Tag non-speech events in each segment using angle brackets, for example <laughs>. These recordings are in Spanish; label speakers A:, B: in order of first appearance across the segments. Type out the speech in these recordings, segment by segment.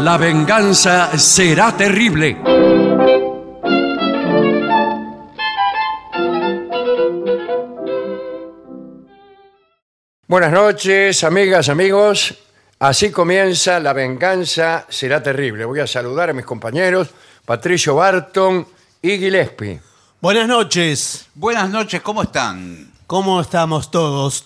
A: La venganza será terrible. Buenas noches, amigas, amigos. Así comienza La venganza será terrible. Voy a saludar a mis compañeros Patricio Barton y Gillespie.
B: Buenas noches.
C: Buenas noches, ¿cómo están?
B: ¿Cómo estamos todos?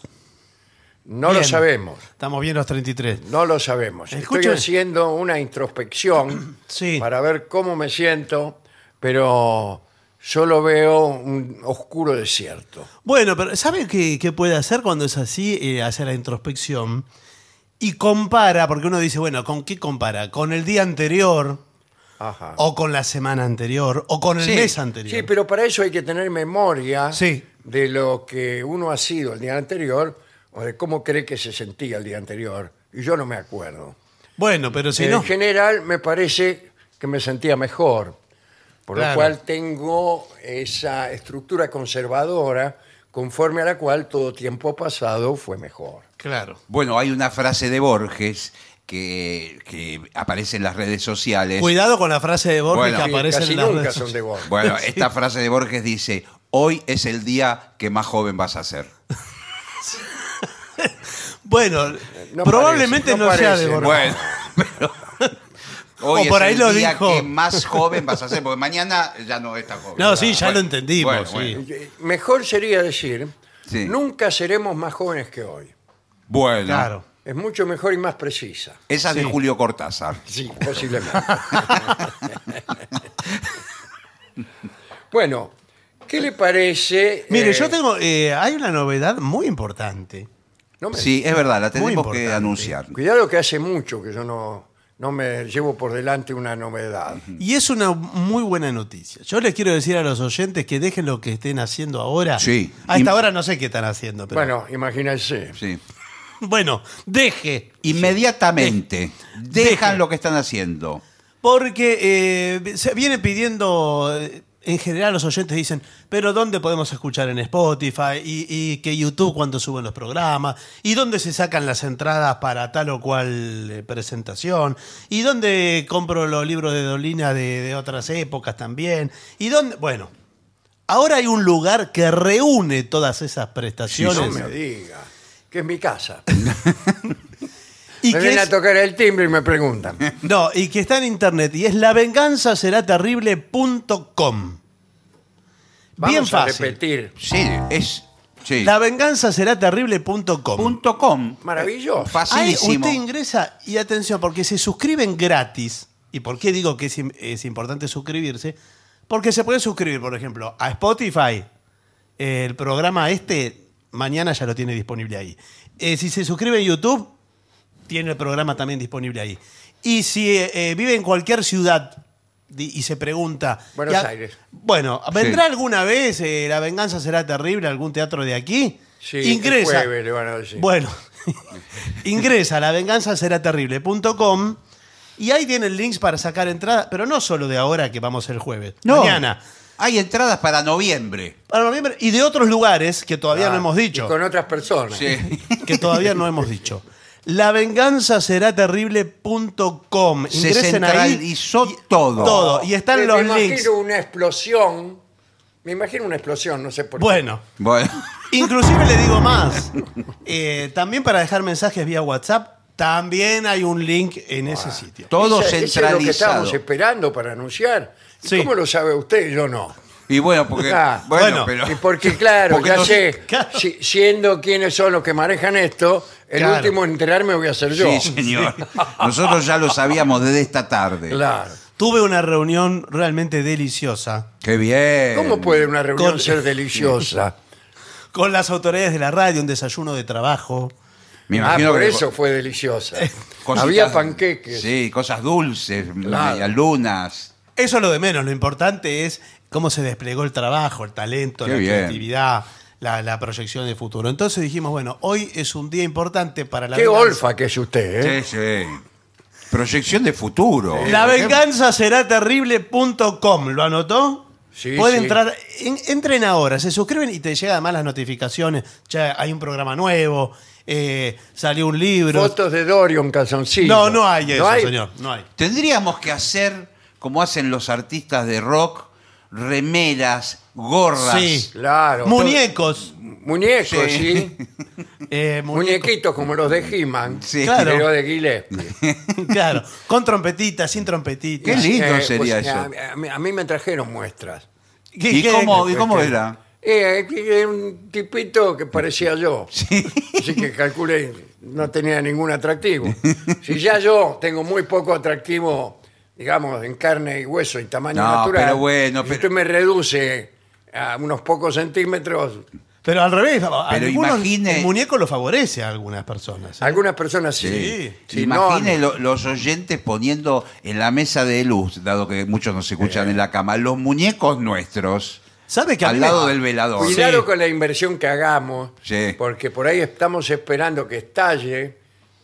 A: No lo
B: Bien.
A: sabemos,
B: Estamos bien los 33.
A: no lo sabemos. Estoy
B: Escúcheme.
A: haciendo una introspección
B: Sí.
A: para ver cómo me siento, pero solo veo un oscuro desierto.
B: Bueno, pero ¿sabe qué, qué puede hacer cuando es así? Eh, hacer la introspección y compara, porque uno dice, bueno, ¿con qué compara? ¿Con el día anterior?
A: Ajá.
B: ¿O con la semana anterior? ¿O con el
C: Sí,
B: mes
A: Sí,
B: anterior?
A: pero para eso hay que tener memoria
B: Sí.
A: de lo que uno ha sido el día anterior o de cómo cree que se sentía el día anterior. Y yo no me acuerdo.
B: Bueno, pero si
A: en
B: no...
A: general me parece que me sentía mejor, por lo
B: Claro.
A: cual tengo esa estructura conservadora conforme a la cual todo tiempo pasado fue mejor.
B: Claro.
C: Bueno, hay una frase de Borges que, que aparece en las redes sociales.
B: Cuidado con la frase de Borges
C: Bueno.
B: que
C: Sí,
B: aparece
A: Casi
B: en la
A: nunca son de vos.
B: <laughs>
C: Bueno, esta frase de Borges dice, hoy es el día que más joven vas a ser.
B: Bueno,
A: No
B: probablemente
A: parece, no
B: no, sea
A: parece,
B: de
A: no.
B: Borges.
C: Bueno, <laughs> pero... Hoy
B: O por
C: es
B: ahí
C: el
B: lo
C: día
B: dijo.
C: que más joven vas a ser, porque mañana ya no es tan joven.
B: No, sí, ya
C: Bueno,
B: lo entendimos,
C: Bueno,
B: sí.
C: bueno.
A: Eh, Mejor sería decir,
C: Sí.
A: nunca seremos más jóvenes que hoy.
C: Bueno,
B: Claro.
A: Es mucho mejor y más precisa.
C: esa es de Julio Cortázar.
A: Sí,
B: <laughs>
A: posiblemente. bueno, ¿qué le parece?
B: Mire,
A: eh,
B: yo tengo... eh, hay una novedad muy importante.
A: no me-
C: Sí, es verdad, la tenemos que
B: importante.
C: anunciar.
A: Cuidado que hace mucho que yo no, no me llevo por delante una novedad.
B: Y es una muy buena noticia. Yo les quiero decir a los oyentes que dejen lo que estén haciendo ahora.
C: Sí.
B: A esta
C: Y-
B: hora no sé qué están haciendo, pero. Bueno,
A: Bueno, imagínense.
C: Sí.
B: deje.
C: Inmediatamente dejan
B: Deje.
C: lo que están haciendo.
B: Porque eh, se viene pidiendo. eh, En general, los oyentes dicen, pero ¿dónde podemos escuchar en Spotify? Y, y que YouTube cuando suben los programas? ¿Y dónde se sacan las entradas para tal o cual eh, presentación? ¿Y dónde compro los libros de Dolina de, de otras épocas también? ¿Y dónde? Bueno, ahora hay un lugar que reúne todas esas
A: No
B: prestaciones.
A: me diga. Que es mi
C: <laughs>
A: casa.
B: y
A: me
B: que
A: vienen
B: es-
A: a tocar el timbre y me
C: <laughs>
A: preguntan.
B: No, y que está en internet y es lavenganzaseraterrible.com.
A: Vamos
B: Bien
A: a
B: fácil.
A: repetir.
C: Sí, es. Sí.
B: Lavenganzaseraterrible.com.
C: Punto com.
A: Maravilloso.
B: Ahí
C: Eh, Facilísimo.
B: usted ingresa y atención, porque se suscriben gratis. ¿Y por qué digo que es, im- es importante suscribirse? Porque se puede suscribir, por ejemplo, a Spotify. El programa este mañana ya lo tiene disponible ahí. Eh, si se suscribe en YouTube, tiene el programa también disponible ahí. Y si eh, eh, vive en cualquier ciudad di- y se pregunta...
A: Buenos
B: ya-
A: Aires.
B: Bueno, ¿vendrá
C: Sí.
B: alguna vez eh, La Venganza Será Terrible a algún teatro de aquí?
A: Sí, el
B: Ingresa.
A: jueves le van a decir.
B: Bueno, <laughs> ingresa a lavenganzaseraterrible.com y ahí tienen links para sacar entradas, pero no solo de ahora que vamos el jueves,
C: No.
B: mañana.
C: Hay entradas para noviembre.
B: Para noviembre y de otros lugares que todavía no
A: Ah,
B: hemos dicho,
A: y con otras personas.
B: <laughs>
C: Sí.
B: que todavía no hemos dicho. Lavenganzaseraterrible.com.
C: Se
B: Ingresen ahí.
C: centralizó
B: y-
C: todo.
B: Todo. Y están
A: Me-
B: los
A: me
B: links.
A: imagino una explosión. Me imagino una explosión, no sé por qué.
B: Bueno,
C: Bueno.
B: Inclusive le digo más. Eh, también para dejar mensajes vía WhatsApp, también hay un link en ese sitio.
C: Todo
A: Ese- ese es lo que
C: centralizado.
A: estábamos esperando para anunciar. ¿Y
B: Sí.
A: ¿Cómo lo sabe usted y yo no?
C: y bueno, porque.
A: Ah,
B: bueno.
C: bueno, pero.
A: Y porque, claro,
C: Porque
A: ya
C: no-
A: sé,
B: claro.
A: si- siendo quienes son los que manejan esto, el
B: Claro.
A: último en enterarme voy a ser yo.
C: Sí, señor. Nosotros ya lo sabíamos desde esta tarde.
A: Claro.
B: Tuve una reunión realmente deliciosa
C: Qué bien.
A: ¿Cómo puede una reunión
B: Con-
A: ser deliciosa?
B: con las autoridades de la radio, un desayuno de trabajo.
C: Me
A: Ah,
C: imagino
A: por
C: que-
A: eso fue deliciosa.
C: cositas-
A: Había panqueques.
C: Sí, cosas dulces,
A: Claro.
C: lunas.
B: Eso es lo de menos, lo importante es cómo se desplegó el trabajo, el talento,
C: Qué
B: la
C: bien.
B: creatividad, la, la proyección de futuro. Entonces dijimos, bueno, hoy es un día importante para la
A: Qué
B: venganza.
A: olfa que es usted, ¿eh?
C: Sí, sí. Proyección de futuro.
B: La venganza será terrible.com, ¿lo anotó?
A: Sí,
B: Puede
A: sí.
B: entrar, en- entren ahora, se suscriben y te llegan además las notificaciones. Ya hay un programa nuevo, eh, salió un libro.
A: Fotos de Dorian Calzoncillo.
B: No, no hay eso, señor. No hay.
C: Tendríamos que hacer, como hacen los artistas de rock, remeras, gorras.
B: Sí.
A: Claro.
B: Muñecos.
A: Muñecos, sí.
C: <laughs>
B: eh, muñecos,
A: Muñequitos como los de He-Man.
C: Sí.
B: Claro.
A: Pero de Gillespie.
B: <laughs> claro. Con trompetitas, sin
C: <laughs> Qué
B: trompetitas.
C: lindo
A: Eh,
C: sería
A: pues,
C: eso.
A: A, a mí- a mí me trajeron muestras.
B: ¿Qué-
C: ¿Y
B: qué-
C: cómo, y cómo
A: qué-
C: era?
A: Eh, eh, un tipito que parecía
C: <laughs>
A: yo. Así que calculé, no tenía ningún
C: <laughs>
A: atractivo. Si ya yo tengo muy poco atractivo, digamos, en carne y hueso y tamaño
C: No,
A: natural.
C: pero bueno,
A: si
C: pero-
A: usted me reduce a unos pocos centímetros.
B: Pero al revés, a-
C: Pero
B: algunos-
C: imagine-
B: el muñeco lo favorece a algunas personas. ¿eh?
A: Algunas personas sí.
B: Sí.
A: Si no,
C: Imagine lo- los oyentes poniendo en la mesa de luz, dado que muchos nos escuchan en la cama, los muñecos nuestros
B: ¿Sabe que a
C: al
B: mí
C: lado
B: me-
C: del velador.
A: Cuidado
B: Sí.
A: con la inversión que hagamos,
C: Sí.
A: porque por ahí estamos esperando que estalle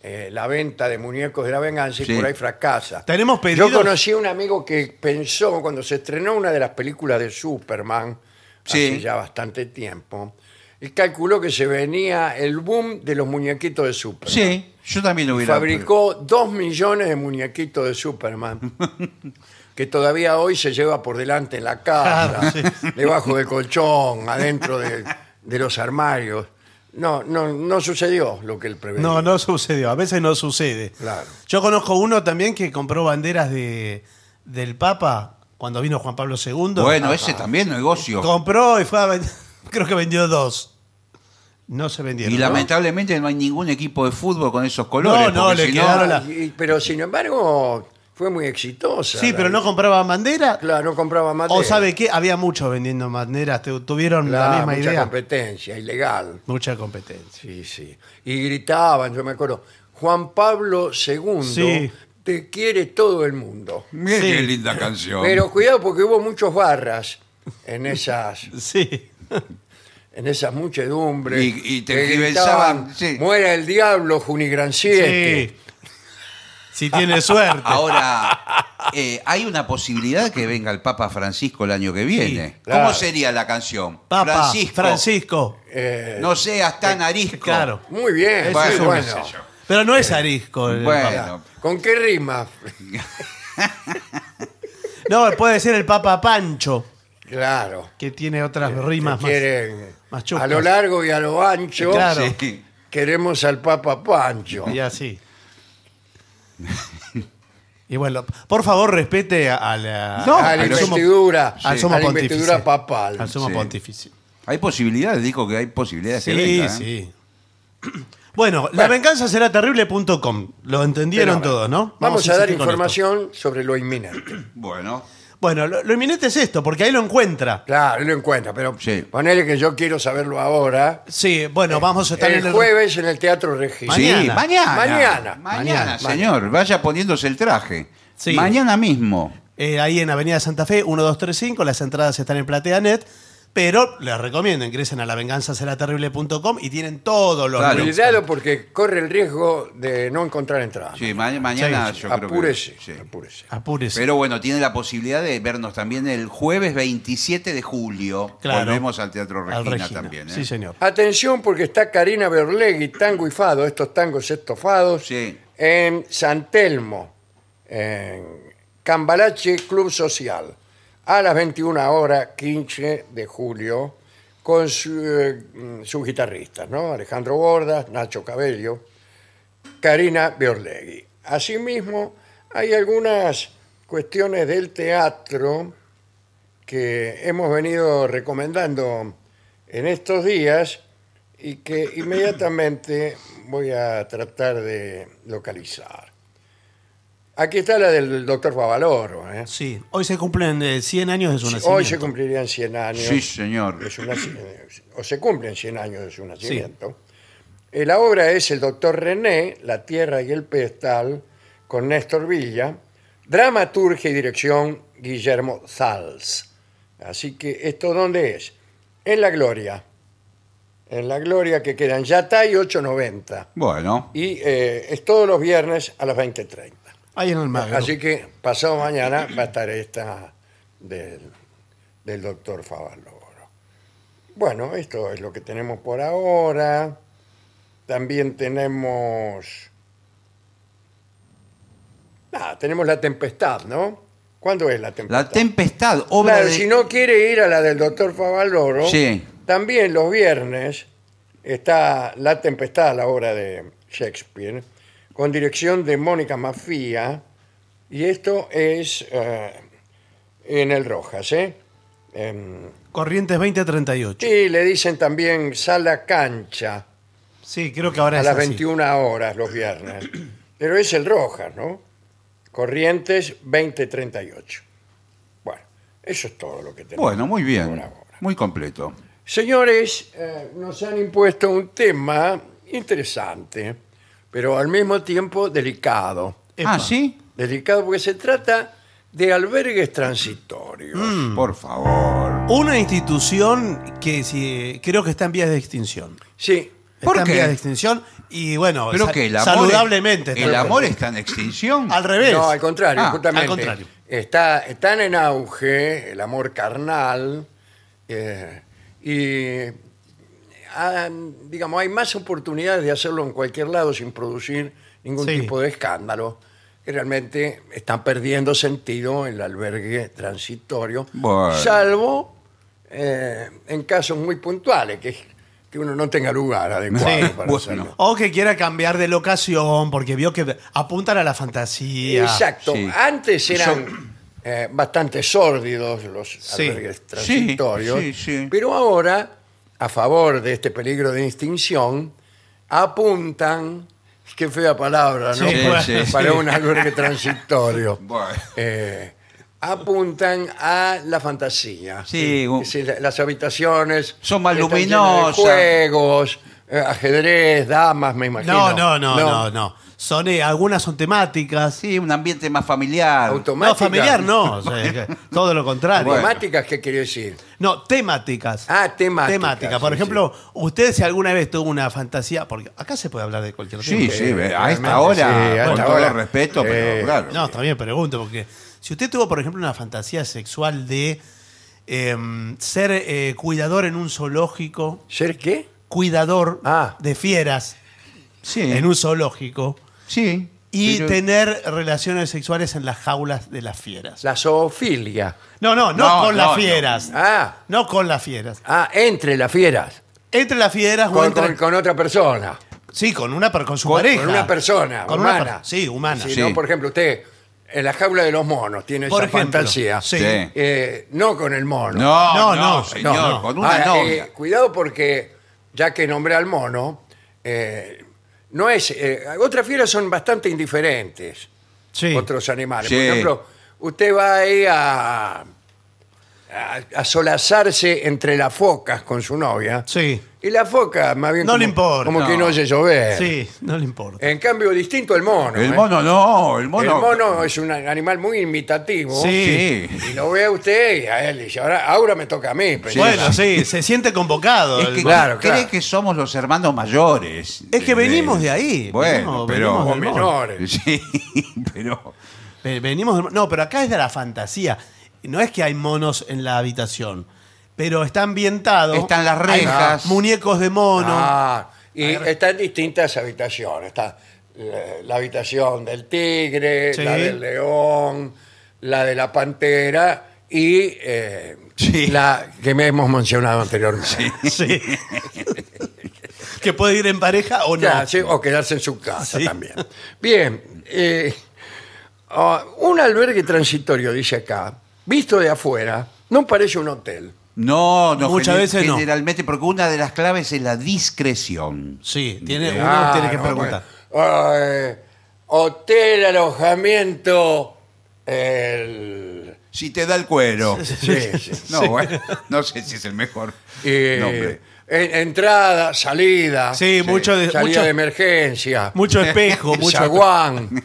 A: eh, la venta de muñecos de la venganza y
C: Sí.
A: por ahí fracasa.
B: Tenemos pedidos-
A: Yo conocí a un amigo que pensó, cuando se estrenó una de las películas de Superman,
C: Sí.
A: hace ya bastante tiempo, y calculó que se venía el boom de los muñequitos de Superman.
C: Sí, yo también lo hubiera.
A: Fabricó dos millones de muñequitos de
B: <laughs>
A: Superman. Que todavía hoy se lleva por delante en la casa,
B: Claro, sí.
A: debajo del colchón, adentro de, de los armarios. No, no, no sucedió lo que él preveía.
B: No, no sucedió. A veces no sucede.
A: Claro.
B: Yo conozco uno también que compró banderas de, del Papa cuando vino Juan Pablo II.
C: Bueno,
B: Ah.
C: ese también negocio.
B: Compró y fue a vend- <laughs> Creo que vendió dos. No se vendieron.
C: Y
B: ¿no?
C: lamentablemente no hay ningún equipo de fútbol con esos colores.
B: No, no,
C: porque
B: le
C: si no-
B: quedaron la-
A: Y- pero sin embargo, fue muy exitosa.
B: Sí,
A: la-
B: pero no compraba bandera.
A: Claro, no compraba más
B: O sabe qué, había muchos vendiendo banderas. te- Tuvieron la misma
A: mucha
B: idea.
A: competencia, ilegal.
B: Mucha competencia.
A: Sí, sí. Y gritaban, yo me acuerdo, Juan Pablo II
B: Sí.
A: te quiere todo el mundo.
C: Mirá
B: Sí.
C: qué linda canción.
A: Pero cuidado porque hubo muchos barras en esas,
B: Sí.
A: en esas muchedumbres.
C: Y- y te
A: que
C: esgribenzaban,
A: gritaban,
C: sí.
A: Muera el diablo, Junigran 7.
B: Sí. Si tiene suerte.
C: Ahora, eh, hay una posibilidad que venga el Papa Francisco el año que viene.
A: claro.
C: ¿Cómo sería la canción?
B: Papa,
C: Francisco,
B: Francisco.
A: Eh,
C: no seas tan arisco.
B: Claro.
A: Muy bien,
B: Eso
A: muy
B: es un
A: bueno.
C: sello.
B: Pero no es arisco. el
C: Eh, Bueno.
B: Papa.
A: ¿Con qué rima?
B: No, puede ser el Papa Pancho,
A: <laughs> Claro.
B: que tiene otras
C: Eh,
B: rimas más.
A: Quieren
B: más chuscas.
A: a lo largo y a lo ancho.
B: Claro.
C: Sí.
A: Queremos al Papa Pancho.
B: Y así. Y bueno, por favor respete a la,
C: No,
A: a la
C: pero-
A: investidura,
B: al sumo
A: a la
B: pontífice.
A: investidura papal.
B: Al sumo
C: Sí.
B: pontífice.
C: Hay posibilidades, dijo que hay posibilidades
B: Sí,
C: que venga. ¿eh?
B: sí. Bueno, la venganza será terrible.com. Lo entendieron
A: Pero,
B: todos, ¿no?
A: Vamos, a dar
B: insistir con
A: información sobre lo inminente.
C: Bueno,
B: esto. Bueno, lo, lo inminente es esto, porque ahí lo encuentra.
A: Claro, lo encuentra, pero
C: Sí.
A: ponele que yo quiero saberlo ahora.
B: Sí, bueno, vamos a estar en
A: Eh, El
B: el
A: jueves en el Teatro Regis.
B: Mañana.
C: sí, mañana.
A: Mañana.
C: Mañana,
B: Mañana.
C: señor. Vaya poniéndose el traje.
B: Sí.
C: Mañana mismo.
B: Eh, ahí en Avenida Santa Fe, 1235. Las entradas están en PlateaNet. Pero les recomiendo, ingresen a lavenganzaseraterrible.com y tienen todos los
C: Claro.
B: links.
A: Cuidado porque corre el riesgo de no encontrar entrada.
C: Sí, ma- mañana yo creo que-
A: apúrese,
C: sí.
A: apúrese.
B: Apúrese.
C: Pero bueno, tiene la posibilidad de vernos también el jueves 27 de julio.
B: Claro.
C: Volvemos al Teatro
B: Al
C: Regina,
B: Regina.
C: también. ¿eh?
B: Sí, señor.
A: Atención porque está Karina Berlegui, tango y fado, estos tangos estofados,
C: Sí.
A: en San Telmo, en Cambalache Club Social, a las 21 horas 15 de julio, con su, eh, mm, sus guitarristas, ¿no? Alejandro Bordas, Nacho Cabello, Karina Berlegui. Asimismo, hay algunas cuestiones del teatro que hemos venido recomendando en estos días y que inmediatamente voy a tratar de localizar. Aquí está la del doctor Favaloro. ¿eh?
B: Sí, hoy se cumplen eh, 100 años de su nacimiento.
A: Hoy se cumplirían 100 años
C: Sí, señor.
A: de su naci- o se cumplen 100 años de su nacimiento. Eh, La obra es El doctor René, La tierra y el pedestal, con Néstor Villa, dramaturgia y dirección Guillermo Zals. Así que, ¿esto dónde es? En La Gloria. En La Gloria que quedan Yatay 890.
C: Bueno,
A: Y eh, es todos los viernes a las 20.30.
B: Ahí en el mar.
A: Así que pasado mañana va a estar esta del, del doctor Favaloro. Bueno, esto es lo que tenemos por ahora. También tenemos... Ah, tenemos La Tempestad, ¿no? ¿Cuándo es La Tempestad?
C: La tempestad, obra
A: Claro,
C: de-
A: si no quiere ir a la del doctor Favaloro,
C: Sí.
A: también los viernes está La Tempestad, la obra de Shakespeare, con dirección de Mónica Mafía, y esto es eh, en el Rojas, ¿eh? Em,
B: Corrientes 20 a 38. Sí,
A: sí, le dicen también Sala Cancha,
B: creo que ahora
A: a
B: es
A: las
B: así.
A: 21 horas los viernes. Pero es el Rojas, ¿no? Corrientes 2038. Bueno, eso es todo lo que tenemos.
C: Bueno, muy
A: por
C: bien.
A: ahora.
C: Muy completo.
A: Señores, eh, nos han impuesto un tema interesante, pero al mismo tiempo delicado.
B: Epa.
C: Ah, ¿sí?
A: Delicado porque se trata de albergues transitorios.
B: Mm.
C: Por favor.
B: Una institución que sí, creo que está en vías de extinción.
A: Sí,
C: ¿Por
B: está
C: qué?
B: en vías de extinción y bueno,
C: Pero
B: sa-
C: que el amor
B: saludablemente.
C: es-
B: está
C: el
B: en-
C: amor está en extinción.
B: Al revés.
A: no, al contrario,
C: Ah,
A: justamente.
B: al contrario.
A: Está, están en auge el amor carnal eh, y, ah, digamos, hay más oportunidades de hacerlo en cualquier lado sin producir ningún
B: Sí.
A: tipo de escándalo. que Realmente están perdiendo sentido el albergue transitorio,
C: Bueno.
A: salvo eh, en casos muy puntuales, que, que uno no tenga lugar adecuado
B: Sí,
A: para
C: bueno.
A: hacerlo.
B: O que quiera cambiar de locación porque vio que apuntan a la fantasía.
A: Exacto.
C: Sí.
A: Antes eran eh, bastante sórdidos los
B: Sí.
A: albergues transitorios,
C: sí, sí.
A: pero ahora, a favor de este peligro de extinción, apuntan, qué fea palabra, ¿no?
B: Sí,
A: para,
C: sí, sí.
A: para un albergue
C: <laughs>
A: transitorio.
C: Bueno.
A: Eh, apuntan a la fantasía.
C: Sí, un-
A: Es decir, las habitaciones
C: Son más
A: están llenas
C: luminosas.
A: de Juegos, eh, ajedrez, damas, me
B: No,
A: imagino.
B: no, no, no, no. Son, eh, algunas son temáticas.
C: Sí, un ambiente más familiar.
B: No,
A: Automáticas.
B: familiar no. o
C: <laughs>
B: sea, que todo lo contrario.
C: Bueno.
A: ¿Temáticas qué quiere decir?
B: No, temáticas.
A: Ah, temáticas.
B: Temática. Por
A: sí,
B: ejemplo, usted si alguna vez tuvo una fantasía, porque acá se puede hablar de cualquier tema.
C: Sí, sí,
A: Eh,
C: a
A: realmente,
C: esta hora,
A: sí, a
C: con
A: esta
C: todo
A: hora.
C: el respeto, pero
A: Eh,
C: claro.
B: No, también pregunto, porque si usted tuvo, por ejemplo, una fantasía sexual de em, ser eh, cuidador en un zoológico,
A: sí. ¿Ser qué?
B: cuidador
A: Ah.
B: de fieras
C: Sí,
B: en un zoológico
C: sí.
B: y
C: Pero-
B: tener relaciones sexuales en las jaulas de las fieras.
A: La zoofilia.
B: No, no, no,
C: No,
B: con
C: no,
B: las
C: no.
B: fieras.
A: Ah,
B: No con las fieras.
A: ah entre las fieras.
B: Entre las fieras o
A: Con,
B: entre...
A: con- con otra persona.
B: Sí, con una per- con su
C: Con- con
B: pareja.
A: Con una persona
B: Con una
A: humana.
B: per- sí, humana.
A: Si
C: Sí.
A: no, por ejemplo, usted en la jaula de los monos tiene
B: Por
A: esa
B: ejemplo,
A: fantasía.
B: sí.
C: Sí.
A: Eh, no con el mono.
C: No,
B: No,
C: no,
B: no,
C: señor,
B: no, no.
C: con una
A: Ahora,
C: novia.
A: eh, cuidado porque, ya que nombré al mono, eh, no es. eh, otras fieras son bastante indiferentes.
B: Sí.
A: otros animales.
C: Sí.
A: Por ejemplo, usted va ahí a, a, a solazarse entre las focas con su novia.
B: Sí.
A: Y la foca, más bien.
B: No
A: como,
B: le importa.
A: Como que no
C: No.
A: oye
C: Eh.
A: llover.
B: Sí, no le importa.
A: En cambio, distinto el mono.
C: el
A: ¿eh?
C: mono no, el mono.
A: El mono es un animal muy imitativo.
B: Sí.
C: Sí.
A: Y lo ve a usted y a él. Y dice, ahora, ahora me toca a mí. pensaba.
B: Bueno, sí, se siente convocado.
C: Es
B: el-
C: que
A: Claro,
C: cree
A: claro.
C: que somos los hermanos mayores.
B: Es que venimos de ahí,
C: Bueno,
B: venimos-
C: pero.
B: venimos
A: O menores.
C: <laughs> Sí, pero.
B: Ve- Venimos del- No, pero acá es de la fantasía. No es que hay monos en la habitación, pero está ambientado.
C: Están las
B: Hay
C: rejas.
B: muñecos de mono.
A: Ah, y está en distintas habitaciones. Está eh, la, la habitación del tigre,
B: Sí.
A: la del león, la de la pantera y eh,
C: Sí.
A: la que me hemos mencionado anteriormente.
B: <laughs> Sí. que puede ir en pareja o
A: <laughs>
B: no.
A: Ya, sí, o quedarse en su casa
B: Sí.
A: también. Bien, eh, ah, un albergue transitorio, dice acá, visto de afuera, no parece un hotel.
C: No, no.
B: Muchas
C: gener-
B: veces no.
C: Generalmente, porque una de las claves es la discreción.
B: Sí, tiene, uno
A: Ah,
B: tiene que
A: no,
B: preguntar.
A: bueno. Eh, hotel, alojamiento, el...
C: Si te da el cuero.
A: Sí, sí.
C: No, bueno, no sé si es el
B: <laughs>
C: mejor
A: Eh,
C: nombre.
A: en- entrada, salida,
B: Sí, mucho, de,
A: salida
B: mucho,
A: de emergencia,
B: <laughs> mucho
A: <laughs>
B: espejo, mucho
A: zaguán.
B: <laughs>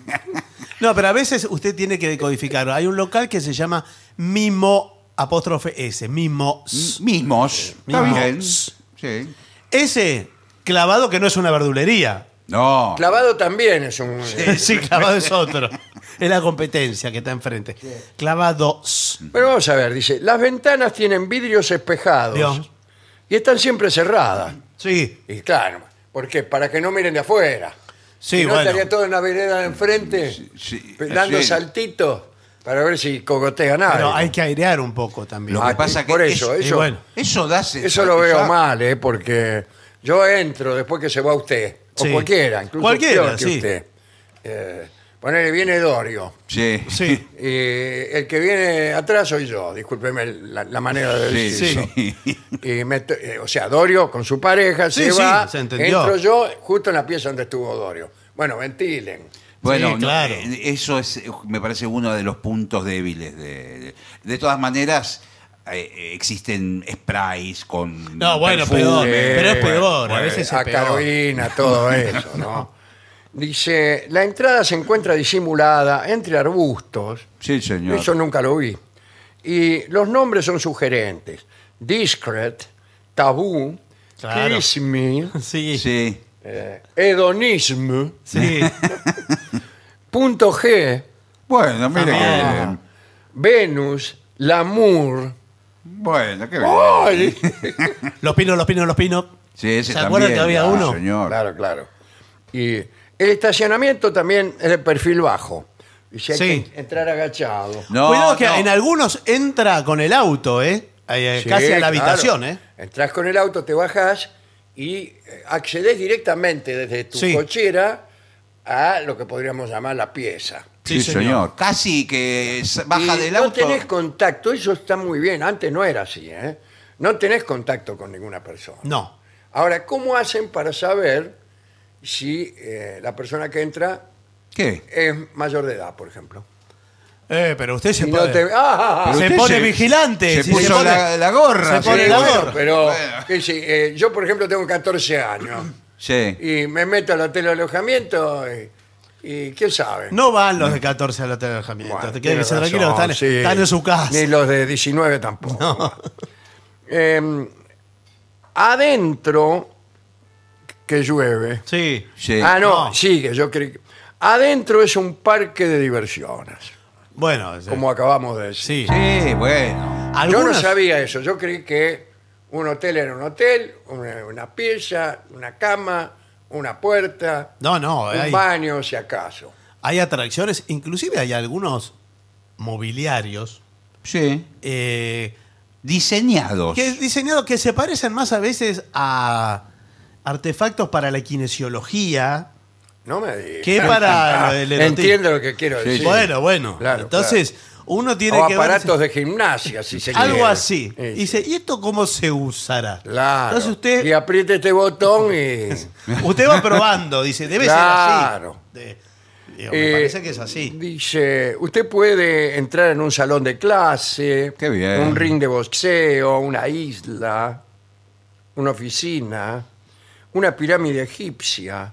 B: No, pero a veces usted tiene que decodificar. Hay un local que se llama Mimo apóstrofe S, Mimo. S.
C: Mm. Mismos. Está
B: Mimos.
C: bien. Sí.
B: Ese clavado que no es una verdulería.
C: No.
A: Clavado también es un...
B: Eh,
A: <laughs>
B: Sí, clavado es otro. Es la competencia que está enfrente. Clavado S.
A: Pero vamos a ver, dice, las ventanas tienen vidrios espejados
B: Dios.
A: y están siempre cerradas.
B: Sí.
A: Y claro, ¿Por qué? Para que no miren de afuera.
B: Sí,
A: Si no
B: bueno.
A: estaría todo en la vereda de enfrente,
C: Sí, sí,
A: dando
C: sí.
A: saltitos para ver si cogotean algo.
B: Pero hay que airear un poco también.
C: Lo que
A: Ah,
C: pasa que
A: por eso,
C: eso-
A: eso,
B: y bueno.
C: Eso da
A: eso lo veo
C: satisfa-
A: mal, ¿eh? porque yo entro después que se va usted, o
B: Sí.
A: cualquiera, incluso
B: Cualquiera,
A: peor que
B: sí.
A: usted. Eh, ponele, viene Dorio,
C: Sí.
B: Sí.
A: y el que viene atrás soy yo, discúlpeme la, la manera de
C: <laughs> Sí,
A: decir eso.
C: sí.
A: Y me to- eh, o sea, Dorio con su pareja
B: Sí,
A: se
B: sí,
A: va.
B: se entendió.
A: entro yo justo en la pieza donde estuvo Dorio. Bueno, ventilen.
C: Bueno,
B: Sí,
C: no,
B: claro.
C: eh, eso es, eh, me parece uno de los puntos débiles. De, de, de todas maneras, eh, eh, existen sprays con.
B: No, bueno, eh. peor,
C: perfume.
B: pero es peor, a
A: Eh, bueno,
B: veces es
A: a
B: peor.
A: Carolina,
B: <laughs>
A: todo eso, ¿no? Dice, la entrada se encuentra disimulada entre arbustos.
C: Sí, señor.
A: Eso nunca lo vi. Y los nombres son sugerentes. Discret, Tabú,
B: Claro.
A: Kiss Me,
B: Sí. Sí.
C: Sí.
A: eh, Hedonism, <laughs> Punto G,
C: Bueno, mire que
B: Ah.
C: bien.
A: Venus, Lamour.
C: Bueno, qué bien.
A: ¡Ay!
B: Los pinos, los pinos, los pinos.
C: Sí, ese
B: ¿Se acuerdan
C: también,
B: que había
C: ah,
B: uno?
C: Señor.
A: Claro, claro. Y el estacionamiento también es de perfil bajo. Y si hay
B: Sí.
A: que entrar agachado.
C: No,
B: Cuidado que
C: no.
B: en algunos entra con el auto, ¿eh? Eh,
A: Sí,
B: Casi a
A: claro.
B: la habitación, ¿eh?
A: Entrás con el auto, te bajás y eh, accedes directamente desde tu
B: Sí.
A: cochera a lo que podríamos llamar la pieza.
C: Sí,
B: Sí,
C: señor.
B: señor.
C: Casi que s- baja
A: Y
C: del
A: no
C: auto.
A: tenés contacto, eso está muy bien. Antes no era así, ¿eh? No tenés contacto con ninguna persona.
B: No.
A: Ahora, ¿cómo hacen para saber si eh, la persona que entra
C: ¿Qué?
A: es mayor de edad, por ejemplo?
B: Eh, pero usted se
A: Y
B: pone,
A: no te- ¡Ah!
C: Pero
B: se
C: usted
B: pone
C: se-
B: vigilante.
C: se
B: si
C: puso
B: pone-
C: la- la gorra,
B: Se pone
C: sí,
B: la
A: bueno,
B: gorra.
A: pero
C: Bueno.
A: qué sé, eh, yo, por ejemplo, tengo 14 años
C: Sí.
A: y me meto al hotel de alojamiento y, y quién sabe.
B: No van los de 14 al hotel de alojamiento.
A: Bueno,
B: Te quedan
A: tiene
B: que se tranquilos,
A: razón,
B: están,
A: sí.
B: están en su casa.
A: Ni los de 19 tampoco. Eh, adentro, que llueve.
B: Sí.
C: Sí.
A: ah, no,
B: No.
A: sigue, yo creí. que- Adentro es un parque de diversiones,
B: Bueno, sí.
A: como acabamos de decir.
B: sí.
C: Sí, bueno.
A: Yo no
B: Algunas-
A: sabía eso, yo creí que un hotel era un hotel, una, una pieza, una cama, una puerta,
B: No, no,
A: un
B: hay,
A: baño, si acaso.
B: hay atracciones, inclusive hay algunos mobiliarios
C: Sí.
B: eh,
C: Diseñados.
B: que diseñados que se parecen más a veces a artefactos para la kinesiología
A: No me digas.
B: que para lo del erotismo.
A: Entiendo lo que quiero
C: Sí,
A: decir.
C: sí.
B: Bueno, bueno.
A: Claro,
B: Entonces, uno tiene
A: o
B: que
A: aparatos
B: ver-
A: de gimnasia, si se
B: algo
A: quiere.
B: así.
A: Sí,
B: Y
A: sí.
B: dice, ¿y esto cómo se usará?
A: Claro.
B: Entonces usted
A: Y apriete este botón y.
B: <laughs> Usted va probando, dice, debe
A: Claro.
B: ser así. De- digo,
A: Eh,
B: me parece que es así.
A: Dice, usted puede entrar en un salón de clase,
C: Qué bien.
A: un ring de boxeo, una isla, una oficina, una pirámide egipcia.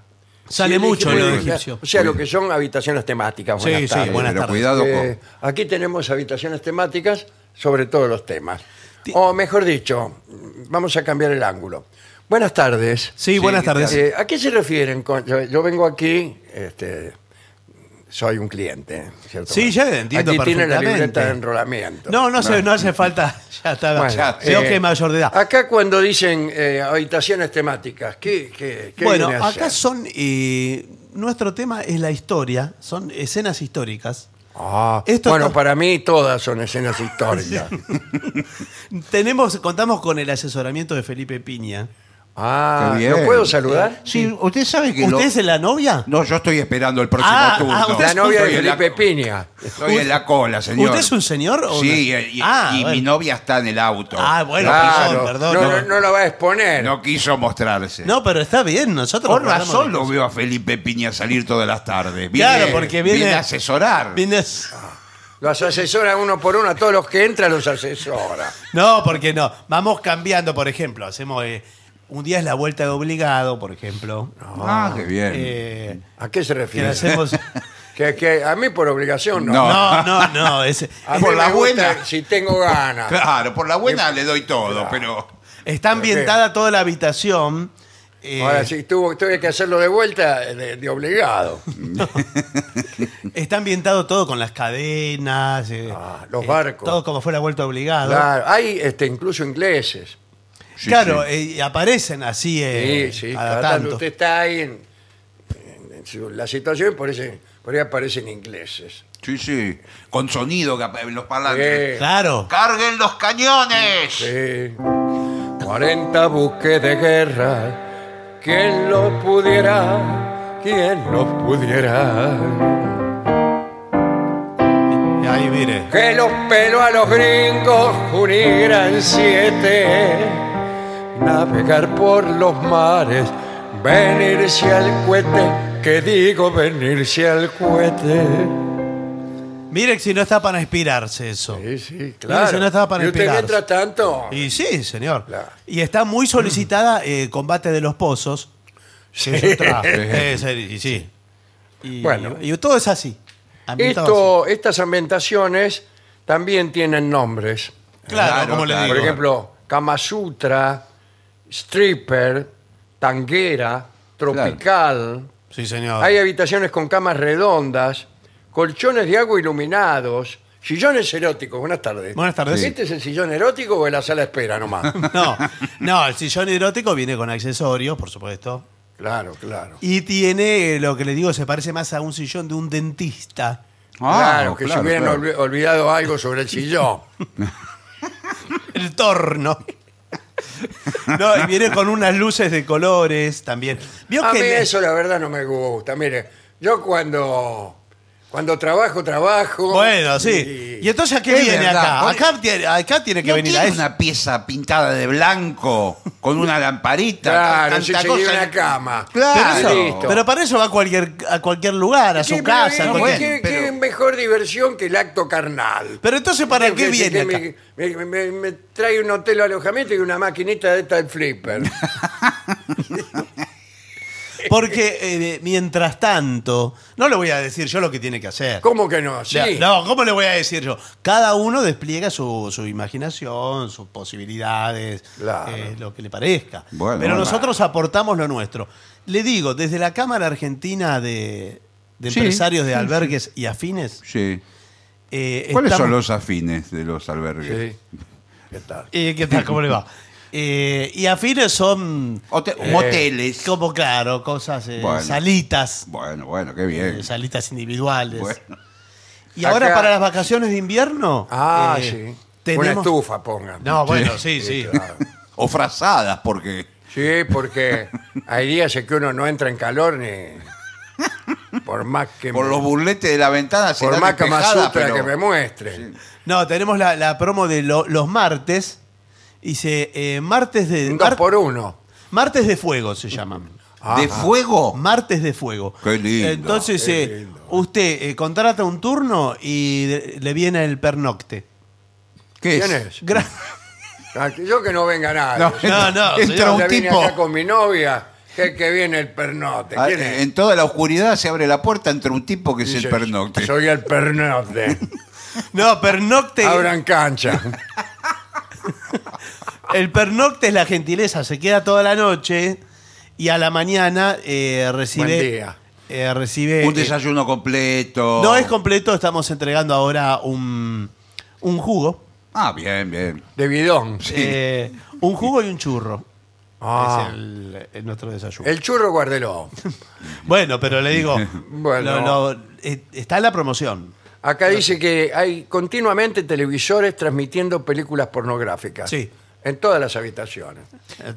B: Sale
A: Sí,
B: mucho
A: elige-
B: lo de
A: o sea,
B: egipcio.
A: O sea, lo que son habitaciones temáticas. Buenas
B: Sí, sí,
A: tardes.
B: buenas
C: Eh, Pero
B: tardes.
C: cuidado con.
A: Eh, aquí tenemos habitaciones temáticas sobre todos los temas. O mejor dicho, vamos a cambiar el ángulo. Buenas tardes.
B: Sí,
C: Sí,
B: buenas tardes.
A: Eh, ¿A qué se refieren? con- yo, yo vengo aquí, este, soy un cliente. ¿cierto?
B: Sí, ya entiendo
A: Aquí tiene la
B: perfectamente.
A: libreta de enrolamiento.
B: no, no, se- no hace falta. <laughs> Ya está.
A: Bueno,
B: ya,
A: eh,
B: creo que es mayor de edad.
A: Acá cuando dicen eh, habitaciones temáticas, ¿qué, qué, qué
B: bueno,
A: viene a
B: acá
A: ser?
B: son. eh, nuestro tema es la historia, son escenas históricas.
A: Ah,
B: esto
A: bueno,
B: está-
A: para mí todas son escenas históricas.
B: Tenemos, contamos con el asesoramiento de Felipe Piña.
A: Ah,
C: Qué bien.
A: ¿lo puedo saludar?
C: Sí, usted sabe que.
B: ¿Usted
C: lo-
B: es la novia?
C: No, yo estoy esperando el próximo
B: Ah, ah,
C: turno.
B: usted
A: La
B: es-
A: novia de
C: Estoy en la-
A: Felipe Piña.
C: Estoy en la cola, señor.
B: ¿Usted es un señor o
C: Sí,
B: una-
C: y, y-
B: Ah,
C: y
B: bueno.
C: mi novia está en el auto.
B: Ah, bueno,
A: Claro,
B: perdón, perdón.
A: no,
B: No,
A: no, no la va a exponer.
C: No quiso mostrarse.
B: No, pero está bien, nosotros.
C: Por
B: guardamos
C: razón
B: las
C: lo
B: cosas.
C: veo a Felipe Piña salir todas las tardes. Viene-
B: Claro, porque viene.
C: a asesorar.
B: viene a-
A: Los asesora uno por uno, a todos los que entran los asesora.
B: No, porque no. Vamos cambiando, por ejemplo. Hacemos. eh, un día es la vuelta de obligado, por ejemplo.
C: Ah, qué bien.
B: Eh,
A: ¿A qué se
B: que
A: refiere?
C: <laughs>
B: hacemos.
A: Que, que a mí por obligación no.
B: No,
C: No.
B: no, no. es-
A: A mí
C: Ah, Por
A: me
C: la
A: gusta
C: buena.
A: Si tengo ganas.
C: Claro, por la buena
B: Eh,
C: le doy todo, pero.
B: está ambientada toda la habitación. eh,
A: Ahora, si tuvo, tuve que hacerlo de vuelta, eh, de, de obligado.
B: Está ambientado todo con las cadenas. eh,
A: Ah, los barcos.
B: Todo como fue la vuelta de obligado.
A: Claro, Hay este, incluso ingleses
C: Sí,
B: claro,
C: sí.
B: eh, aparecen así eh,
A: Sí, sí,
B: cada
A: cada tanto
B: tanto.
A: usted está ahí en, en- en su- la situación, por, ese, por ahí aparecen ingleses.
C: Sí, sí. Con sonido que ap- los parlantes.
A: Eh,
B: Claro.
C: ¡Carguen los cañones!
A: Sí. 40 buques de guerra, ¿quién lo pudiera? ¿Quién lo pudiera?
B: Ahí mire.
A: Que los pelos a los gringos unieran siete, navegar por los mares, venirse al cohete, que digo venirse al cohete.
B: Mire si no está para inspirarse eso.
A: Sí, sí,
B: Mire si
A: claro.
B: no está para
A: y usted
B: inspirarse.
A: mientras tanto.
B: Y sí, señor.
A: Claro.
B: Y está muy solicitada eh, Combate de los Pozos.
A: <laughs> Sí.
B: Es otra. Es, eh, y sí. Y,
A: Bueno.
B: y todo es así.
A: Esto,
B: Ambientado
A: estas ambientaciones también tienen nombres.
B: así. Claro,
C: Claro,
B: como
C: claro.
B: le
A: Por
B: digo.
A: ejemplo, Kama Sutra, Stripper, Tanguera, Tropical.
B: sí, señor.
A: Hay habitaciones con camas redondas, colchones de agua iluminados, sillones eróticos. Buenas tardes.
B: Buenas tardes. Sí.
A: ¿Este es el sillón erótico o en la sala de espera
B: <laughs>
A: nomás?
B: No, no, el sillón erótico viene con accesorios, por supuesto.
A: claro, claro.
B: Y tiene, eh, lo que le digo, se parece más a un sillón de un dentista.
A: Ah, claro, que se hubieran
C: Ah, claro.
A: olvi- olvidado algo sobre el
B: <laughs>
A: sillón.
B: El torno. <laughs> No, y viene con unas luces de colores también. Vio
A: A
B: que
A: mí
B: le-
A: eso la verdad no me gusta. Mire, yo cuando cuando trabajo, trabajo.
B: Bueno, sí.
A: y-
B: ¿Y entonces a qué
C: Es
B: viene
C: verdad,
B: acá?
C: porque-
B: Acá tiene, acá tiene que
C: ¿No
B: venir
C: tiene
B: a eso.
C: una pieza pintada de blanco con
A: <laughs>
C: una lamparita?
A: Claro,
C: Tanta
A: si se
C: cosa.
A: lleva una cama.
C: Claro.
A: Y
B: Pero, eso-
A: listo.
B: pero para eso va a cualquier, a cualquier lugar, a
A: Sí,
B: su
A: pero
B: casa.
A: ¿qué-
B: a
C: no,
B: cualquier-
A: qué,
C: bueno,
A: qué
C: pero-
A: mejor diversión que el acto carnal.
B: Pero entonces, ¿para qué
A: Que- que-
B: viene
A: que
B: acá?
A: me, me- me- me trae un hotel de alojamiento y una maquinita de esta del
B: <laughs>
A: flipper.
B: Porque eh, mientras tanto, no le voy a decir yo lo que tiene que hacer.
A: ¿Cómo que no? Sí.
B: Le- No, ¿cómo le voy a decir yo? Cada uno despliega su, su imaginación, sus posibilidades,
A: Claro.
B: eh, lo que le parezca.
C: Bueno,
B: Pero
C: bueno.
B: nosotros aportamos lo nuestro. Le digo, desde la Cámara Argentina de, de
C: Sí,
B: Empresarios de
C: sí, sí.
B: Albergues y Afines.
C: Sí.
B: eh,
C: ¿Cuáles son
B: estamos-
C: los afines de los albergues?
A: Sí. ¿Qué tal?
B: Eh, ¿Qué tal? ¿Cómo le
C: <laughs>
B: va? Eh, y afines son
C: Hote-
A: Eh.
C: moteles.
B: como claro, cosas, eh,
C: Bueno.
B: salitas,
C: Bueno, bueno, qué
B: eh,
C: bien.
B: salitas individuales.
C: Bueno.
B: Y ahora
A: Acá-
B: para las vacaciones de invierno.
A: Ah,
B: eh,
A: sí.
B: tenemos-
A: Una estufa, pongan.
B: No, bueno, sí, sí.
A: claro.
C: O frazadas, porque.
A: Sí, porque hay días en que uno no entra en calor ni. Por más que.
C: Por los burletes de la ventana se
A: por
C: dan
A: más Kama
C: despejada,
A: Sutra
C: pero-
A: que me muestre.
B: No, tenemos la, la promo de lo- los martes. Dice eh, martes de
A: Un
B: mar-
A: dos por uno. Ah,
B: martes de fuego se llaman.
C: ¿De
A: Ajá.
C: fuego?
B: Martes de fuego.
C: Oh. Qué lindo,
B: Entonces,
A: qué
B: eh,
A: lindo.
B: usted eh, contrata un turno y de- le viene el pernocte.
C: ¿Qué es?
A: ¿Quién es?
B: Gra- <laughs>
A: Ah, que Yo que no venga nadie. <laughs>
C: No,
A: Yo
B: No, no,
C: entra
B: señor,
A: ya
C: un
A: vine
C: tipo.
A: acá con mi novia, que, que viene el pernote.
C: Ah,
A: ¿Quién
B: eh,
A: es?
C: En toda la oscuridad se abre la puerta entre un tipo que es
A: Dice,
C: el pernocte.
A: Soy el pernote.
B: no, pernocte.
A: Abran cancha.
B: El pernocte es la gentileza, se queda toda la noche y a la mañana eh, recibe.
A: Buen día.
B: eh, recibe.
C: Un
B: eh,
C: desayuno completo.
B: no es completo, estamos entregando ahora un, un jugo.
C: Ah, bien, bien.
A: De bidón.
B: Eh, un jugo y un churro.
A: Ah.
B: Es el, el nuestro desayuno.
C: Eh.
A: El churro guárdelo.
B: Bueno, pero le
C: <laughs>
B: digo,
A: Bueno.
B: lo- lo- eh, está en la promoción.
A: Acá dice que hay continuamente televisores transmitiendo películas pornográficas.
B: Sí.
A: En todas las habitaciones.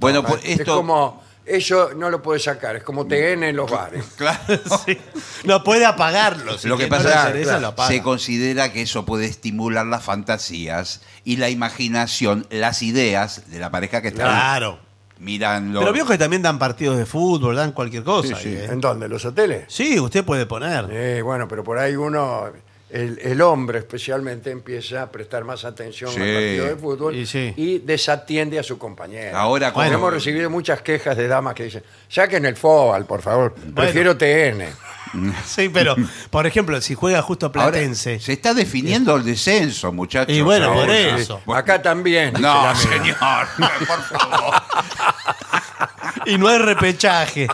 C: Bueno,
B: Ah,
C: pues
A: Es
C: esto.
A: como, eso no lo puedes sacar, es como TN en los bares.
C: Claro.
B: <laughs> Sí. No puede apagarlo. <laughs> si
C: <laughs> Lo que
B: no le
C: pasa
B: interesa,
A: claro,
B: lo
C: es
B: apaga.
C: que se considera que eso puede estimular las fantasías y la imaginación, las ideas de la pareja que está
B: Claro.
C: mirando.
B: Pero vio que también dan partidos de fútbol, dan cualquier cosa.
C: Sí, sí.
B: ahí, ¿eh?
A: ¿En dónde? ¿Los hoteles?
B: Sí, usted puede poner.
A: Eh, bueno, pero por ahí uno, el, el hombre especialmente, empieza a prestar más atención
C: Sí.
A: al partido de fútbol
B: Y sí.
A: y desatiende a su compañero.
C: Ahora,
A: Porque
C: ¿cómo?
A: hemos recibido muchas quejas de damas que dicen, saquen el fóbal, por favor, prefiero TN.
B: <laughs> Sí,
C: <laughs>
B: pero, por ejemplo, si juega justo
C: Ahora,
B: Platense.
C: se está definiendo el descenso, muchachos.
B: Y bueno, por
C: ahora.
B: eso.
C: Bueno,
A: Acá también. dice la
C: <laughs> No,
A: amiga.
C: señor, por favor.
B: <laughs> Y no hay
C: <laughs>
B: repechaje.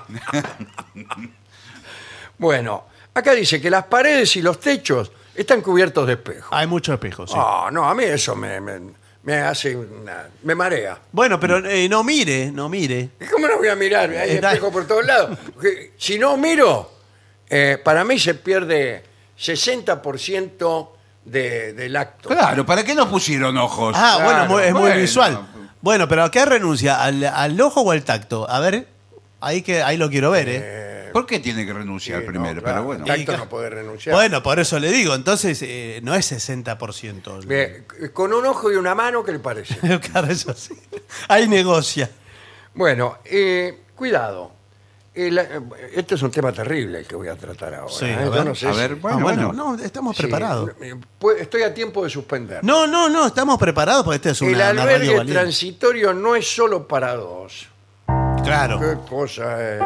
A: Bueno, acá dice que las paredes y los techos están cubiertos de Ah, espejo.
B: Hay muchos espejos, sí.
A: Ah, no, a mí eso me, me- me hace una- me marea.
B: Bueno, pero eh, no mire, no mire.
A: ¿Y cómo no voy a mirar? Hay
B: Está-
A: espejo por todos lados. Que Si no miro, eh, para mí se pierde 60% de- del acto.
C: Claro, ¿para qué nos pusieron <laughs> ojos?
B: Ah,
A: Claro,
B: bueno, mu- es muy
C: bueno.
B: visual. Bueno, pero ¿a qué renuncia? ¿Al, al ojo o al tacto? A ver, ahí, que, ahí lo quiero ver, ¿eh?
C: ¿Por qué tiene que renunciar
A: Sí, no,
C: primero?
A: claro,
C: Pero bueno.
A: el tacto
B: Y-
A: no puede renunciar.
B: Bueno, por eso le digo, entonces eh, no es 60%.
A: Bien, Con un ojo y una mano, ¿qué le parece?
B: Claro, eso sí. Ahí negocia.
A: Bueno, eh, cuidado. El- eh, este es un tema terrible el que voy a tratar ahora.
B: Sí,
A: ¿eh?
B: a
A: Yo
B: ver,
A: no sé
C: a
A: si-
C: ver,
B: Ah,
C: bueno,
B: bueno,
C: bueno.
B: no, estamos
A: si-
B: preparados.
A: eh, pu- Estoy a tiempo de suspender.
B: No, no, no, estamos preparados porque este es una,
A: el
B: una radio
A: albergue
B: valiente.
A: transitorio no es solo para dos.
B: Claro.
A: Qué cosa eh.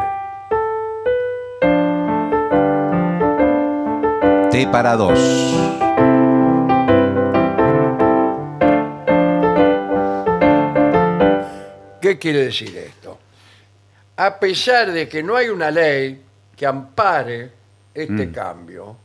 C: T para dos.
A: ¿Qué quiere decir esto? A pesar de que no hay una ley que ampare
C: Mm.
A: este cambio,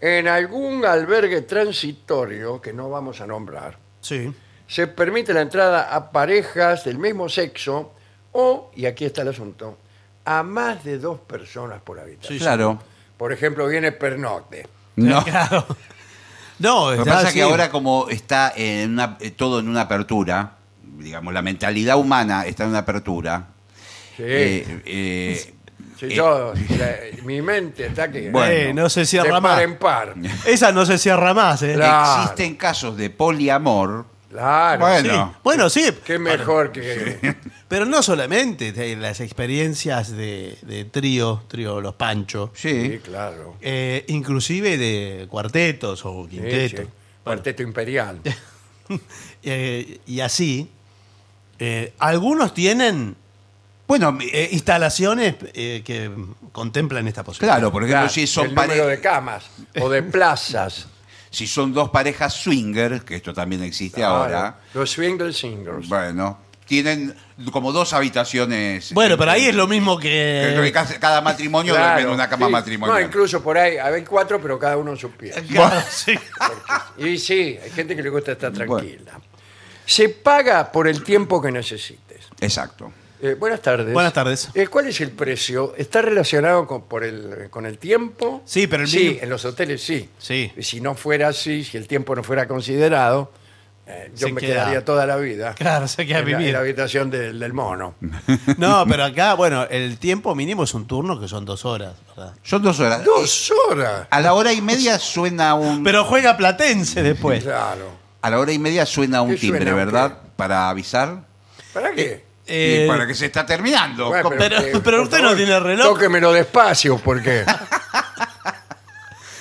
A: en algún albergue transitorio, que no vamos a nombrar,
B: Sí.
A: se permite la entrada a parejas del mismo sexo o, y aquí está el asunto, a más de dos personas por habitación.
B: Sí,
C: Claro.
A: Por ejemplo, viene Pernocte.
C: No.
B: <laughs> Claro. No,
C: Lo que
B: está
C: pasa es
B: así.
C: que ahora como está en una- eh, todo en una apertura, digamos, la mentalidad humana está en una apertura.
A: Sí.
C: eh, eh,
A: Si
C: eh,
A: yo- la- mi mente está que...
C: Bueno,
B: Eh, no se
A: de
B: cierra
A: par
B: más.
A: en par.
B: Esa no se cierra más, ¿eh?
A: Claro.
C: Existen casos de poliamor.
A: Claro.
C: Bueno.
B: Sí. Bueno, sí.
A: Qué mejor que...
B: Pero no solamente de las experiencias de, de trío, trío Los Panchos,
A: Sí,
C: Sí.
A: claro.
B: eh, inclusive de cuartetos o
A: Sí,
B: quintetos.
A: sí. Cuarteto imperial.
B: Eh, y así, eh, algunos tienen
C: Bueno, mi-
B: eh,
C: eh,
B: instalaciones eh, que contemplan esta posibilidad.
C: claro, por ejemplo,
A: Claro,
C: si, son
A: el
C: pare-
A: número de camas o de
C: <laughs>
A: plazas.
C: si son dos parejas swinger, que esto también existe ahora,
A: Los swingers singers.
C: bueno, tienen como dos habitaciones.
B: Bueno, pero ahí es lo mismo
C: Eh, que
B: que... <laughs>
C: ca- cada matrimonio
A: Claro,
C: duerme en una cama
A: sí.
C: matrimonial.
A: No, incluso por ahí, hay cuatro, pero cada uno en sus
C: <laughs>
A: pies.
B: Claro, sí.
A: Y sí, hay gente que le gusta estar tranquila. Se paga por el tiempo que necesites.
C: Exacto.
A: Eh, buenas tardes.
B: Buenas tardes.
A: Eh, ¿Cuál es el precio? ¿Está relacionado con, por el, con el tiempo?
B: Sí, pero el
A: Sí,
B: mínimo-
A: en los hoteles sí.
B: Sí.
A: Y Si no fuera así, si el tiempo no fuera considerado, eh, yo
B: Se
A: me
B: queda-
A: quedaría toda la vida.
B: Claro, se queda
A: en la- En
B: viviendo.
A: la habitación del, del mono.
C: Mm.
B: No, pero acá, bueno, el tiempo mínimo es un turno que son dos horas, ¿verdad?
C: Son dos horas.
A: ¡Dos horas!
B: Ah.
C: A la hora y media suena un.
B: Pero juega Platense después.
A: Claro.
C: A la hora y media suena un
A: ¿Qué suena?
C: timbre, ¿verdad? Para avisar.
A: ¿Para qué?
B: Eh,
C: y para que se está terminando.
A: Bueno,
C: ¿Cómo?
B: pero-
A: eh,
B: <laughs> pero
A: por
B: usted no tiene reloj.
A: Tóquemelo despacio,
B: <laughs>
A: porque...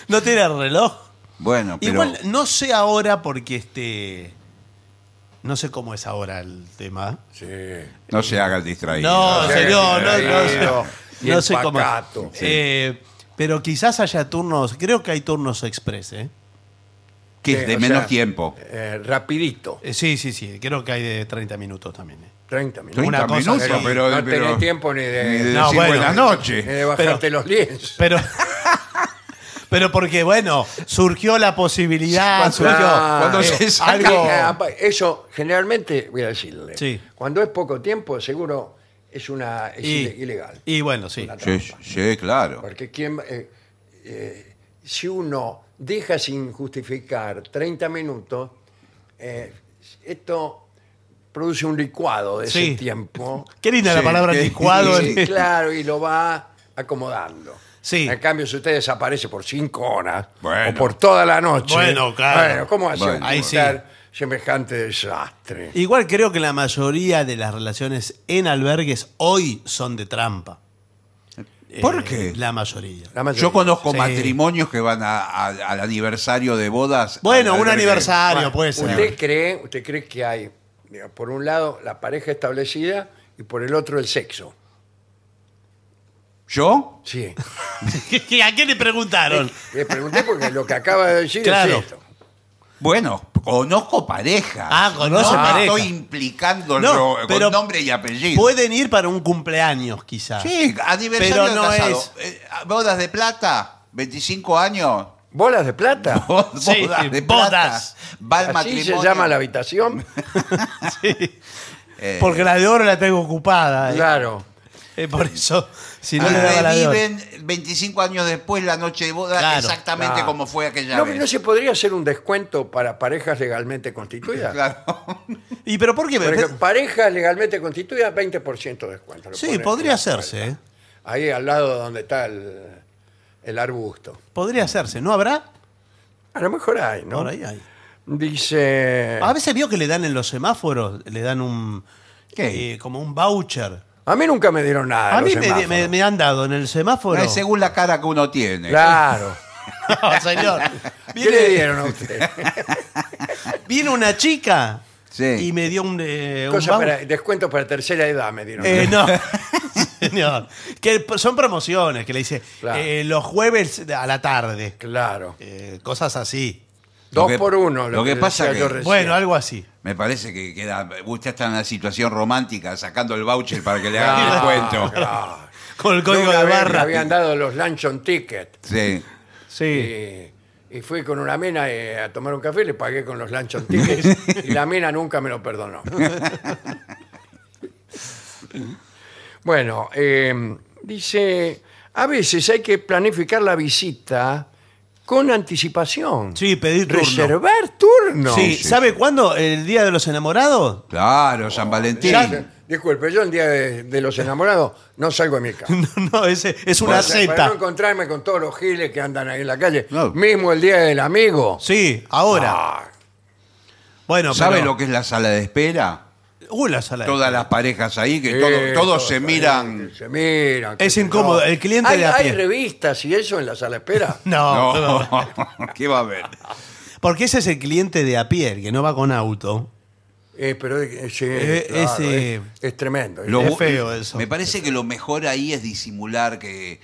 B: No tiene reloj.
C: Bueno, pero.
B: Igual, no sé ahora porque este. No sé cómo es ahora el tema.
A: Sí.
C: No se haga el distraído.
B: No,
A: sí,
B: señor, no,
A: sí, sí,
B: no, no,
A: sí.
B: no
A: Y el
B: sé cómo. es.
A: pacato. Sí.
B: Eh, pero quizás haya turnos, creo que hay turnos express, ¿eh?
C: Que es
A: Sí,
C: de
A: Eh, o
C: menos
A: sea,
C: tiempo.
A: eh, rapidito.
B: Eh, Sí, sí, sí, creo que hay de 30 minutos también. ¿eh?
A: 30 minutos.
C: 30
B: una cosa
C: minutos,
B: que-
C: pero.
A: no
C: pero-
A: tenés tiempo ni de-
B: No,
C: decir
B: bueno.
C: buenas noches.
A: Eh, bajarte
B: Pero-
A: los lienzos.
B: Pero. <laughs> Pero porque, bueno, surgió la posibilidad,
C: Cuando-
B: surgió
A: cuando
C: se saca-
B: algo.
A: Eh, Eso, generalmente, voy a decirle.
B: Sí.
A: Cuando es poco tiempo, seguro es una es
B: y-
A: ile- ilegal.
B: Y bueno, sí.
A: Una
C: Sí,
A: trampa.
C: sí, claro.
A: Porque quién, eh, eh, si uno deja sin justificar 30 minutos, eh, esto produce un licuado de
B: Sí.
A: ese
B: <laughs>
A: tiempo.
B: Qué linda la
C: Sí,
B: palabra
C: que-
B: licuado.
C: Sí.
B: <laughs>
A: Y, claro, y lo va acomodando.
B: Sí.
A: En cambio, si usted desaparece por cinco horas
C: Bueno.
A: o por toda la noche.
B: Bueno, claro.
A: bueno, ¿cómo hace
C: Bueno.
A: un
B: Ahí sí.
A: militar semejante desastre?
B: Igual creo que la mayoría de las relaciones en albergues hoy son de trampa. Eh,
C: ¿Por qué?
B: La <laughs> mayoría.
A: La mayoría.
C: Yo conozco
B: Sí.
C: matrimonios que van a- a- al aniversario de bodas.
B: Bueno,
C: al
B: un
C: albergue.
B: aniversario
A: Bueno,
B: puede ser.
A: ¿Usted cree, usted cree que hay, digamos, por un lado, la pareja establecida y por el otro el sexo?
C: ¿Yo?
A: Sí.
B: ¿A quién le preguntaron?
A: Le pregunté porque lo que acaba de decir
B: Claro.
A: es esto.
C: Bueno, conozco pareja.
B: Ah, conoce
C: no
B: pareja.
C: Estoy implicando el
B: No,
C: ro- con
B: pero
C: nombre y apellido.
B: Pueden ir para un cumpleaños, quizás.
C: Sí, aniversario
B: Ah. Pero no
C: de casado.
B: es-
C: Eh, bodas de plata, 25 años. <laughs>
A: ¿Bolas de plata?
C: Bodas
B: Sí,
C: de
B: bodas.
C: plata. Va al
A: Así se
C: matrimonio.
A: llama la habitación.
C: Eh,
B: Porque la de oro la tengo ocupada. eh.
A: Claro.
B: Eh, por eso, si no le daba Ah, la de oro.
C: reviven 25 años después la noche de boda
B: Claro.
C: exactamente
A: Claro.
C: como fue aquella
A: No,
C: vez.
A: no se podría hacer un descuento para parejas legalmente constituidas.
B: <laughs>
C: Claro.
B: ¿Y pero por qué?
A: Por ejemplo, parejas legalmente constituidas, 20% de descuento. Lo
B: sí,
A: ponen
B: podría
A: en-
B: hacerse. eh.
A: Ahí al lado donde está el, el arbusto.
B: Podría hacerse. ¿No habrá?
A: A lo mejor hay, ¿no?
B: Ahora ahí hay.
A: Dice...
B: A veces vio que le dan en los semáforos, le dan un.
C: ¿Qué?
B: eh, como un voucher.
A: A mí nunca me dieron nada.
B: A
A: los
B: mí me,
A: semáforos.
B: me- me han dado en el semáforo.
C: No, es según la cara que uno tiene.
A: Claro.
B: <laughs> No, <laughs> señor.
A: ¿Qué le
B: Viene,
A: dieron a usted?
B: viene una chica
C: Sí.
B: y me dio un. eh, un
A: Cosa
B: voucher.
A: para, descuento para tercera edad me dieron. <laughs>
B: Eh, no. <laughs> Señor. Que p- son promociones que le dice
A: Claro.
B: eh, los jueves a la tarde.
A: Claro.
B: Eh, cosas así.
A: Dos
C: que-
A: por uno.
C: lo que
A: decía
C: pasa que-
A: yo recién.
B: Bueno, algo así.
C: Me parece que queda. Usted está en una situación romántica sacando el voucher para que le hagan
A: Ah,
C: descuento.
A: claro.
B: Con el
A: Yo
B: código
A: una
B: de
A: vez me
B: barra.
A: habían dado los luncheon tickets.
C: Sí.
B: Sí.
A: Y, y fui con una mina eh, a tomar un café, le pagué con los luncheon
B: <laughs>
A: tickets y la mina nunca me lo perdonó. bueno, eh, dice, a veces hay que planificar la visita con anticipación.
B: Sí, pedir turno.
A: Reservar turno.
B: Sí,
C: sí,
B: ¿sabe cuándo? El día de los enamorados. <laughs>
C: Claro, San Valentín.
A: Dice, disculpe, yo el día de, de los enamorados no salgo de mi casa.
B: No, no, ese es una
A: O sea, Para no
B: secta.
A: encontrarme con todos los giles que andan ahí en la calle.
C: No.
A: Mismo el día del amigo.
B: Sí, ahora.
A: Ah,
B: Bueno,
C: ¿Sabe
B: pero-
C: lo que es la sala de espera?
B: Uh, la sala. de-
C: Todas las parejas ahí, que
A: Sí,
C: todo- todos, se
A: ahí,
C: miran.
A: Se miran.
B: Es
A: que-
B: incómodo, el cliente
A: hay,
B: de a
A: hay
B: pie.
A: revistas y eso en la sala de
B: <laughs>
A: espera.
B: No,
C: No,
B: no.
C: <laughs> ¿qué va a haber?
B: Porque ese es el cliente de a pie, el que no va con auto.
A: Eh, pero eh, sí,
B: Eh,
A: claro,
B: ese-
A: es, es tremendo.
C: Lo-
B: Es feo eso.
C: Me parece que lo mejor ahí es disimular que.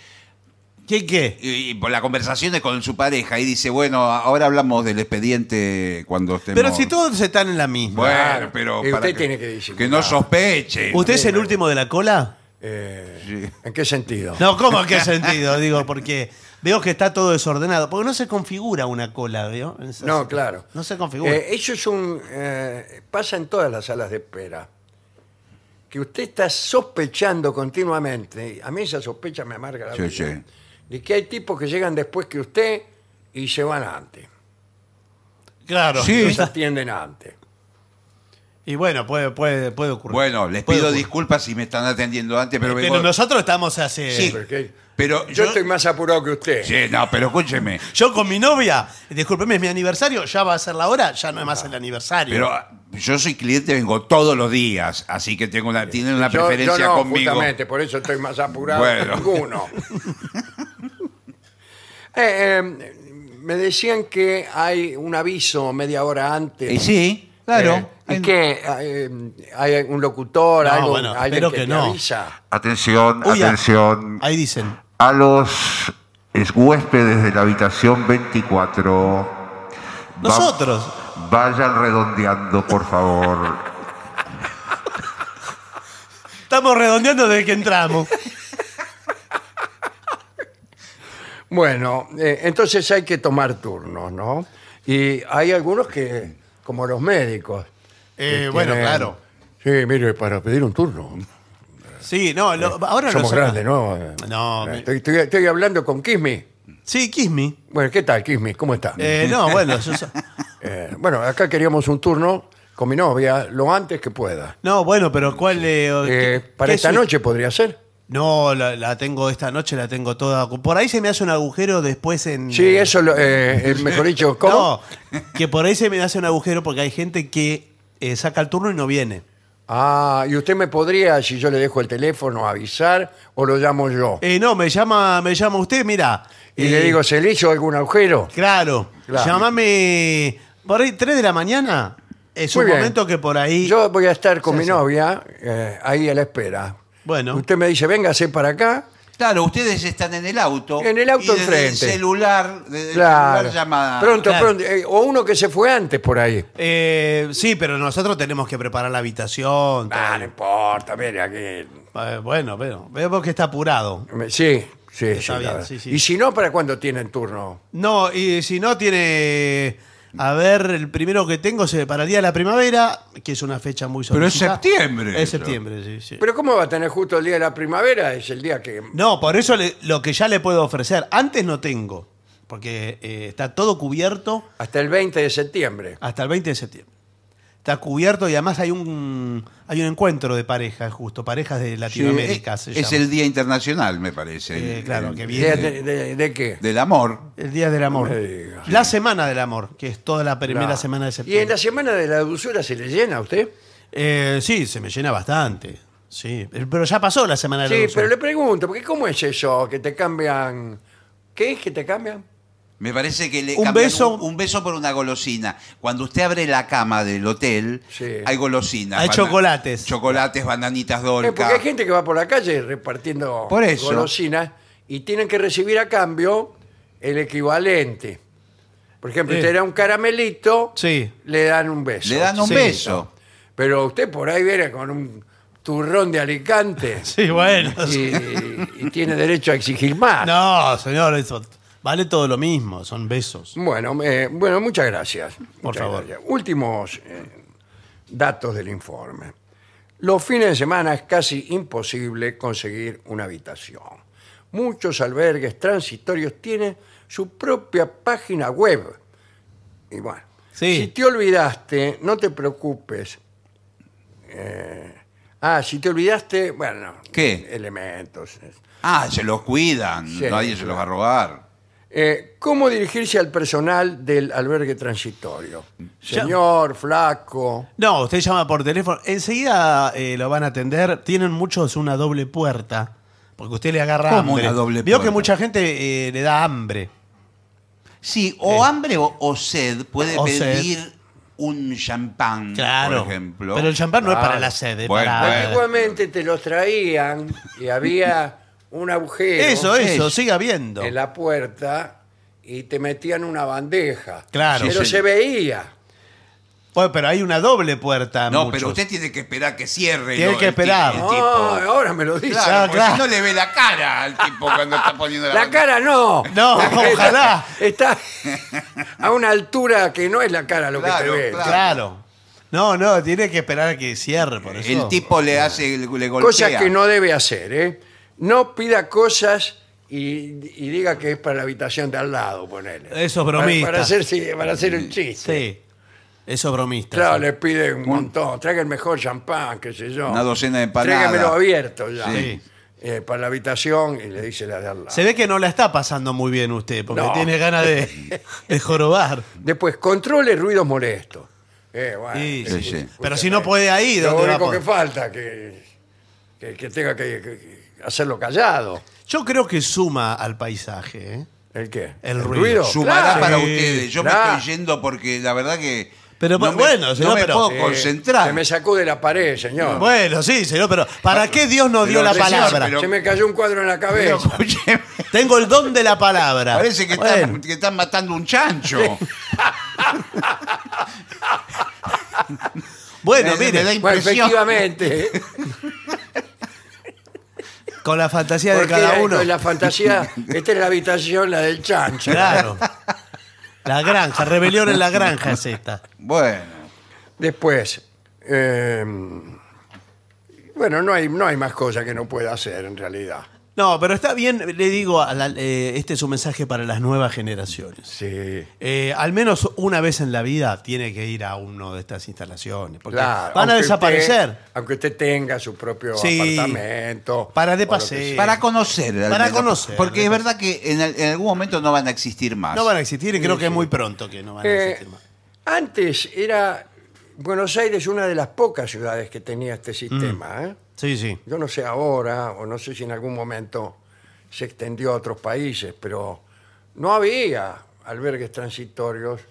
B: ¿Qué qué?
C: Y, y por la conversación es con su pareja y dice, bueno, ahora hablamos del expediente cuando estemos.
B: Pero si todos están en la misma.
C: Bueno, pero.
A: Y
C: para
A: usted tiene que disimular.
C: Que no sospeche.
B: ¿Usted es el último de la cola?
A: Eh,
C: Sí.
A: ¿En qué sentido?
B: No, ¿cómo? ¿En qué
C: <laughs>
B: sentido? Digo, porque veo que está todo desordenado. Porque no se configura una cola, ¿veo? Es
A: No,
B: así.
A: claro.
B: No se configura.
A: Eh, eso es un. eh, pasa en todas las salas de espera. Que usted está sospechando continuamente, a mí esa sospecha me amarga la
C: Sí,
A: vida,
C: sí.
A: de que hay tipos que llegan después que usted y se van antes.
B: claro.
C: Sí.
A: Los atienden antes.
B: Y bueno, puede, puede, puede ocurrir.
C: Bueno, les
B: Puede
C: pido
B: ocurrir.
C: disculpas si me están atendiendo antes, pero,
B: Pero
C: vengo-
B: nosotros estamos hace.
C: Sí.
A: Porque
C: Pero
A: Eh, yo,
C: yo-
A: estoy más apurado que usted.
C: Sí, no, pero escúcheme.
B: Yo con mi novia, discúlpeme, es mi aniversario, ya va a ser la hora, ya no es más el aniversario.
C: Ah. Pero yo soy cliente, vengo todos los días, así que tengo una, tienen una
A: Yo- yo,
C: preferencia
A: no,
C: conmigo.
A: justamente, por eso estoy más apurado
C: Bueno.
A: que
C: <laughs>
A: ninguno. Eh, eh, me decían que hay un aviso media hora antes.
C: Y sí, claro.
A: Eh, ¿y qué? Eh, ¿Hay un locutor?
B: No,
A: algo,
B: bueno,
A: alguien
B: espero
A: que,
B: que
A: te
B: no.
A: avisa?
D: Atención,
B: Uy, a-
D: atención.
C: um,
B: Ahí dicen.
D: A los es- huéspedes de la habitación 24. va-
B: Nosotros.
D: vayan redondeando, por favor.
B: Estamos redondeando desde que
C: <laughs>
B: entramos.
A: Bueno, eh, entonces hay que tomar turnos, ¿no? Y hay algunos que, como los médicos.
B: Eh,
A: que
B: bueno,
A: tienen-
B: claro.
A: Sí, mire, para pedir un turno.
B: Sí, no, lo- ahora
A: eh, Somos
B: lo sacan.
A: grandes, ¿no? Eh,
B: No, me-
A: Estoy, estoy- estoy hablando con Kismi.
B: Sí, Kiss Me.
A: Bueno, ¿qué tal, Kismi? ¿Cómo está?
B: Eh, no, bueno, yo so-
A: Eh, bueno, acá queríamos un turno con mi novia lo antes que pueda.
B: No, bueno, pero ¿cuál eh,
A: Eh,
B: qué-
A: para
B: qué
A: esta
B: su-
A: noche podría ser.
B: No, la, la tengo esta noche, la tengo toda. ocu- Por ahí se me hace un agujero después en.
A: Sí, eso, lo- eh, eh, mejor
B: <laughs>
A: dicho, ¿cómo?
B: No, que por ahí se me hace un agujero porque hay gente que eh, saca el turno y no viene.
A: Ah, y usted me podría, si yo le dejo el teléfono, avisar o lo llamo yo.
B: Eh, no, me llama, me llama usted, mira. Eh,
A: Y le digo, ¿se le hizo algún agujero?
B: Claro,
A: Claro.
B: llámame por ahí 3 de la mañana. Es
A: Muy
B: un
A: bien.
B: momento que por ahí.
A: Yo voy a estar con
B: Sí,
A: mi
B: sí.
A: novia eh, ahí a la espera.
B: Bueno.
A: Usted me dice, véngase para acá.
C: Claro, ustedes están en el auto.
A: En el auto
C: y desde
A: enfrente.
C: El celular, desde el
A: Claro.
C: celular Eh, llamada.
A: Pronto,
B: Claro.
A: pronto. eh, o uno que se fue antes por ahí.
B: Eh, sí, pero nosotros tenemos que preparar la habitación. todo.
A: Ah, no importa, mire aquí.
B: Eh, bueno, pero vemos que está apurado.
A: Me- Sí, Sí,
B: Está
A: sí, la
B: bien,
A: verdad.
B: sí, sí.
A: Y si no, ¿para cuándo tienen turno?
B: No, y si no tiene. A ver, el primero que tengo es eh, para el día de la primavera, que es una fecha muy
C: Pero es
B: solicitada.
C: septiembre
B: Es
C: eso.
B: septiembre, sí, sí.
A: Pero ¿cómo va a tener justo el día de la primavera? Es el día que...
B: No, por eso le- lo que ya le puedo ofrecer. Antes no tengo, porque eh, está todo cubierto
A: Hasta el 20 de septiembre.
B: hasta el 20 de septiembre. Está cubierto y además hay un hay un encuentro de parejas, justo, parejas de
C: Sí,
B: Latinoamérica.
C: es
B: se
C: es
B: llama.
C: el Día Internacional, me parece.
B: Eh, claro, que
A: ¿Día
B: viene.
A: de, de- de qué?
C: Del amor.
B: El Día del Amor.
A: No me digas.
B: La Semana del Amor, que es toda la primera
A: La-
B: semana
A: ¿Y
B: de
A: en
B: septiembre.
A: la semana de la dulzura se le llena a usted?
B: Eh, sí, se me llena bastante. Sí, Eh, pero ya pasó la Semana de la
A: Sí,
B: Dulzura.
A: pero le pregunto, porque ¿cómo es eso? Que te cambian... ¿Qué es que te cambian?
C: Me parece que le
B: Un
C: cambian
B: beso.
C: un, un beso por una golosina. Cuando usted abre la cama del hotel,
A: Sí.
C: hay golosinas.
B: Hay chocolates.
C: Chocolates, bananitas
A: Eh, porque hay
C: dolcas.
A: gente que va por la calle repartiendo
C: Por eso.
A: golosinas y tienen que recibir a cambio el equivalente. Por ejemplo,
B: Sí.
A: usted da un caramelito,
B: Sí.
A: le dan un beso.
C: Le dan un
B: Sí.
C: beso.
A: Pero usted por ahí viene con un turrón de Alicante
B: <laughs> <laughs> Sí, bueno.
A: y, y tiene derecho a exigir más.
B: <laughs> No, señor, eso vale todo lo mismo, son besos.
A: Bueno, eh, bueno, muchas gracias.
B: Por
A: Muchas
B: favor.
A: gracias. Últimos eh, datos del informe. Los fines de semana es casi imposible conseguir una habitación. Muchos albergues transitorios tienen su propia página web. Y bueno,
B: Sí.
A: si te olvidaste, no te preocupes. Eh, ah, si te olvidaste, bueno,
C: ¿Qué?
A: elementos.
C: Ah, se los cuidan.
A: Sí.
C: Nadie se los va a robar.
A: Eh, ¿Cómo dirigirse al personal del albergue transitorio? Señor, flaco.
B: No, usted llama por teléfono, enseguida eh, lo van a atender, tienen muchos una doble puerta, porque usted le agarra
C: ¿Cómo
B: hambre.
C: una doble
B: Vio
C: puerta?
B: que mucha gente eh, le da hambre.
C: Sí, o hambre o, o sed puede
B: Eh. O
C: pedir un champán,
B: Claro.
C: Mm, por ejemplo. Ah,
B: Pero el champán no es
A: Claro.
B: para la sed, es
C: Bueno,
B: para-
C: bueno.
A: Antiguamente te los traían y había un agujero
B: Eso, eso,
C: Es-
B: siga habiendo.
A: en la puerta y te metían una bandeja.
B: Claro.
A: Pero
C: Sí,
A: se
C: señor.
A: veía.
B: Bueno, pero hay una doble puerta. en
C: no,
B: muchos.
C: pero usted tiene que esperar que cierre.
B: Tiene
C: ¿no?
B: que
C: el ti-
B: esperar.
C: el
A: No,
C: tipo.
A: ahora me lo dice.
C: Claro,
B: Claro,
C: porque
B: claro.
C: si no le ve la cara al tipo cuando está poniendo la,
A: La
C: bandera.
A: cara no.
B: No,
A: La cara
B: ojalá.
A: Está a una altura que no es la cara lo que
C: Claro,
A: te ve.
C: claro.
B: Claro. No, no, tiene que esperar a que cierre, por eso.
C: El tipo le hace, le golpea.
A: Cosas que no debe hacer, ¿eh? No pida cosas y, y diga que es para la habitación de al lado, ponele.
B: Eso es
A: Para-
B: bromista.
A: Para, hacer, sí, para hacer un chiste.
B: Sí. Eso es bromista.
A: Claro,
B: sí.
A: le pide un montón. Traiga el mejor champán, qué sé yo.
C: Una docena de empanadas.
A: Tráigamelo abierto ya.
B: Sí.
A: Eh, para la habitación y le dice la de al lado.
B: Se ve que no la está pasando muy bien usted, porque
A: No.
B: tiene ganas de, de jorobar.
A: Después, controle ruidos molestos. Eh, bueno,
B: Sí,
A: eh,
C: sí, sí.
A: escúchame.
B: Pero si no puede ahí,
A: Lo
B: ¿dónde va a
A: único que
B: poder?
A: falta que, que, que tenga que- que hacerlo callado.
B: Yo creo que suma al paisaje. ¿eh?
A: ¿El qué?
B: El ruido.
C: Sumará
A: Claro.
C: para
B: Sí,
C: ustedes. Yo
A: claro.
C: me estoy yendo porque la verdad que.
B: Pero,
C: no me-
B: bueno, señor,
C: no me
B: pero-
C: puedo
A: Eh,
C: concentrar.
A: Se me sacude la pared, señor.
B: Bueno, sí, señor, pero ¿para qué Dios nos dio
C: Pero,
B: la
C: señor,
B: palabra?
C: pero-
A: Se me cayó un cuadro en la
C: <laughs> Pero,
A: cabeza.
B: <laughs>
C: escúcheme,
B: Tengo el don de la palabra.
C: parece que están,
B: Bueno,
C: que están matando un chancho.
B: bueno,
C: Me- me
B: mire,
C: da
A: Bueno,
B: <laughs>
C: impresión.
A: efectivamente.
B: con la fantasía de
A: Porque
B: cada
A: la-
B: uno.
A: la fantasía, esta es la habitación, la del chancho.
B: Claro. La granja, rebelión en la granja es esta.
C: Bueno.
A: Después, eh, bueno, no hay, no hay más cosas que no pueda hacer en realidad.
B: No, pero está bien, le digo, a la- eh, este es un mensaje para las nuevas generaciones.
A: Sí.
B: Eh, al menos una vez en la vida tiene que ir a uno de estas instalaciones. Porque
A: Claro,
B: van a
A: aunque
B: desaparecer.
A: usted- aunque usted tenga su propio
B: Sí.
A: apartamento.
B: Para de
A: o lo que
B: paseo.
A: sea.
C: Para conocer. al
B: Para
C: menos,
B: conocer.
C: Porque es verdad que en, al- en algún momento no van a existir más.
B: No van a existir y creo que es muy pronto que no van a
A: Eh,
B: existir más.
A: antes era Buenos Aires una de las pocas ciudades que tenía
B: Mm.
A: este sistema. ¿eh?
B: Sí, sí.
A: Yo no sé ahora, o no sé si en algún momento se extendió a otros países, pero no había albergues transitorios.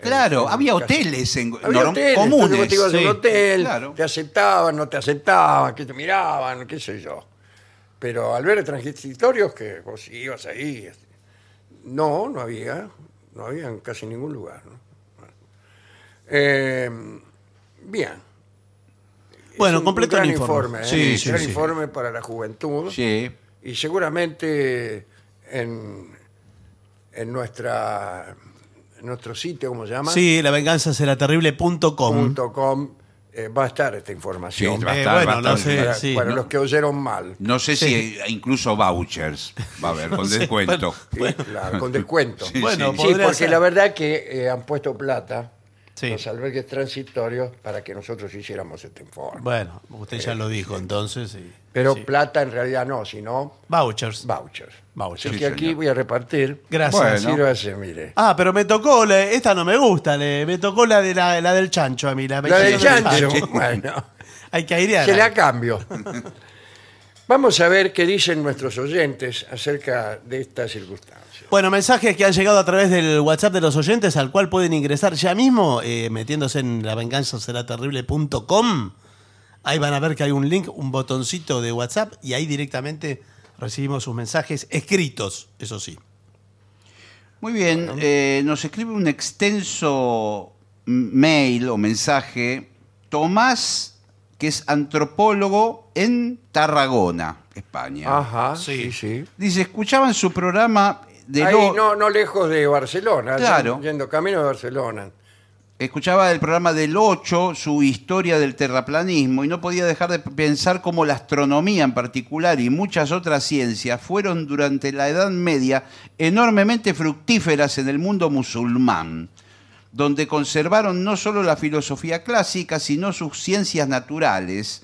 C: Claro,
A: en
C: había
A: casi-
C: hoteles en-
A: Había
C: norm-
A: hoteles,
C: comunes,
A: entonces vos te ibas a un
C: sí,
A: hotel,
C: claro.
A: te aceptaban, no te aceptaban, que te miraban, qué sé yo. Pero albergues transitorios que vos ibas ahí. este, No, no había. No había en casi ningún lugar. ¿no? Eh, bien.
B: Bueno,
A: Es un
B: completo
A: gran
B: el informe.
A: ¿eh?
B: Sí,
A: Un
B: sí,
A: gran
B: sí.
A: informe para la juventud.
C: Sí.
A: y seguramente en, en nuestra en nuestro sitio, ¿cómo se llama?
B: Sí, la venganza será terrible.com.
A: Punto com, eh, va a estar esta información.
C: Sí,
A: para
C: Va a estar,
B: Eh, bueno,
C: va a
B: no
C: estar.
B: sé,
A: para
B: sí, no-
A: los que oyeron mal.
C: No sé si hay incluso vouchers va a haber con
B: sé,
C: descuento.
A: Sí, claro, con descuento.
C: Sí,
B: Bueno,
C: sí.
A: Sí,
B: podría
A: porque
B: ser.
A: la verdad que eh, han puesto plata
B: Sí.
A: los albergues transitorios para que nosotros hiciéramos este informe.
B: Bueno, usted ya lo dijo entonces. y-
A: Pero
B: sí.
A: plata en realidad no, sino
B: Vouchers.
A: vouchers.
B: Vouchers.
A: Así
C: Sí,
A: que aquí
C: señor.
A: voy a repartir.
B: Gracias.
C: Bueno.
A: Sírvase, mire.
B: Ah, pero me tocó, la- esta no me gusta, le- me tocó la, de la, la del chancho a mí. La,
A: La del
B: del
A: chancho. <laughs> Bueno,
B: Hay que airear.
A: se la cambio. Vamos a ver qué dicen nuestros oyentes acerca de esta circunstancia.
B: Bueno, mensajes que han llegado a través del WhatsApp de los oyentes, al cual pueden ingresar ya mismo, eh, metiéndose en lavenganzaseraterrible.com. Ahí van a ver que hay un link, un botoncito de WhatsApp, y ahí directamente recibimos sus mensajes escritos, eso sí.
C: Muy bien, eh, nos escribe un extenso m- mail o mensaje Tomás, que es antropólogo en Tarragona, España.
A: Ajá, sí,
B: Sí.
A: sí.
C: Dice, escuchaban su programa de
A: Ahí
C: lo-
A: no, no lejos de Barcelona,
C: Claro.
A: yendo camino de Barcelona.
C: Escuchaba el programa del 8, su historia del terraplanismo, y no podía dejar de pensar cómo la astronomía en particular y muchas otras ciencias fueron durante la Edad Media enormemente fructíferas en el mundo musulmán, donde conservaron no solo la filosofía clásica, sino sus ciencias naturales.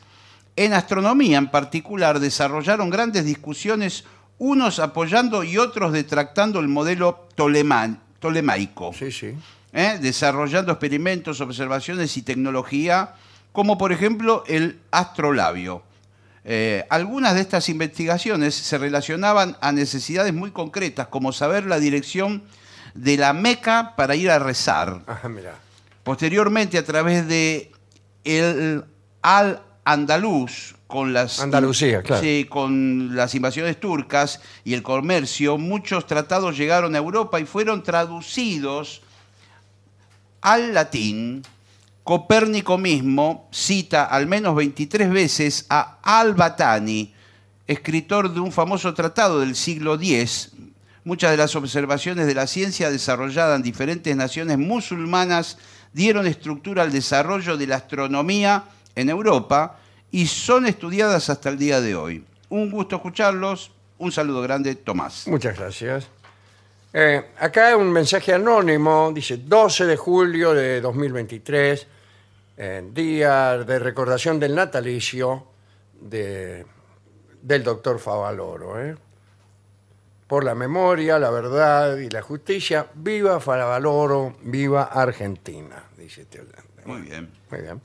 C: En astronomía en particular desarrollaron grandes discusiones, unos apoyando y otros detractando el modelo tolemán- tolemaico.
A: Sí, sí.
C: ¿eh? desarrollando experimentos, observaciones y tecnología, como por ejemplo el astrolabio. Eh, algunas de estas investigaciones se relacionaban a necesidades muy concretas, como saber la dirección de la Meca para ir a rezar.
A: Ah, mira.
C: Posteriormente, a través de el al andaluz con las
A: Andalucía, claro.
C: sí, con las invasiones turcas y el comercio, muchos tratados llegaron a Europa y fueron traducidos al latín. Copérnico mismo cita al menos 23 veces a Al-Batani, escritor de un famoso tratado del siglo X. Muchas de las observaciones de la ciencia desarrollada en diferentes naciones musulmanas dieron estructura al desarrollo de la astronomía en Europa y son estudiadas hasta el día de hoy. Un gusto escucharlos. Un saludo grande, Tomás.
A: Muchas gracias. Eh, acá hay un mensaje anónimo, dice 12 de julio de 2023, eh, día de recordación del natalicio de- del doctor Favaloro. ¿eh? Por la memoria, la verdad y la justicia, viva Favaloro, viva Argentina, dice este oyente.
C: Muy bien.
A: Muy bien.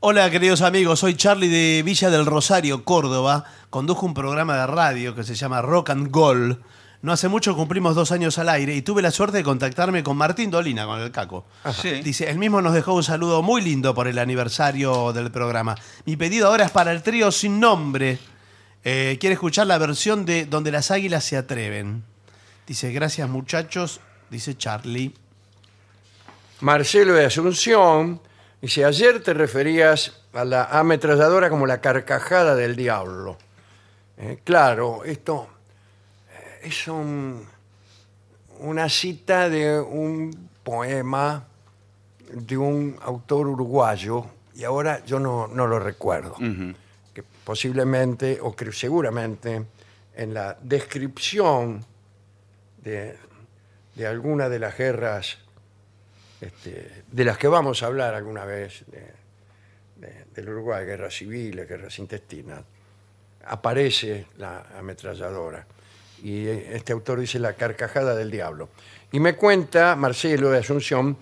B: Hola queridos amigos, soy Charlie de Villa del Rosario, Córdoba. Condujo un programa de radio que se llama Rock and Gold. No hace mucho cumplimos dos años al aire y tuve la suerte de contactarme con Martín Dolina, con el Caco.
C: Sí.
B: Dice, el mismo nos dejó un saludo muy lindo por el aniversario del programa. Mi pedido ahora es para el trío sin nombre. Eh, quiere escuchar la versión de Donde las águilas se atreven. Dice, gracias muchachos, dice Charlie.
A: Marcelo de Asunción dice, ayer te referías a la ametralladora como la carcajada del diablo. Eh, claro, esto eh, es un- una cita de un poema de un autor uruguayo y ahora yo no, no lo recuerdo. Que posiblemente o que seguramente en la descripción de, de alguna de las guerras este, de las que vamos a hablar alguna vez, de- de- del Uruguay, guerras civiles, guerras intestinas, aparece la ametralladora. Y eh, este autor dice la carcajada del diablo. Y me cuenta Marcelo de Asunción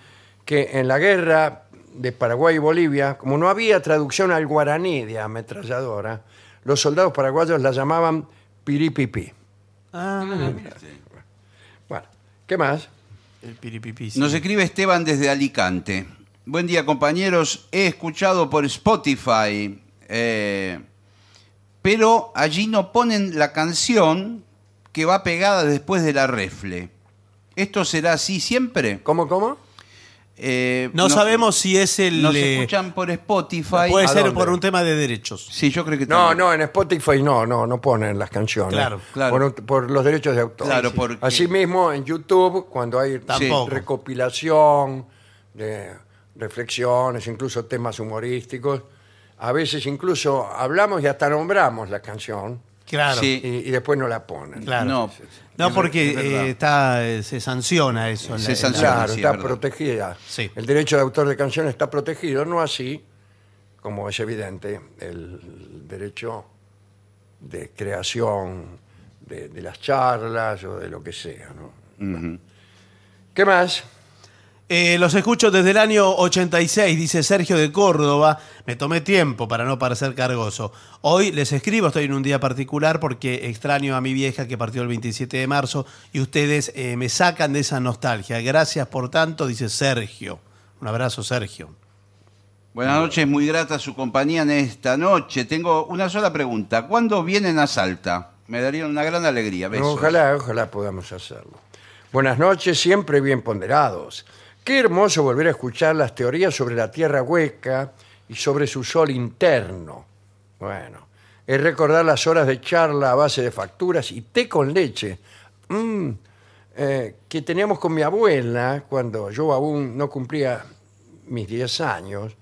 A: que en la guerra de Paraguay y Bolivia, como no había traducción al guaraní de ametralladora, los soldados paraguayos la llamaban piripipi.
B: Ah,
A: Bueno, ¿qué más?
B: el piripipí. sí.
C: Nos escribe Esteban desde Alicante. Buen día, compañeros. He escuchado por Spotify, eh, pero allí no ponen la canción que va pegada después de la refle. ¿Esto será así siempre?
A: ¿Cómo, cómo?
C: eh,
B: No, sabemos si es el.
C: Nos
B: eh,
C: escuchan por Spotify.
B: puede
C: ¿A
B: ser
C: dónde?
B: por un tema de derechos.
C: Sí, yo creo que
A: No,
C: también.
A: no, en Spotify no, no, no ponen las canciones.
B: Claro,
C: claro.
A: Por, un- por los derechos de autor.
C: Claro, porque-
A: Asimismo, en YouTube, cuando hay
B: Tampoco.
A: recopilación de reflexiones, incluso temas humorísticos, a veces incluso hablamos y hasta nombramos la canción
B: Claro.
C: Sí.
A: y, y después no la ponen.
B: Claro.
C: No,
B: No,
C: es-
B: porque
C: es verdad.
B: eh, está, eh, se sanciona eso. en la- en
C: Se
B: la-
C: sanciona.
A: Claro,
C: sí,
A: está
C: verdad.
A: protegida.
B: Sí.
A: El derecho de autor de canción está protegido, no así, como es evidente, el derecho de creación de, de las charlas o de lo que sea. ¿no? ¿Qué más?
B: Eh, los escucho desde el año 86, dice Sergio de Córdoba. Me tomé tiempo para no parecer cargoso. Hoy les escribo, estoy en un día particular porque extraño a mi vieja que partió el 27 de marzo y ustedes eh, me sacan de esa nostalgia. Gracias por tanto, dice Sergio. Un abrazo, Sergio.
C: Buenas noches, muy grata su compañía en esta noche. Tengo una sola pregunta. ¿Cuándo vienen a Salta? Me daría una gran alegría. Besos.
A: Ojalá, ojalá podamos hacerlo. Buenas noches, siempre bien ponderados. Qué hermoso volver a escuchar las teorías sobre la Tierra hueca y sobre su sol interno. Bueno, es recordar las horas de charla a base de facturas y té con leche Mm, eh, que teníamos con mi abuela cuando yo aún no cumplía mis 10 años,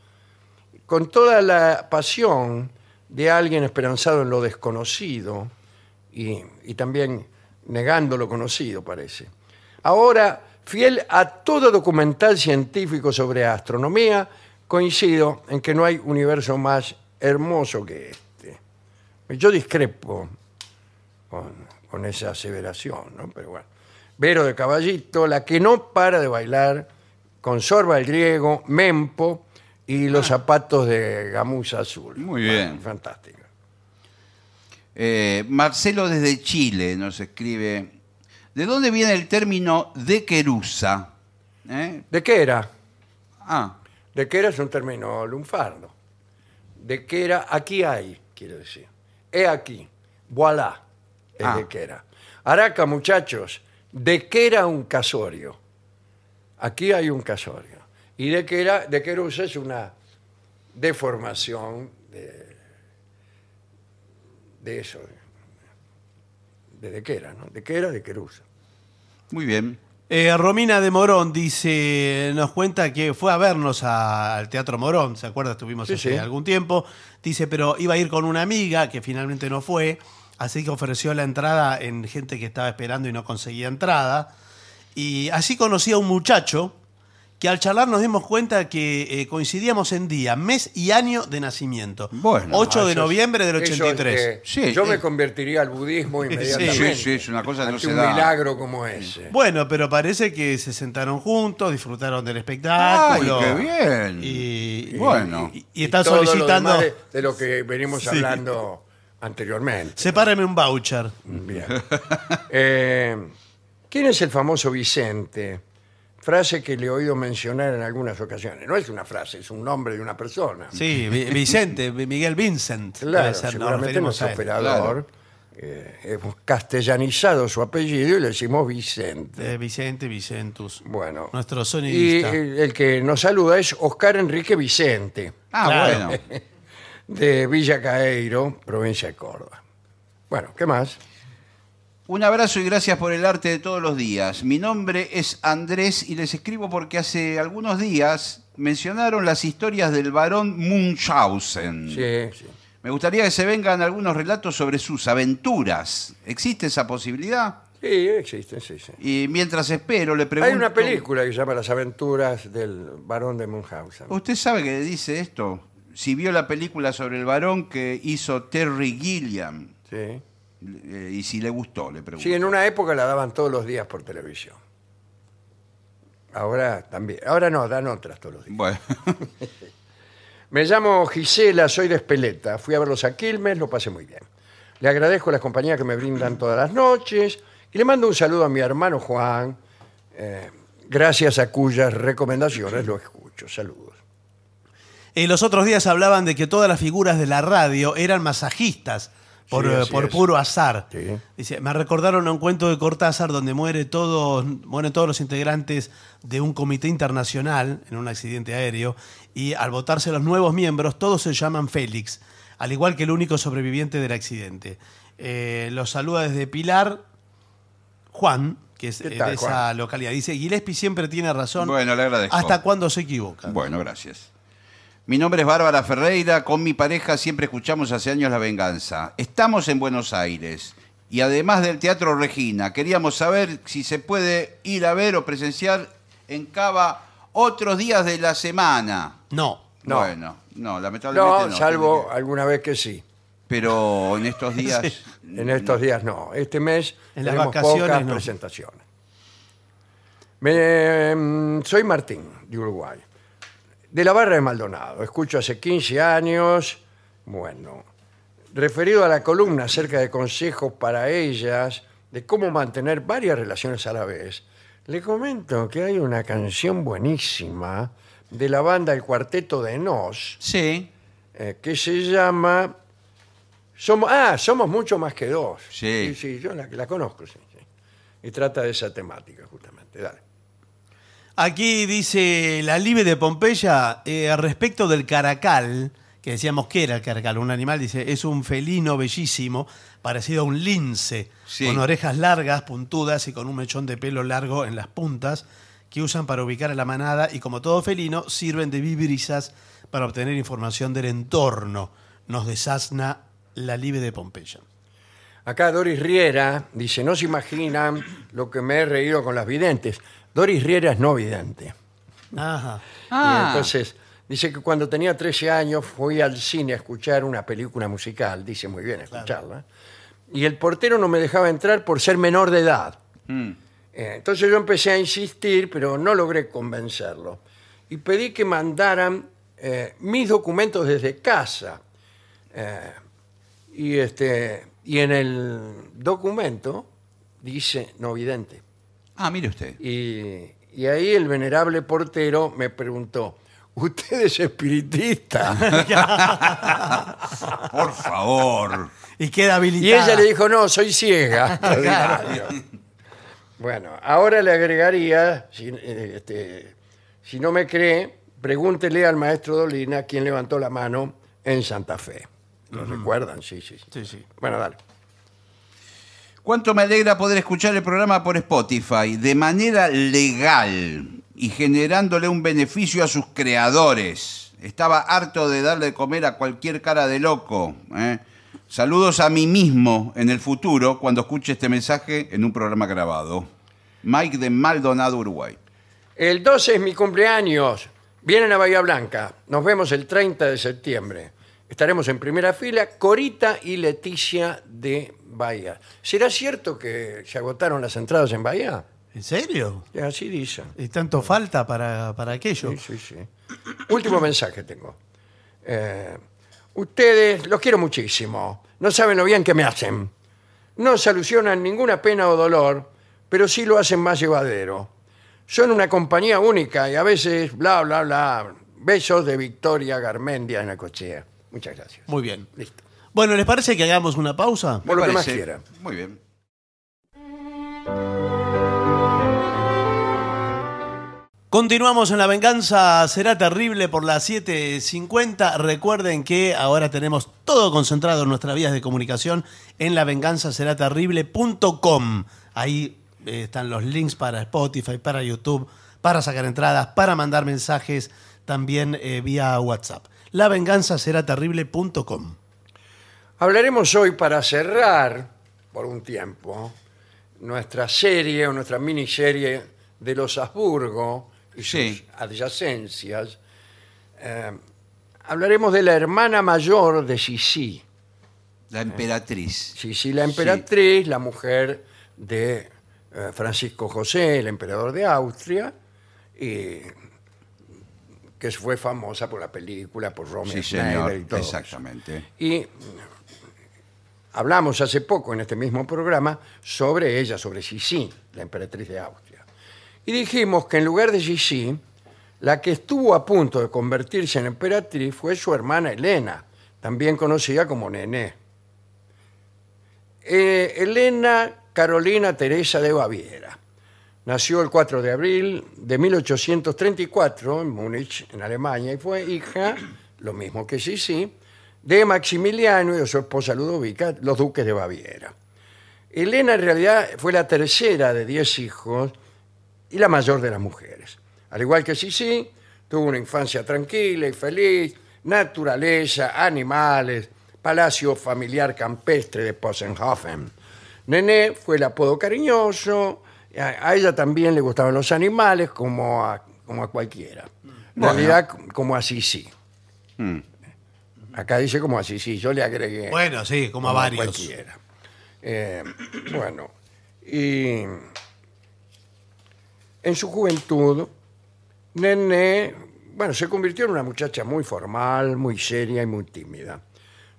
A: con toda la pasión de alguien esperanzado en lo desconocido y, y también negando lo conocido, parece. Ahora, fiel a todo documental científico sobre astronomía, coincido en que no hay universo más hermoso que este. Yo discrepo con, con esa aseveración, ¿no? Pero bueno. Vero de Caballito, la que no para de bailar, consorba el griego, Mempo y los zapatos de gamuza azul.
C: Ah. Muy
A: Bueno,
C: bien.
A: fantástico.
C: Eh, Marcelo desde Chile nos escribe. ¿De dónde viene el término de querusa? ¿Eh?
A: ¿De qué era?
C: Ah,
A: De qué era es un término lunfardo. De qué era, aquí hay, quiere decir. He aquí, voilà, es
C: Ah.
A: de qué era. Araca, muchachos, de qué era un casorio. Aquí hay un casorio. Y de qué era, de qué era usted es una deformación de, de eso. De, de qué era, ¿no? De qué era, de querusa.
C: muy bien.
B: Eh, Romina de Morón dice, nos cuenta que fue a vernos a- al Teatro Morón, ¿se acuerda? Estuvimos
A: Sí,
B: hace
A: sí.
B: algún tiempo. Dice, pero iba a ir con una amiga que finalmente no fue, así que ofreció la entrada en gente que estaba esperando y no conseguía entrada. Y así conocí a un muchacho que al charlar nos dimos cuenta que eh, coincidíamos en día, mes y año de nacimiento.
C: Bueno,
B: 8
A: Eso
B: de
A: es-
B: noviembre del
A: eso es
B: 83.
A: que
C: Sí,
A: este, yo
C: eh.
A: me convertiría al
B: <laughs>
A: budismo inmediatamente.
C: Sí, sí, es una cosa que no
A: Ante
C: se
A: un
C: da.
A: milagro como ese.
B: Bueno, pero parece que se sentaron juntos, disfrutaron del
C: ¡Ay,
B: espectáculo.
C: qué bien!
B: Y,
C: Bueno.
B: y- y están
A: todo lo
B: solicitando.
A: demás de, de lo que venimos
B: <laughs> Sí.
A: hablando anteriormente.
B: Sepáreme un voucher.
A: Bien. Eh, ¿Quién es el famoso Vicente? Frase que le he oído mencionar en algunas ocasiones. No es una frase, es un nombre de una persona.
C: <laughs>
B: Sí, Vi- Vicente, Vi- Miguel Vincent.
A: Claro,
B: debe ser, nos
A: seguramente
B: referimos
A: nuestro
B: a él.
A: operador eh, hemos castellanizado su apellido y le decimos Vicente.
B: Eh, Vicente, Vicentus.
A: Bueno.
B: Nuestro
A: Y eh,
B: sonidista.
A: el el que nos saluda es Oscar Enrique Vicente,
C: ah,
B: claro.
C: bueno.
A: de Villa Caeiro, provincia de Córdoba. Bueno, ¿qué más?
C: Un abrazo y gracias por el arte de todos los días. Mi nombre es Andrés y les escribo porque hace algunos días mencionaron las historias del varón
B: Mm.
C: Munchausen.
A: Sí, sí.
C: Me gustaría que se vengan algunos relatos sobre sus aventuras. ¿Existe esa posibilidad?
A: Sí, existen, sí, sí.
C: Y mientras espero, le pregunto...
A: Hay una película que se llama Las aventuras del varón de Munchausen.
C: ¿Usted sabe que dice esto? Si vio la película sobre el varón que hizo Terry Gilliam.
A: Sí.
C: eh, y si le gustó, le pregunto.
A: Sí, en una época la daban todos los días por televisión. Ahora también. Ahora no, dan otras todos los días.
C: Bueno, <laughs>
A: Me llamo Gisela, soy de Espeleta. Fui a verlos a Quilmes, lo pasé muy bien. Le agradezco las compañías que me brindan todas las noches y le mando un saludo a mi hermano Juan, eh, gracias a cuyas recomendaciones lo escucho. Saludos.
B: Eh, los otros días hablaban de que todas las figuras de la radio eran masajistas. por,
A: Sí,
B: eh,
A: así
B: por
A: es.
B: puro azar.
A: Sí.
B: Dice, me recordaron a un cuento de Cortázar donde muere todos, mueren todos los integrantes de un comité internacional en un accidente aéreo y al votarse los nuevos miembros todos se llaman Félix, al igual que el único sobreviviente del accidente. Eh, los saluda desde Pilar Juan, que es
A: ¿Qué
B: eh,
A: tal,
B: de esa localidad. Dice, Gillespie siempre tiene razón.
C: Bueno, le agradezco.
B: Hasta cuando se equivoca.
C: Bueno, gracias. Mi nombre es Bárbara Ferreira. Con mi pareja siempre escuchamos hace años La Venganza. Estamos en Buenos Aires. Y además del Teatro Regina, queríamos saber si se puede ir a ver o presenciar en Cava otros días de la semana.
B: No.
A: No.
C: Bueno, no, lamentablemente no.
A: No, salvo alguna vez que sí.
C: Pero en
A: <laughs>
C: estos días.
B: Sí.
A: En estos días no. Este mes
B: En las
A: tenemos
B: vacaciones,
A: pocas
B: no.
A: presentaciones. Me- mm, soy Martín, de Uruguay. De la barra de Maldonado. Escucho hace 15 años. Bueno, referido a la columna acerca de consejos para ellas de cómo mantener varias relaciones a la vez, le comento que hay una canción buenísima de la banda El Cuarteto de Nos
C: Sí,
A: eh, que se llama somos, ah, somos mucho más que dos.
C: Sí.
A: sí, yo la, la conozco, sí, sí. Y trata de esa temática, justamente. Dale.
B: Aquí dice la Libre de Pompeya eh, respecto del caracal, que decíamos que era el caracal, un animal, dice, es un felino bellísimo, parecido a un lince,
C: Sí.
B: con orejas largas, puntudas y con un mechón de pelo largo en las puntas, que usan para ubicar a la manada y como todo felino sirven de vibrisas para obtener información del entorno. Nos desasna la Libre de Pompeya.
A: Acá Doris Riera dice, no se imaginan lo que me he reído con las videntes. Doris Riera es no vidente.
B: Ajá.
C: Ah.
A: Y entonces, dice que cuando tenía 13 años fui al cine a escuchar una película musical, dice muy bien escucharla, y el portero no me dejaba entrar por ser menor de edad.
C: mm.
A: Eh, Entonces yo empecé a insistir, pero no logré convencerlo. Y pedí que mandaran eh, mis documentos desde casa. Eh, y, este, y en el documento dice no vidente.
C: Ah, mire usted.
A: Y, y ahí el venerable portero me preguntó, ¿usted es espiritista?
C: Por favor.
B: Y queda habilitada.
A: Y ella le dijo, no, soy ciega. Extraordinario. bueno, ahora le agregaría, si, eh, este, si no me cree, pregúntele al maestro Dolina quien levantó la mano en Santa Fe. ¿Lo recuerdan? Sí, sí, sí.
B: Sí, sí.
A: Bueno, dale.
C: Cuánto me alegra poder escuchar el programa por Spotify de manera legal y generándole un beneficio a sus creadores. Estaba harto de darle de comer a cualquier cara de loco. ¿eh? Saludos a mí mismo en el futuro cuando escuche este mensaje en un programa grabado. Mike de Maldonado, Uruguay.
A: El 12 es mi cumpleaños. Vienen a Bahía Blanca. Nos vemos el 30 de septiembre. Estaremos en primera fila, Corita y Leticia de Bahía. ¿Será cierto que se agotaron las entradas en Bahía?
B: ¿En serio?
A: Eh, Así dicen.
B: ¿Y tanto falta para, para aquello?
A: Sí, sí, sí. Último mensaje tengo. Eh, ustedes, los quiero muchísimo. No saben lo bien que me hacen. No solucionan ninguna pena o dolor, pero sí lo hacen más llevadero. Son una compañía única y a veces bla, bla, bla. Besos de Victoria Garmendia en la cochea. Muchas gracias.
B: Muy bien.
A: Listo.
B: Bueno, ¿les parece que hagamos una pausa?
A: Por lo
C: Me
A: que más
C: parece-
A: quiera.
C: Muy bien.
B: Continuamos en La Venganza Será Terrible por las 7.50. Recuerden que ahora tenemos todo concentrado en nuestras vías de comunicación en lavenganzaseraterrible.com. Ahí eh, están los links para Spotify, para YouTube, para sacar entradas, para mandar mensajes también eh, vía WhatsApp. Lavenganzaseraterrible.com.
A: Hablaremos hoy para cerrar, por un tiempo, nuestra serie o nuestra miniserie de los Habsburgo y sus
C: Sí.
A: adyacencias. Eh, hablaremos de la hermana mayor de Sisi.
C: La emperatriz.
A: Sisi, la emperatriz, la mujer de eh, Francisco José, el emperador de Austria, y que fue famosa por la película, por Romeo
C: Sí,
A: Schneider
C: señor.
A: y todo. eso.
C: Exactamente.
A: Y mm, hablamos hace poco en este mismo programa sobre ella, sobre Sisi, la emperatriz de Austria. Y dijimos que en lugar de Sisi, la que estuvo a punto de convertirse en emperatriz fue su hermana Elena, también conocida como Nené. Eh, Elena Carolina Teresa de Baviera. Nació el 4 de abril de 1834 en Múnich, en Alemania, y fue hija, lo mismo que Sisi, de Maximiliano y de su esposa Ludovica, los duques de Baviera. Elena en realidad fue la tercera de 10 hijos y la mayor de las mujeres. Al igual que Sisi, tuvo una infancia tranquila y feliz, naturaleza, animales, palacio familiar campestre de Possenhofen. Nené fue el apodo cariñoso, a, a ella también le gustaban los animales como a, como a cualquiera. En realidad, como a Sisi. Acá dice como a Sisi, yo le agregué
B: Bueno, sí, como a varios.
A: cualquiera. Eh, <clears throat> bueno, y en su juventud, Nene, bueno, se convirtió en una muchacha muy formal, muy seria y muy tímida.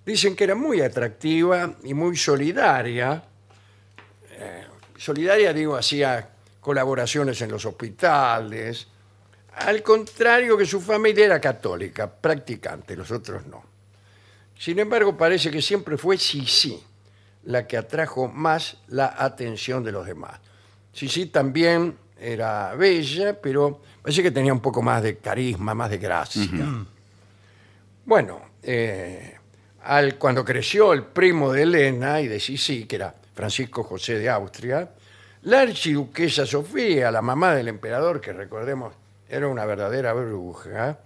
A: Dicen que era muy atractiva y muy solidaria. Eh, solidaria, digo, hacía colaboraciones en los hospitales. Al contrario que su familia era católica, practicante, los otros no. Sin embargo, parece que siempre fue Sisi la que atrajo más la atención de los demás. Sisi también era bella, pero parece que tenía un poco más de carisma, más de gracia. Bueno, eh, al- cuando creció el primo de Elena y de Sisi, que era Francisco José de Austria, la archiduquesa Sofía, la mamá del emperador, que recordemos era una verdadera bruja,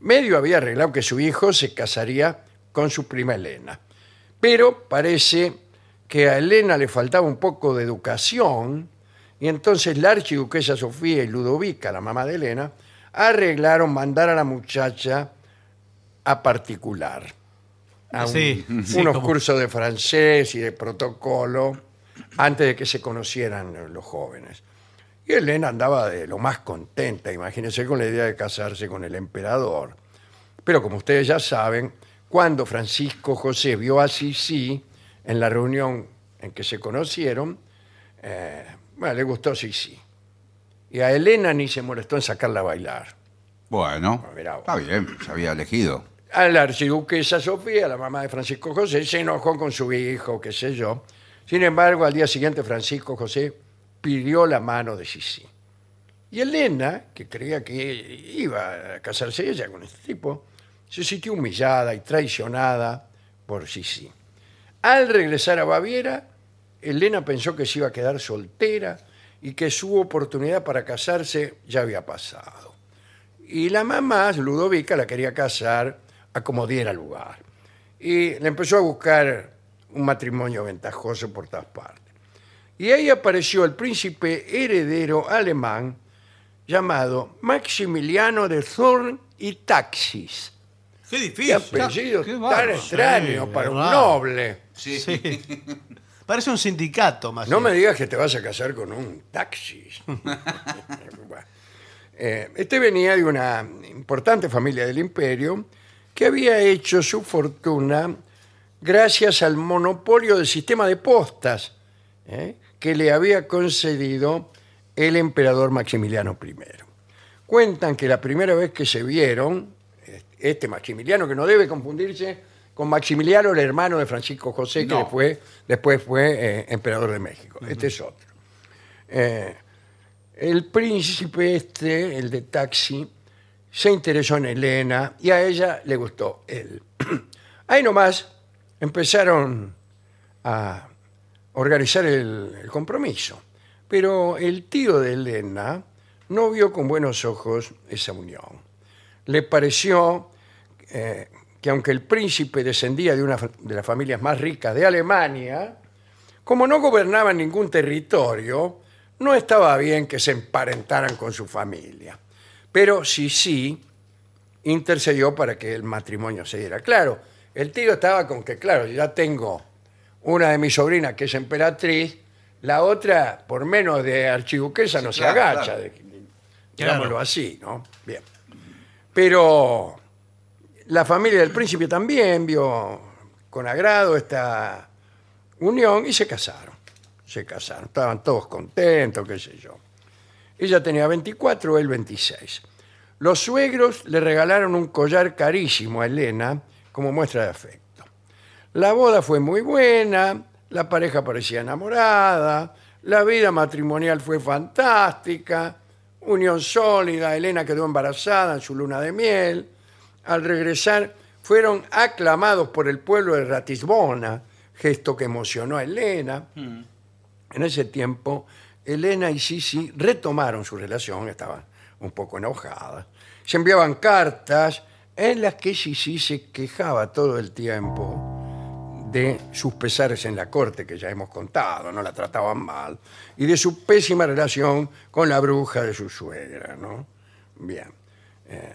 A: medio había arreglado que su hijo se casaría con su prima Elena. Pero parece que a Elena le faltaba un poco de educación y entonces la archiduquesa Sofía y Ludovica, la mamá de Elena, arreglaron mandar a la muchacha a particular a un-
B: Sí, sí,
A: unos
B: como-
A: cursos de francés y de protocolo antes de que se conocieran los jóvenes. Y Elena andaba de lo más contenta, imagínense, con la idea de casarse con el emperador. Pero como ustedes ya saben, cuando Francisco José vio a Sisi en la reunión en que se conocieron, eh, bueno, le gustó Sisi. Y a Elena ni se molestó en sacarla a bailar.
C: Bueno,
A: Ah, mirá vos.
C: está bien, se había elegido.
A: a la archiduquesa Sofía, la mamá de Francisco José, se enojó con su hijo, qué sé yo. Sin embargo, al día siguiente Francisco José pidió la mano de Sisi. Y Elena, que creía que iba a casarse ella con este tipo, se sintió humillada y traicionada por Sisi. Al regresar a Baviera, Elena pensó que se iba a quedar soltera y que su oportunidad para casarse ya había pasado. Y la mamá, Ludovica, la quería casar a como diera lugar. Y le empezó a buscar un matrimonio ventajoso por todas partes. Y ahí apareció el príncipe heredero alemán llamado Maximiliano de Zorn y Taxis.
B: Qué
A: Qué
B: difícil.
A: apellido
C: qué
A: tan
C: bárbaro.
A: extraño
B: Sí,
A: para un
B: raro.
A: noble.
B: Sí. <laughs> Parece un sindicato más.
A: No
B: bien.
A: me digas que te vas a casar con un taxis. Bueno. Eh, este venía de una importante familia del imperio que había hecho su fortuna gracias al monopolio del sistema de postas ¿eh? que le había concedido el emperador Maximiliano I. Cuentan que la primera vez que se vieron, eh, este Maximiliano, que no debe confundirse con Maximiliano, el hermano de Francisco José, que
C: No.
A: después, después fue eh, emperador de México. Este es otro. Eh, el príncipe este, el de taxi, se interesó en Elena y a ella le gustó él. <clears throat> Ahí nomás empezaron a organizar el, el compromiso, pero el tío de Elena no vio con buenos ojos esa unión. Le pareció eh, que aunque el príncipe descendía de una fa- de las familias más ricas de Alemania, como no gobernaba ningún territorio, no estaba bien que se emparentaran con su familia. Pero Sisi intercedió para que el matrimonio se diera. Claro, el tío estaba con que, claro, ya tengo una de mis sobrinas que es emperatriz, la otra, por menos de archiduquesa, no se
C: claro,
A: agacha,
C: claro.
A: de-
B: Claro.
A: digámoslo así, ¿no? Bien. Pero la familia del príncipe también vio con agrado esta unión y se casaron. Se casaron, estaban todos contentos, qué sé yo. Ella tenía 24, él 26. Los suegros le regalaron un collar carísimo a Elena como muestra de afecto. La boda fue muy buena, la pareja parecía enamorada, la vida matrimonial fue fantástica, unión sólida, Elena quedó embarazada en su luna de miel. Al regresar fueron aclamados por el pueblo de Ratisbona, gesto que emocionó a Elena. En ese tiempo, Elena y Sisi retomaron su relación, estaban un poco enojadas. Se enviaban cartas en las que Sisi se quejaba todo el tiempo de sus pesares en la corte, que ya hemos contado, no la trataban mal, y de su pésima relación con la bruja de su suegra, ¿no? Bien. Eh,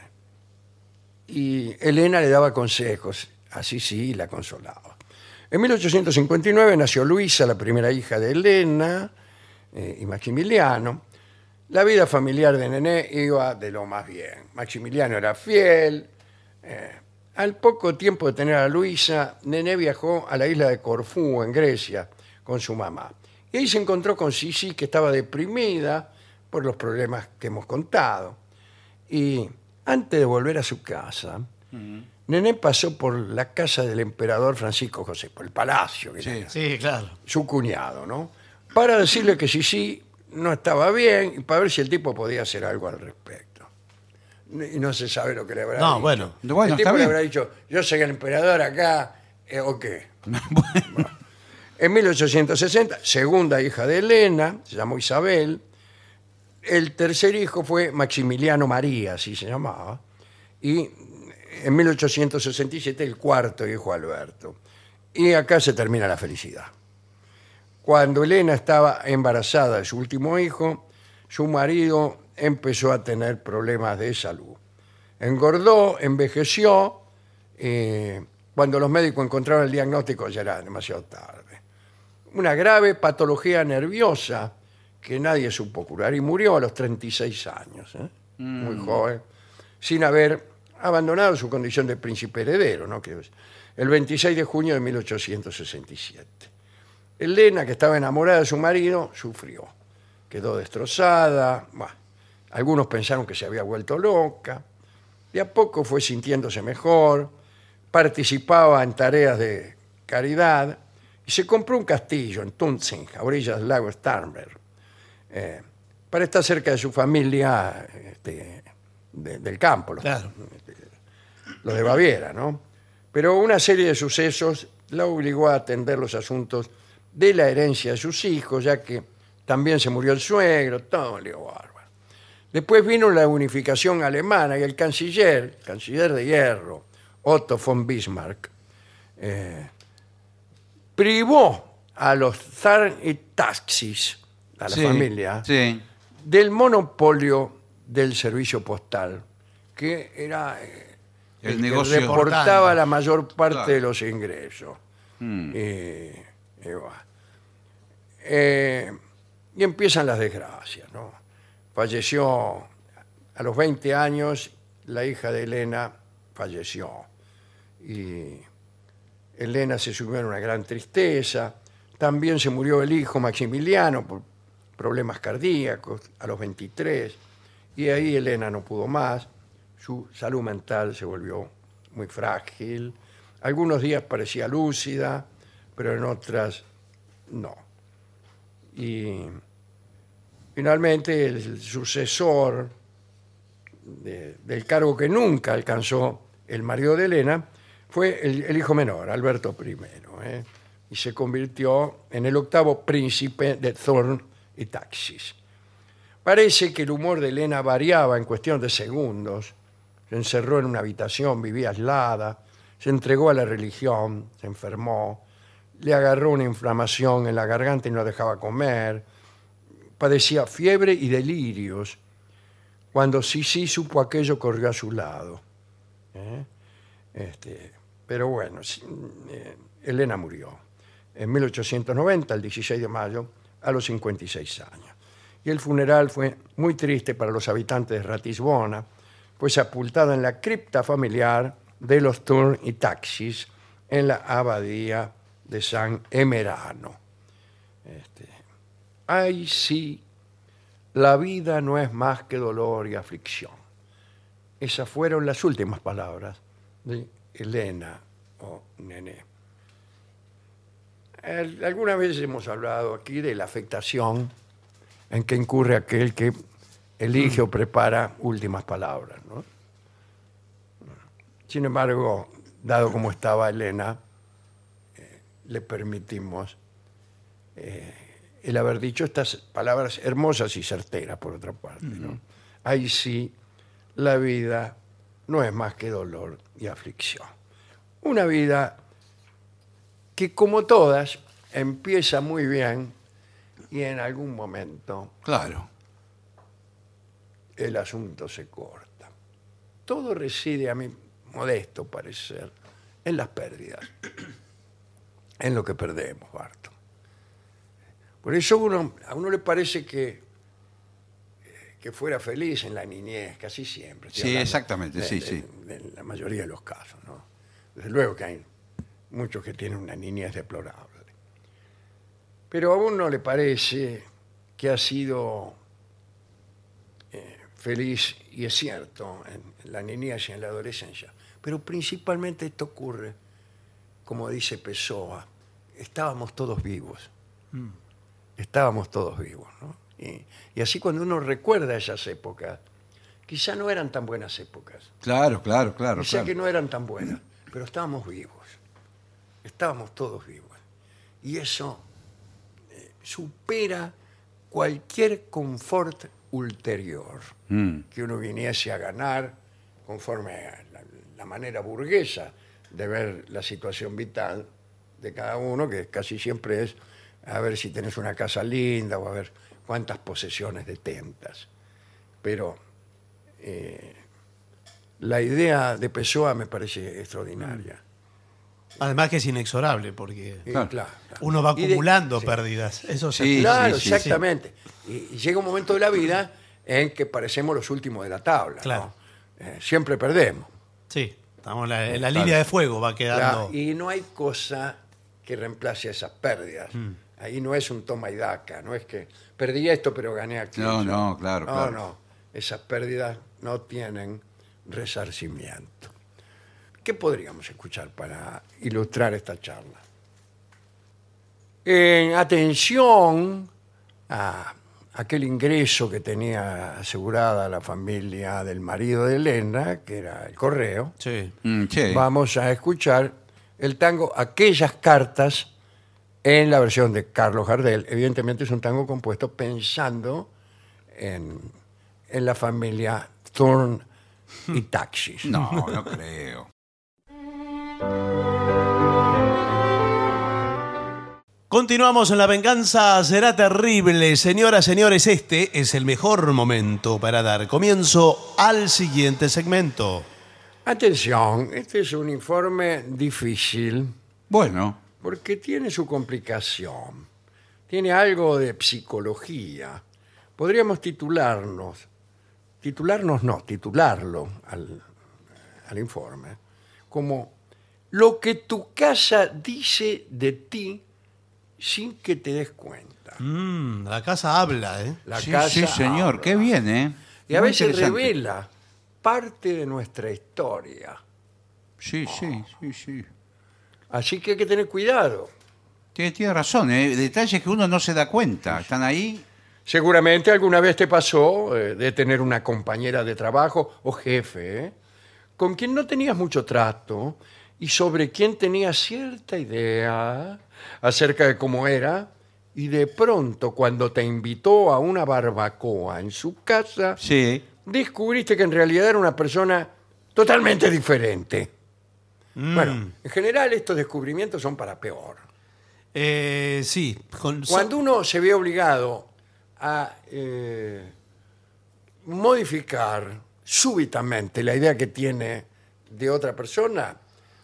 A: y Elena le daba consejos, así sí la consolaba. En 1859 nació Luisa, la primera hija de Elena eh, y Maximiliano. La vida familiar de Nené iba de lo más bien. Maximiliano era fiel, eh, al poco tiempo de tener a Luisa, Nené viajó a la isla de Corfú, en Grecia, con su mamá. Y ahí se encontró con Sisi, que estaba deprimida por los problemas que hemos contado. Y antes de volver a su casa, Nené pasó por la casa del emperador Francisco José, por el palacio que tenía
B: Sí, claro.
A: su cuñado, ¿no? Para decirle que Sisi no estaba bien y para ver si el tipo podía hacer algo al respecto. Y no se sabe lo que le habrá
B: No,
A: dicho.
B: bueno.
C: Bueno,
A: el tipo
C: está
A: le
C: bien.
A: habrá dicho, yo soy el emperador acá, eh, ¿o qué? <laughs> Bueno. En 1860, segunda hija de Elena, se llamó Isabel. El tercer hijo fue Maximiliano María, así se llamaba. Y en 1867 el cuarto hijo Alberto. Y acá se termina la felicidad. Cuando Elena estaba embarazada de su último hijo, su marido empezó a tener problemas de salud. Engordó, envejeció, eh, cuando los médicos encontraron el diagnóstico ya era demasiado tarde. Una grave patología nerviosa que nadie supo curar y murió a los 36 años, ¿eh? muy joven, sin haber abandonado su condición de príncipe heredero, ¿no? Que es el 26 de junio de 1867. Elena, que estaba enamorada de su marido, sufrió. Quedó destrozada. Bah, algunos pensaron que se había vuelto loca. De a poco fue sintiéndose mejor, participaba en tareas de caridad y se compró un castillo en Tunzing, a orillas del lago Starnberg, eh, para estar cerca de su familia este, de- del campo, los- este,
B: Claro.
A: los de Baviera, ¿no? Pero una serie de sucesos la obligó a atender los asuntos de la herencia de sus hijos, ya que también se murió el suegro, todo leo bárbaro. Después vino la unificación alemana y el canciller, el canciller de hierro, Otto von Bismarck, eh, privó a los zar y taxis, a la
C: Sí,
A: familia,
C: Sí.
A: del monopolio del servicio postal, que era eh,
C: El
A: que
C: negocio.
A: reportaba la mayor parte
C: Claro.
A: de los ingresos.
C: Mm.
A: Eh, eh, va. Eh, y empiezan las desgracias, ¿no? Falleció a los 20 años, la hija de Elena falleció. Y Elena se sumió en una gran tristeza. También se murió el hijo Maximiliano por problemas cardíacos a los 23. Y ahí Elena no pudo más. Su salud mental se volvió muy frágil. Algunos días parecía lúcida, pero en otras no. Y finalmente el sucesor de- del cargo que nunca alcanzó el marido de Elena fue el, el hijo menor, Alberto I, ¿eh? y se convirtió en el octavo príncipe de Thorn y Taxis. Parece que el humor de Elena variaba en cuestión de segundos. Se encerró en una habitación, vivía aislada, se entregó a la religión, se enfermó, le agarró una inflamación en la garganta y no la dejaba comer, padecía fiebre y delirios. Cuando Sisi supo aquello, corrió a su lado. ¿Eh? Este, pero bueno, sí, eh, Elena murió en 1890, el 16 de mayo, a los 56 años. Y el funeral fue muy triste para los habitantes de Ratisbona, pues sepultada en la cripta familiar de los Turn y Taxis en la abadía de San Emerano. Este, ay, sí, la vida no es más que dolor y aflicción. Esas fueron las últimas palabras de Elena o Nené. Al- Alguna vez hemos hablado aquí de la afectación en que incurre aquel que elige o prepara últimas palabras. ¿no? Sin embargo, dado como estaba Elena, eh, le permitimos eh, el haber dicho estas palabras hermosas y certeras, por otra parte. ¿no? Ahí sí, la vida no es más que dolor y aflicción. Una vida que como todas empieza muy bien y en algún momento
C: Claro.
A: el asunto se corta. Todo reside, a mi modesto parecer, en las pérdidas, en lo que perdemos, Barton. Por eso uno, a uno le parece que, eh, que fuera feliz en la niñez, casi siempre. estoy
C: Sí,
A: hablando
C: exactamente, sí, sí.
A: de la mayoría de los casos, ¿no? Desde luego que hay muchos que tienen una niñez deplorable. Pero a uno le parece que ha sido eh, feliz, y es cierto, en la niñez y en la adolescencia. Pero principalmente esto ocurre, como dice Pessoa, estábamos todos vivos. Estábamos todos vivos, ¿no? Y, y así cuando uno recuerda esas épocas, quizá no eran tan buenas épocas.
C: Claro, claro, claro.
A: Y sé
C: claro.
A: que no eran tan buenas, pero estábamos vivos. Estábamos todos vivos. Y eso eh, supera cualquier confort ulterior
C: Mm,
A: que uno viniese a ganar conforme a la, la manera burguesa de ver la situación vital de cada uno, que casi siempre es a ver si tenés una casa linda o a ver cuántas posesiones detentas. Pero eh, la idea de Pessoa me parece extraordinaria.
B: Además que es inexorable porque
A: Y,
C: Claro.
A: claro,
B: uno va
A: Y de-
B: acumulando
A: sí.
B: pérdidas. Eso
C: Sí,
B: sí.
A: Claro,
C: sí, sí,
A: exactamente. Y- Y llega un momento de la vida en que parecemos los últimos de la tabla. ¿no?
B: Claro.
A: Eh, siempre perdemos.
B: Sí, estamos en la, en la línea de fuego va quedando.
A: Claro, Y no hay cosa que reemplace esas pérdidas. Ahí no es un toma y daca, no es que perdí esto pero gané aquí.
C: No, no, claro,
A: No,
C: claro.
A: no, esas pérdidas no tienen resarcimiento. ¿Qué podríamos escuchar para ilustrar esta charla? En atención a aquel ingreso que tenía asegurada la familia del marido de Elena, que era el correo,
B: Sí.
C: mm, che.
A: vamos a escuchar el tango Aquellas cartas en la versión de Carlos Gardel. Evidentemente es un tango compuesto pensando en, en la familia Thorn y Taxis.
C: No,
A: <laughs>
C: no creo.
B: Continuamos en La Venganza Será Terrible. Señoras, señores, este es el mejor momento para dar comienzo al siguiente segmento.
A: Atención, este es un informe difícil
C: Bueno,
A: porque tiene su complicación. Tiene algo de psicología. Podríamos titularnos, titularnos no, titularlo al, al informe, como lo que tu casa dice de ti sin que te des cuenta.
B: Mm, la casa habla, ¿eh?
A: La
C: sí,
A: casa
C: sí, señor,
A: habla.
C: qué bien, ¿eh?
A: Y a
C: Muy
A: veces
C: interesante.
A: revela parte de nuestra historia.
C: Sí, sí, sí, sí.
A: Así que hay que tener cuidado.
C: Tiene, tiene razón, ¿eh? detalles que uno no se da cuenta. Están ahí.
A: Seguramente alguna vez te pasó eh, de tener una compañera de trabajo o jefe ¿eh? con quien no tenías mucho trato y sobre quien tenías cierta idea acerca de cómo era y de pronto cuando te invitó a una barbacoa en su casa
C: Sí.
A: descubriste que en realidad era una persona totalmente diferente. Bueno, en general estos descubrimientos son para peor.
B: Eh, sí. con-
A: Cuando uno se ve obligado a eh, modificar súbitamente la idea que tiene de otra persona,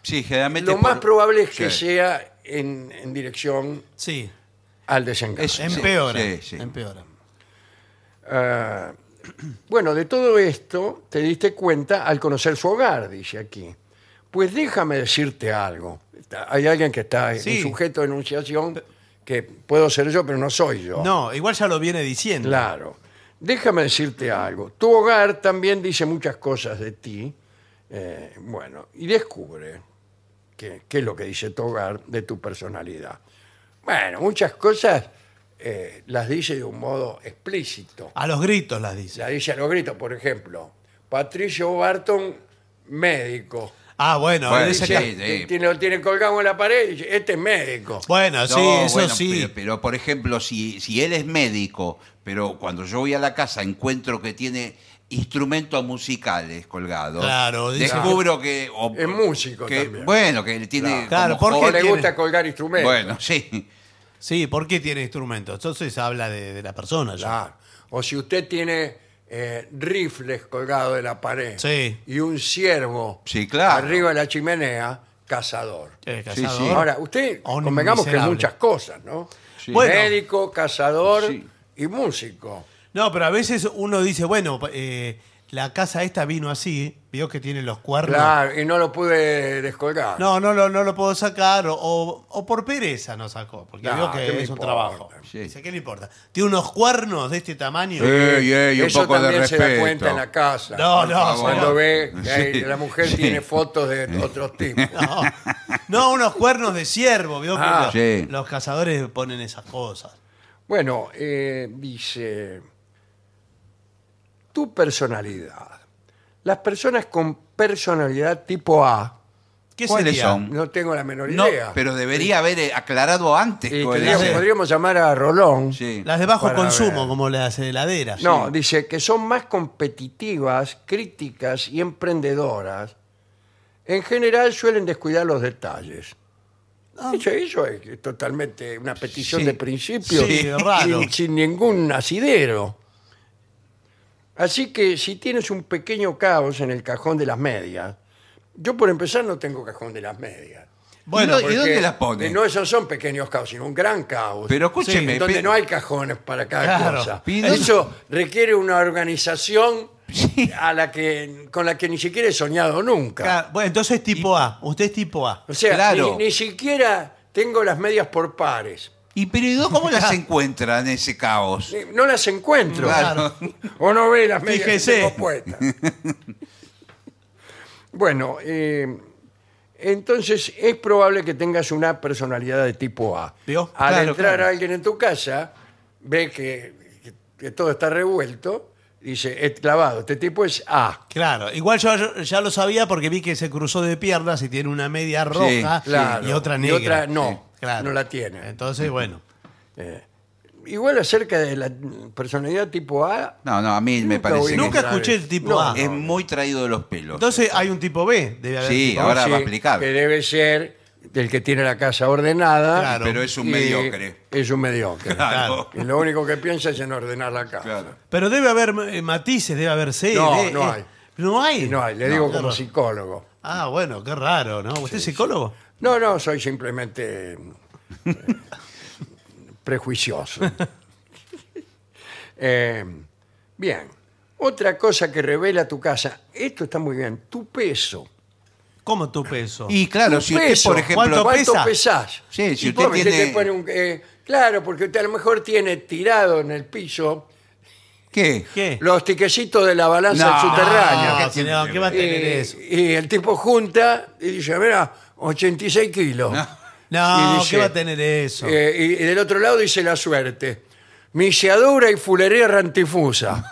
C: Sí, generalmente.
A: lo
C: Este por-
A: más probable es que
C: Sí.
A: sea en, en dirección
B: Sí,
A: al desengaño.
C: Es-
B: empeora.
C: Sí, sí.
B: Empeora.
A: Ah, bueno, de todo esto te diste cuenta al conocer su hogar, dice aquí. Pues déjame decirte algo. Está- Hay alguien que está en
B: Sí.
A: sujeto de enunciación que puedo ser yo, pero no soy yo.
B: No, igual ya lo viene diciendo.
A: Claro. Déjame decirte algo. Tu hogar también dice muchas cosas de ti. Eh, bueno, y descubre qué qué es lo que dice tu hogar de tu personalidad. Bueno, muchas cosas eh, las dice de un modo explícito.
B: A los gritos las dice.
A: La dice a los gritos, por ejemplo. Patricio Barton, médico.
B: Ah, bueno,
C: Bueno,
B: en ese
A: Dice,
B: ca-
C: sí.
A: tiene- lo tiene colgado en la pared y dice, este es médico.
B: bueno, sí,
C: No,
B: eso
C: bueno,
B: sí.
C: Pero, pero, por ejemplo, si, si él es médico, pero cuando yo voy a la casa encuentro que tiene instrumentos musicales colgados.
B: Claro, dice
C: descubro que o-
A: Es músico
C: que-
A: también.
C: Bueno, que él tiene
B: Claro,
C: como
B: ¿por
A: O
B: qué
A: le
C: hobby-
B: tiene-
A: gusta colgar instrumentos.
C: Bueno, sí.
B: Sí, ¿por qué tiene instrumentos? Entonces habla de, de la persona. ya.
A: Claro. O si usted tiene eh, rifles colgados de la pared
B: Sí.
A: y un ciervo
C: Sí, claro.
A: arriba de la chimenea, cazador.
B: Eh,
C: Sí,
B: cazador.
C: sí.
A: Ahora, usted,
B: O un
A: convengamos que
B: Oh, miserable.
A: muchas cosas, ¿no?
C: Sí.
B: Bueno.
A: Médico, cazador
C: Sí.
A: y músico.
B: No, pero a veces uno dice, bueno, eh, la casa esta vino así, vio que tiene los cuernos.
A: Claro, y no lo pude descolgar.
B: No, no lo, no lo puedo sacar, o, o- o por pereza no sacó, porque
A: Nah,
B: vio
A: ¿qué me
B: que es un
A: importa?
B: trabajo.
C: Sí.
B: Dice, ¿qué le importa? Tiene unos cuernos de este tamaño.
C: <laughs> Ey, ey, un
A: Eso
C: poco de
A: también se da
C: respeto.
A: cuenta en la casa.
B: No, no,
C: favor.
A: Cuando
B: señor.
A: ve que hay-
C: Sí.
A: la mujer
C: Sí.
A: tiene fotos de otros tipos.
B: <laughs> <laughs> No, No, unos cuernos de ciervo, vio que
A: Ah,
B: los,
C: sí.
B: los cazadores ponen esas cosas.
A: Bueno, eh, dice, tu personalidad. Las personas con personalidad tipo A,
B: ¿Qué
C: ¿Cuáles
B: sería?
C: son?
A: no tengo la menor
C: No,
A: idea.
C: pero debería haber eh, aclarado antes.
A: Y
C: con el-
A: tendríamos-
B: sí.
A: podríamos llamar a Rolón.
C: Sí.
B: Las de bajo
A: Para
B: consumo,
A: ver.
B: como las heladeras.
A: No, dice que son más competitivas, críticas y emprendedoras. En general suelen descuidar los detalles.
B: Ah.
A: Eso, eso es totalmente una petición
C: Sí.
A: de principio
B: Sí,
A: sin-
B: raro.
A: sin, ningún asidero. Así que si tienes un pequeño caos en el cajón de las medias, yo por empezar no tengo cajón de las medias.
B: Bueno,
C: ¿Y dónde
A: porque eh,
C: las pone?
A: No esos son pequeños caos, sino un gran caos.
C: Pero escúcheme.
A: En donde
C: pe-
A: no hay cajones para cada
B: Claro.
A: cosa.
C: Pido-
A: Eso requiere una organización a la que, con la que ni siquiera he soñado nunca.
B: Ca- Bueno, entonces es tipo A. Usted es tipo A.
A: O sea,
C: Claro.
A: ni, ni siquiera tengo las medias por pares.
C: ¿Y pero ¿y cómo las encuentra en ese caos?
A: Ni- No las encuentro.
C: Claro.
A: O no ve las medias
B: Fíjese.
A: que tengo puestas. bueno, eh, entonces es probable que tengas una personalidad de tipo A.
B: ¿Vio?
A: Al
B: Claro,
A: entrar
B: claro.
A: alguien en tu casa, ve que, que todo está revuelto, dice, es clavado, este tipo es A.
B: Claro, igual yo yo ya lo sabía porque vi que se cruzó de piernas y tiene una media roja
A: claro.
B: y otra
A: Y
B: negra.
A: otra no,
B: claro.
A: no la tiene.
B: Entonces, bueno.
A: Igual acerca de la personalidad tipo A,
C: No, no, a mí me
A: Nunca
C: parece
A: voy a
C: que
B: Nunca
A: entrar
B: escuché
A: en-
B: el tipo
A: No,
B: A.
C: es muy traído de los pelos.
B: Entonces hay un tipo B, debe haber.
C: Sí,
B: tipo A.
C: ahora
A: Sí,
C: va a aplicar.
A: Que debe ser del que tiene la casa ordenada.
B: Claro.
C: Pero es un
A: y
C: mediocre.
A: Es un mediocre.
C: <laughs> Claro.
A: Y lo único que piensa es en ordenar la casa.
C: Claro.
B: Pero debe haber eh, matices, debe haber C.
A: No,
B: D,
A: no
B: E.
A: hay.
B: No hay.
A: Y no, le digo como
B: claro.
A: psicólogo.
B: Ah, bueno, qué raro, ¿no? ¿Usted es psicólogo?
A: No, no, soy simplemente eh, prejuicioso.
C: <laughs>
A: Eh, bien, otra cosa que revela tu casa, esto está muy bien, tu peso.
B: ¿Cómo tu peso?
C: Y claro, si usted,
A: peso.
C: por ejemplo.
B: ¿Cuánto pe-
A: ¿Cuánto
B: pesa?
A: pesás?
C: Sí, si
A: Y
C: usted
A: pobre, te
C: tiene-
A: pone un- eh, claro, porque usted a lo mejor tiene tirado en el piso
C: ¿Qué?
B: ¿Qué?
A: los tiquecitos de la balanza
C: No.
A: subterránea.
B: No, señor, ¿qué va a
A: Y,
B: tener eso?
A: y el tipo junta y dice, mira, 86 kilos.
B: No,
A: y dice-
B: ¿qué va a tener eso?
A: Eh, y, y del otro lado dice la suerte. Misiadura y fulería
C: <laughs>
A: rantifusa.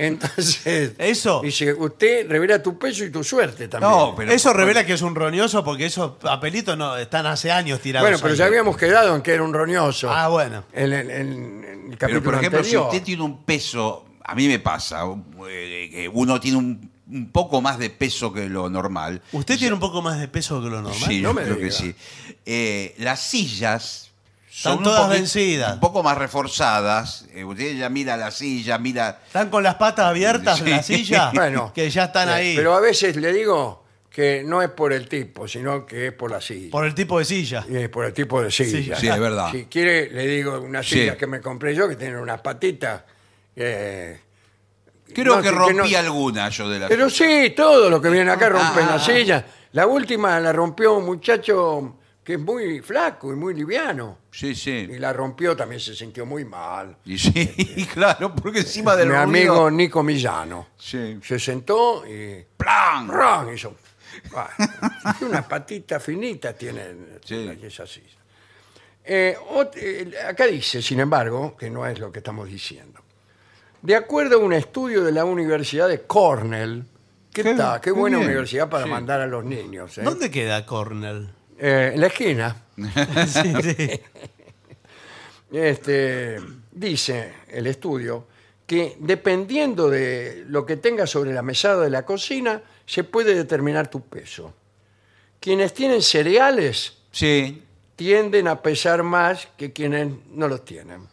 A: Entonces,
B: Eso.
A: dice, usted revela tu peso y tu suerte también.
C: No, pero.
B: eso revela que es un roñoso porque esos papelitos no están hace años tirados.
A: bueno, pero
B: ahí.
A: ya habíamos quedado en que era un roñoso.
B: Ah, bueno.
A: En, el- en- en el capítulo
C: Pero, por ejemplo, si
A: anterior.
C: usted tiene un peso. A mí me pasa. eh, que uno tiene un, un poco más de peso que lo normal.
B: Usted tiene un poco más de peso que lo normal.
C: Sí,
A: no
C: yo
A: me
C: creo que
A: diga.
C: sí. Eh, las sillas son
B: Están todas
C: un poqui-
B: vencidas.
C: Un poco más reforzadas. Eh, usted ya mira la silla, mira.
B: Están con las patas abiertas en la
C: <laughs>
B: silla,
A: Bueno,
B: que ya están
A: eh,
B: ahí.
A: Pero a veces le digo que no es por el tipo, sino que es por la silla.
B: Por el tipo de silla.
A: Eh, por el tipo de silla.
C: Sí, es verdad.
A: Si quiere, le digo una
C: Sí.
A: silla que me compré yo, que tiene unas patitas. eh, no,
C: Creo que
A: que- que
C: rompí
A: no-
C: alguna yo de la. Ah.
A: pero sí, todos los que vienen acá rompen la silla. La última la rompió un muchacho que es muy flaco y muy liviano.
C: Sí, sí.
A: Y la rompió, también se sintió muy mal.
C: Y sí, <laughs> claro, porque encima del
A: Mi
C: ruido-
A: amigo Nico Millano.
C: Sí.
A: Se sentó y...
C: ¡Plan!
A: ¡Ran! Hizo. Bueno, unas patitas finitas tienen
C: Sí.
A: esas sillas. Eh, ot- eh, acá dice, sin embargo, que no es lo que estamos diciendo. De acuerdo a un estudio de la Universidad de Cornell, ¿qué,
C: Qué-
A: tal? Qué
C: qué
A: buena
C: bien,
A: universidad para
C: sí.
A: mandar a los niños. ¿eh?
B: ¿Dónde queda
C: <laughs>
B: Cornell?
A: Eh, en la esquina.
B: Sí, sí.
A: Este, dice el estudio que dependiendo de lo que tengas sobre la mesada de la cocina, se puede determinar tu peso. Quienes tienen cereales
C: Sí.
A: tienden a pesar más que quienes no los tienen.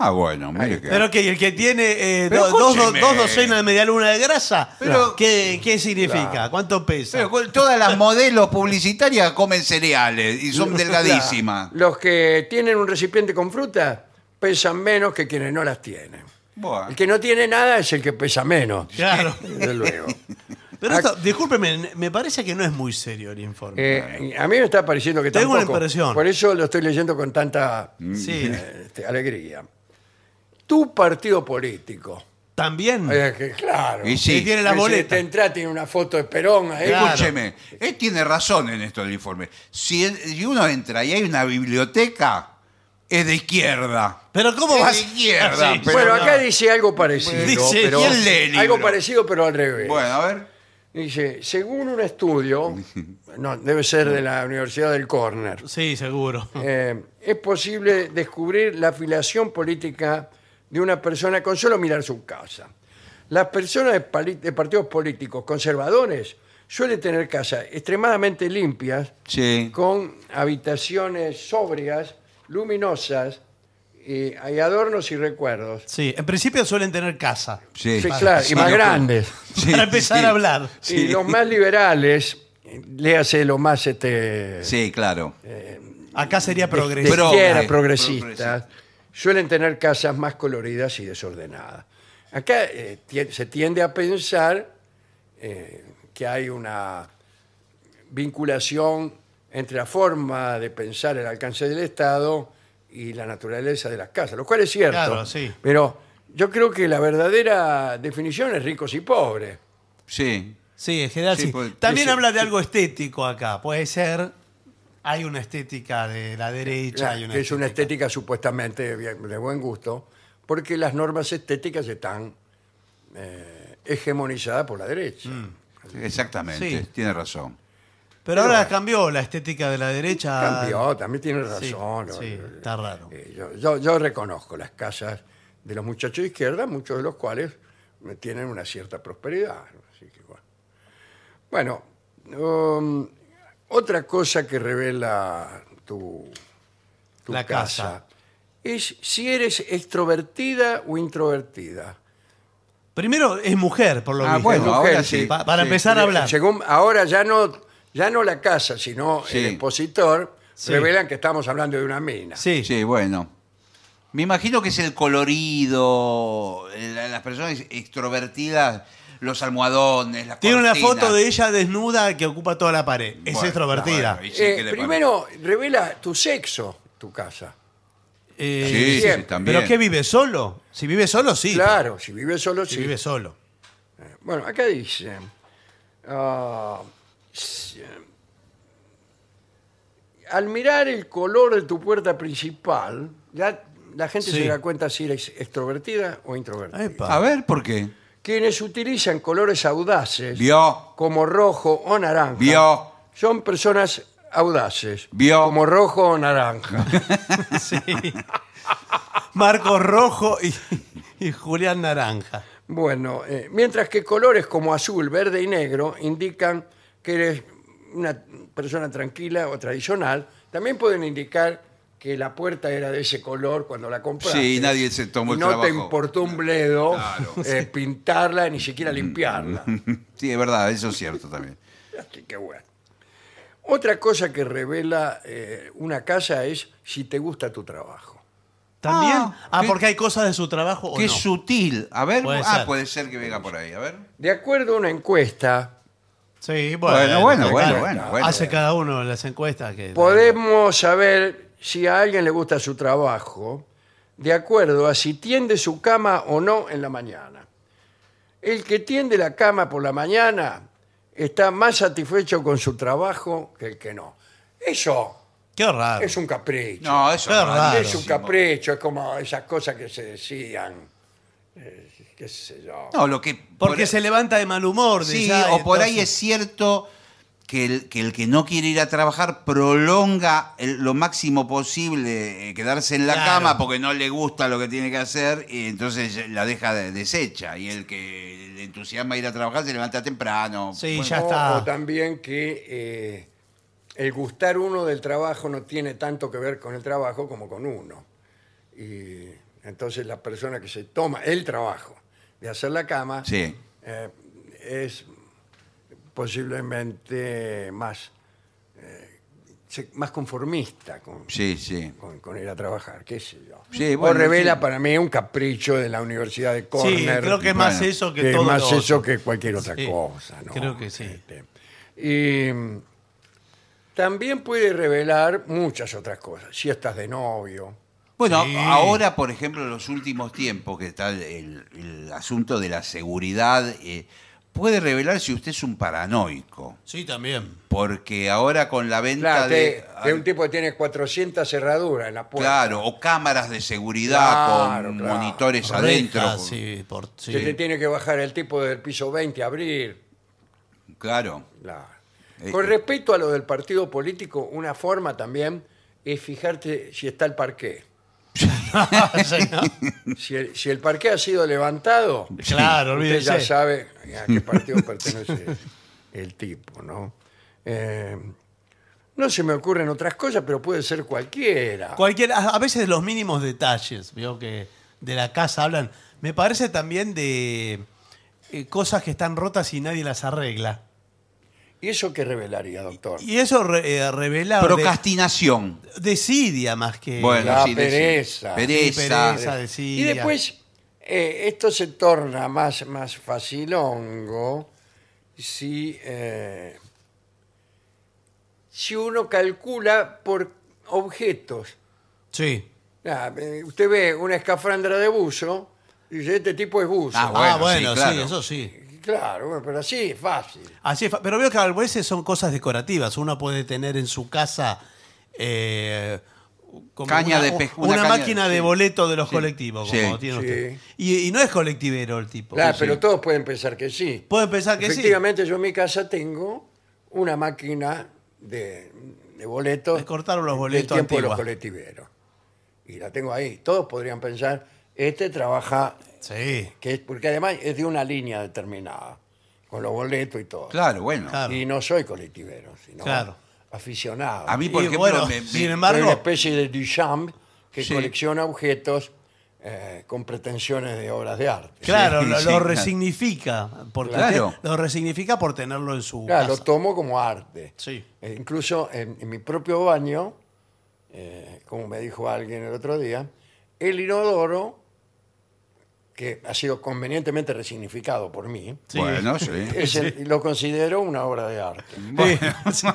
C: Ah, bueno, mire que.
B: Pero que el que tiene eh,
C: Pero
B: do- dos,
C: escúcheme.
B: dos docenas de medialuna de grasa,
C: Pero-
B: ¿qué, qué significa? ¿Cuánto pesa?
C: Pero cu- pues, todas las modelos publicitarias comen cereales y son delgadísimas.
A: Los que tienen un recipiente con fruta pesan menos que quienes no las tienen.
C: Bueno.
A: El que no tiene nada es el que pesa menos.
B: Claro.
A: Desde luego.
B: Pero esto, discúlpeme, me parece que no es muy serio el informe.
A: Eh, a mí me está pareciendo que
B: Tengo una
A: tampoco.
B: impresión.
A: Por eso lo estoy leyendo con tanta <laughs>
B: Sí.
A: eh, este, alegría. Tu partido político.
B: También.
A: Eh, que, claro.
C: Y sí.
B: Que tiene la
A: Que si
B: boleta.
A: te entra, tiene una foto de Perón ahí.
B: Claro.
C: Escúcheme, él tiene razón en esto del informe. Si, el- si uno entra y hay una biblioteca, es de izquierda.
B: Pero ¿cómo
C: Es
B: vas?
C: de izquierda,
B: Ah, sí.
C: pero
A: bueno,
B: no.
A: acá dice algo parecido.
B: Dice,
A: pero-
B: ¿quién
C: lee libros?
A: algo parecido, pero al revés.
C: Bueno, a ver.
A: Dice, según un
B: <laughs>
A: estudio, no, debe ser de la Universidad del Corner,
B: Sí, seguro.
A: eh, es posible descubrir la afiliación política de una persona con solo mirar su casa. Las personas de, pali- de partidos políticos conservadores suelen tener casas extremadamente limpias,
C: Sí.
A: con habitaciones sobrias, luminosas, y hay adornos y recuerdos.
B: <laughs> Sí, en principio suelen tener casa.
C: Sí,
A: Sí, claro, y más
C: lo-
A: grandes.
B: <laughs>
C: Sí,
B: para empezar
C: sí.
B: a hablar.
A: Y los más liberales, eh, léase lo más este,
C: Sí, claro.
B: Acá sería
A: de
B: progreso.
C: Pero-
A: izquierda,
C: eh,
A: progresistas,
C: progresista.
A: suelen tener casas más coloridas y desordenadas. Acá eh, tie- se tiende a pensar eh, que hay una vinculación entre la forma de pensar el alcance del Estado y la naturaleza de las casas, lo cual es cierto.
B: Claro, sí.
A: Pero yo creo que la verdadera definición es ricos y pobres.
C: Sí.
B: Sí, en general
C: Sí, pues,
B: sí.
C: puede-
B: También
C: sí,
B: habla de algo estético acá. Puede ser. Hay una estética de la derecha. hay
A: Claro,
B: una
A: que es una estética supuestamente bien- de buen gusto, porque las normas estéticas están eh, hegemonizadas por la derecha.
B: Mm.
C: Exactamente,
B: Sí.
C: tiene razón.
B: Pero ahora cambió la estética de la derecha.
A: Cambió, también tiene razón.
B: Ah, Sí,
A: ¿no?
B: sí, está raro.
A: Eh, Yo, yo- yo reconozco las casas de los muchachos de izquierda, muchos de los cuales eh, tienen una cierta prosperidad. ¿no? Así que, bueno, Bueno, um, otra cosa que revela tu, tu
B: La casa.
A: es si eres extrovertida o introvertida.
B: Primero es mujer, por lo
C: Ah,
B: visto.
C: bueno,
A: mujer,
C: ahora
A: sí.
C: sí.
B: Pa- para
C: Sí.
B: empezar a hablar.
A: Según ahora ya no, ya no la casa, sino
C: Sí.
A: el expositor,
B: Sí.
A: revelan que estamos hablando de una mina.
B: Sí.
C: Sí, bueno. Me imagino que es el colorido, la- las personas extrovertidas, los almohadones, las
B: Tiene una
C: cortinas.
B: foto de ella desnuda que ocupa toda la pared. Es
C: Bueno,
B: extrovertida.
C: bueno, y sí,
A: Eh,
C: ¿qué le
A: primero, revela tu sexo, tu casa.
B: Eh,
C: parece? Sí, sí, sí,
A: siempre.
C: también.
B: ¿Pero qué vive solo? Si vive solo, sí.
A: Claro, si vives solo,
B: Si
A: sí.
B: vive solo.
A: Bueno, acá dice. ah, s- al mirar el color de tu puerta principal, ya la gente
B: Sí.
A: se da cuenta si eres extrovertida o introvertida.
B: Epa.
C: A ver, ¿por qué?
A: Quienes utilizan colores audaces,
C: Vio,
A: como rojo o naranja,
C: vio. <laughs>
A: son personas audaces,
C: Vio.
A: como rojo o naranja.
B: Sí. Marco Rojo y, y Julián Naranja.
A: Bueno, eh, mientras que colores como azul, verde y negro indican que eres una persona tranquila o tradicional, también pueden indicar que la puerta era de ese color cuando la compraste.
C: Sí, nadie se tomó
A: Y
C: el
A: no
C: trabajo.
A: te importó un bledo
C: Claro. Mm.
A: eh, pintarla ni siquiera limpiarla.
C: Sí, es verdad, eso es cierto también.
A: Así que bueno. Otra cosa que revela eh, una casa es si te gusta tu trabajo.
B: También. Ah,
C: Ah, qué-
B: porque hay cosas de su trabajo. o
C: Qué
B: no.
C: sutil. A ver,
B: Puede
C: ah,
B: ser.
C: puede ser que venga por ahí. A ver.
A: De acuerdo a una encuesta
B: Sí, bueno.
C: Bueno, bueno, bueno,
A: claro,
C: bueno.
A: claro.
C: bueno.
B: Hace cada uno las encuestas que.
A: Podemos saber si a alguien le gusta su trabajo de acuerdo a si tiende su cama o no en la mañana. El que tiende la cama por la mañana está más satisfecho con su trabajo que el que no. Eso
B: Qué raro.
A: Es un capricho.
C: No, eso
B: Es raro.
A: es un capricho, es como esas cosas que se decían. eh, qué sé yo.
C: No, lo que. por
A: e-
B: Porque
C: ahí-
B: se levanta de mal humor.
C: Sí,
B: dice, "Ay,
C: o por ahí es
B: entonces-
C: cierto que el que, el que no quiere ir a trabajar prolonga el- lo máximo posible eh, quedarse en la
B: Claro.
C: cama porque no le gusta lo que tiene que hacer y entonces la deja de- deshecha. Y el que le entusiasma ir a trabajar se levanta temprano.
B: Sí,
C: Bueno,
B: ya
A: O-
B: está.
A: O también que eh, el gustar uno del trabajo no tiene tanto que ver con el trabajo como con uno. Y entonces la persona que se toma el trabajo de hacer la cama
C: Sí.
A: eh, es posiblemente más, eh, se- más conformista con,
C: Sí, sí.
A: con- con ir a trabajar, qué sé yo.
C: Sí,
A: o
C: bueno,
A: revela
C: sí.
A: para mí un capricho de la Universidad de
B: Sí,
A: Cornell
B: creo que es
C: Bueno,
B: más eso que,
A: que
B: todo.
A: más
B: lo otro.
A: eso que cualquier otra
B: Sí,
A: cosa, ¿no?
B: creo que sí.
A: Este, y mm, también puede revelar muchas otras cosas. Si estás de novio,
C: Bueno,
B: Sí.
C: ahora, por ejemplo, en los últimos tiempos, que está el, el asunto de la seguridad, eh, puede revelar si usted es un paranoico.
B: Sí, también.
C: Porque ahora con la venta
A: claro,
C: de.
A: de, un tipo que tiene 400 cerraduras en la puerta.
C: Claro, o cámaras de seguridad
A: Claro,
C: con
A: claro.
C: monitores
B: Rejas,
C: adentro.
B: sí, por- sí.
A: Que te tiene que bajar el tipo del piso 20 a abrir.
C: Claro.
A: Claro.
C: Eh,
A: Con
C: eh.
A: respecto a lo del partido político, una forma también es fijarte si está el
C: <laughs>
A: parqué.
B: <laughs>
A: Si el, si el parqué ha sido levantado,
B: Claro,
A: Usted ya
B: olvídese.
A: sabe a qué partido pertenece el tipo, ¿no? Eh, no se me ocurren otras cosas, pero puede ser cualquiera.
B: Cualquier, a a veces los mínimos detalles, veo que de la casa hablan. Me parece también de eh, cosas que están rotas y nadie las arregla.
A: ¿Y eso qué revelaría, doctor?
B: Y eso re- eh, revela de-
C: Procrastinación.
B: desidia más que
C: Bueno,
A: la
C: sí, de- sí.
A: pereza.
C: Pereza.
B: pereza,
A: Y
B: desidia.
A: después, eh, esto se torna más, más facilongo si, eh, si uno calcula por objetos.
B: Sí.
A: Ah, eh, usted ve una escafandra de buzo y dice, este tipo es buzo.
C: Ah, bueno,
B: ah, bueno, sí,
C: sí, claro.
B: eso sí.
A: Claro, bueno, pero así es fácil.
B: Así es fa- pero veo que a veces son cosas decorativas. Uno puede tener en su casa eh, como
C: Caña
B: una,
C: de pesca-
B: una
C: una caña-
B: máquina de
C: sí.
B: boleto de los
C: Sí.
B: colectivos,
C: Sí.
B: como tiene
A: Sí.
B: usted. Y, y no es colectivero el tipo.
A: Claro, pero todos pueden pensar que sí.
B: Pueden pensar que sí.
A: Efectivamente, yo en mi casa tengo una máquina de, de boletos.
B: De cortar los boletos
A: Del tiempo de los
B: antigua.
A: colectiveros. Y la tengo ahí. Todos podrían pensar, este trabaja,
B: Sí.
A: que es, porque además es de una línea determinada, con los boletos y todo.
C: Claro, bueno.
B: Claro.
A: Y no soy colectivero, sino
B: Claro.
A: aficionado.
C: A mí, por
B: Y
C: ejemplo,
B: bueno,
C: me- me-
B: sin
A: Soy una
B: embargo,
C: <laughs>
A: especie de Duchamp que
C: Sí.
A: colecciona objetos eh, con pretensiones de obras de arte.
B: claro,
C: Sí,
B: lo,
C: sí,
B: lo
C: claro.
B: resignifica. Porque
C: Claro.
B: usted lo resignifica por tenerlo en su
A: Claro, lo
B: casa.
A: tomo como arte.
B: Sí.
A: Eh, incluso en, en mi propio baño, eh, como me dijo alguien el otro día, el inodoro, que ha sido convenientemente resignificado por mí,
B: <laughs> Sí.
C: Bueno, sí.
A: es el- lo considero una obra de arte.
B: <laughs> Sí.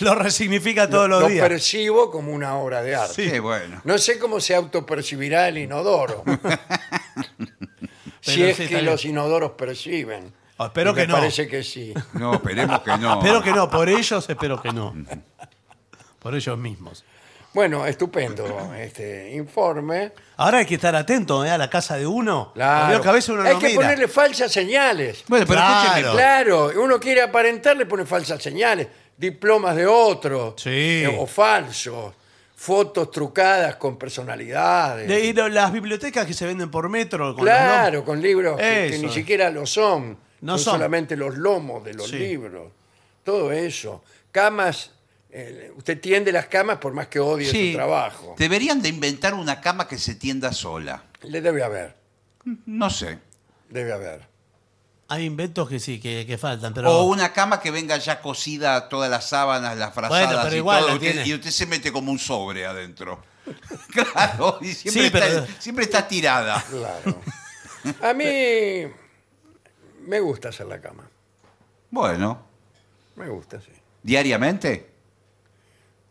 B: lo resignifica todos
A: lo,
B: los
A: lo
B: días.
A: percibo como una obra de arte.
C: Sí, bueno.
A: No sé cómo se autopercibirá el
B: <laughs>
A: inodoro. si
B: Pero
A: es
B: sí, está
A: que
B: bien.
A: los inodoros perciben.
B: Ah, espero
A: Y me
B: que no.
A: parece que sí.
C: No, esperemos que no.
B: Espero que no, por ellos espero que no. Por ellos mismos.
A: Bueno, estupendo este informe.
B: Ahora hay que estar atento ¿eh? a la casa de uno.
A: Claro.
B: Veo que a veces uno
A: Hay
B: no
A: que
B: mira.
A: ponerle falsas señales.
C: Bueno, pero
B: Claro.
C: escúcheme,
A: Claro, uno quiere aparentar, le pone falsas señales. Diplomas de otro.
B: Sí.
A: eh, o falsos. Fotos trucadas con personalidades.
B: De ir a las bibliotecas que se venden por metro. Con los
A: claro,
B: lomos.
A: con libros que, que
B: Eso.
A: ni siquiera lo son.
B: No
A: son,
B: son.
A: solamente los lomos de los
B: Sí.
A: libros. Todo eso. Camas. eh, usted tiende las camas por más que odie
C: Sí.
A: su trabajo.
C: Deberían de inventar una cama que se tienda sola.
A: Le debe haber.
C: No sé.
A: Debe haber.
B: Hay inventos que sí, que, que faltan. Pero
C: O una cama que venga ya cosida todas las sábanas, las frazadas
B: pero
C: y
B: igual
C: todo.
B: la
C: Usted-
B: tiene.
C: y usted se mete como un sobre adentro. <laughs> claro, y siempre,
B: Sí,
C: está,
B: pero-
C: siempre está tirada.
A: Claro. A mí me gusta hacer la cama.
C: Bueno,
A: Me gusta, sí.
C: ¿diariamente?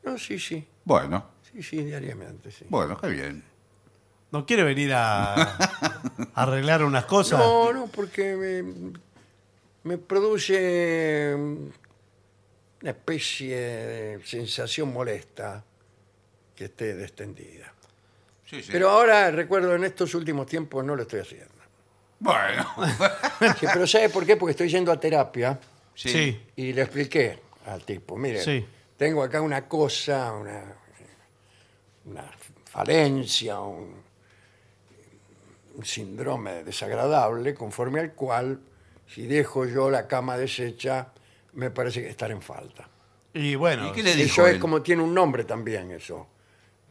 A: No, sí, sí.
C: Bueno,
A: Sí, sí, diariamente, sí.
C: bueno, qué bien.
B: no quiere venir a, a arreglar unas cosas.
A: No, no, porque me, me mm, produce una especie de sensación molesta
E: que esté destendida.
C: Sí, sí.
E: Pero ahora recuerdo, en estos últimos tiempos no lo
C: <laughs>
E: estoy haciendo.
C: Bueno.
E: Sí, pero ¿sabe por qué? Porque estoy yendo a terapia
C: <laughs> Sí.
B: Sí.
E: y le expliqué al tipo, mire,
B: Sí.
E: tengo acá una cosa, una, una falencia, un, un síndrome desagradable, conforme al cual, si dejo yo la cama deshecha, me parece que estar en falta.
B: Y bueno.
C: ¿Y qué le dijo?
E: Eso es
C: él?
E: como tiene un nombre también eso.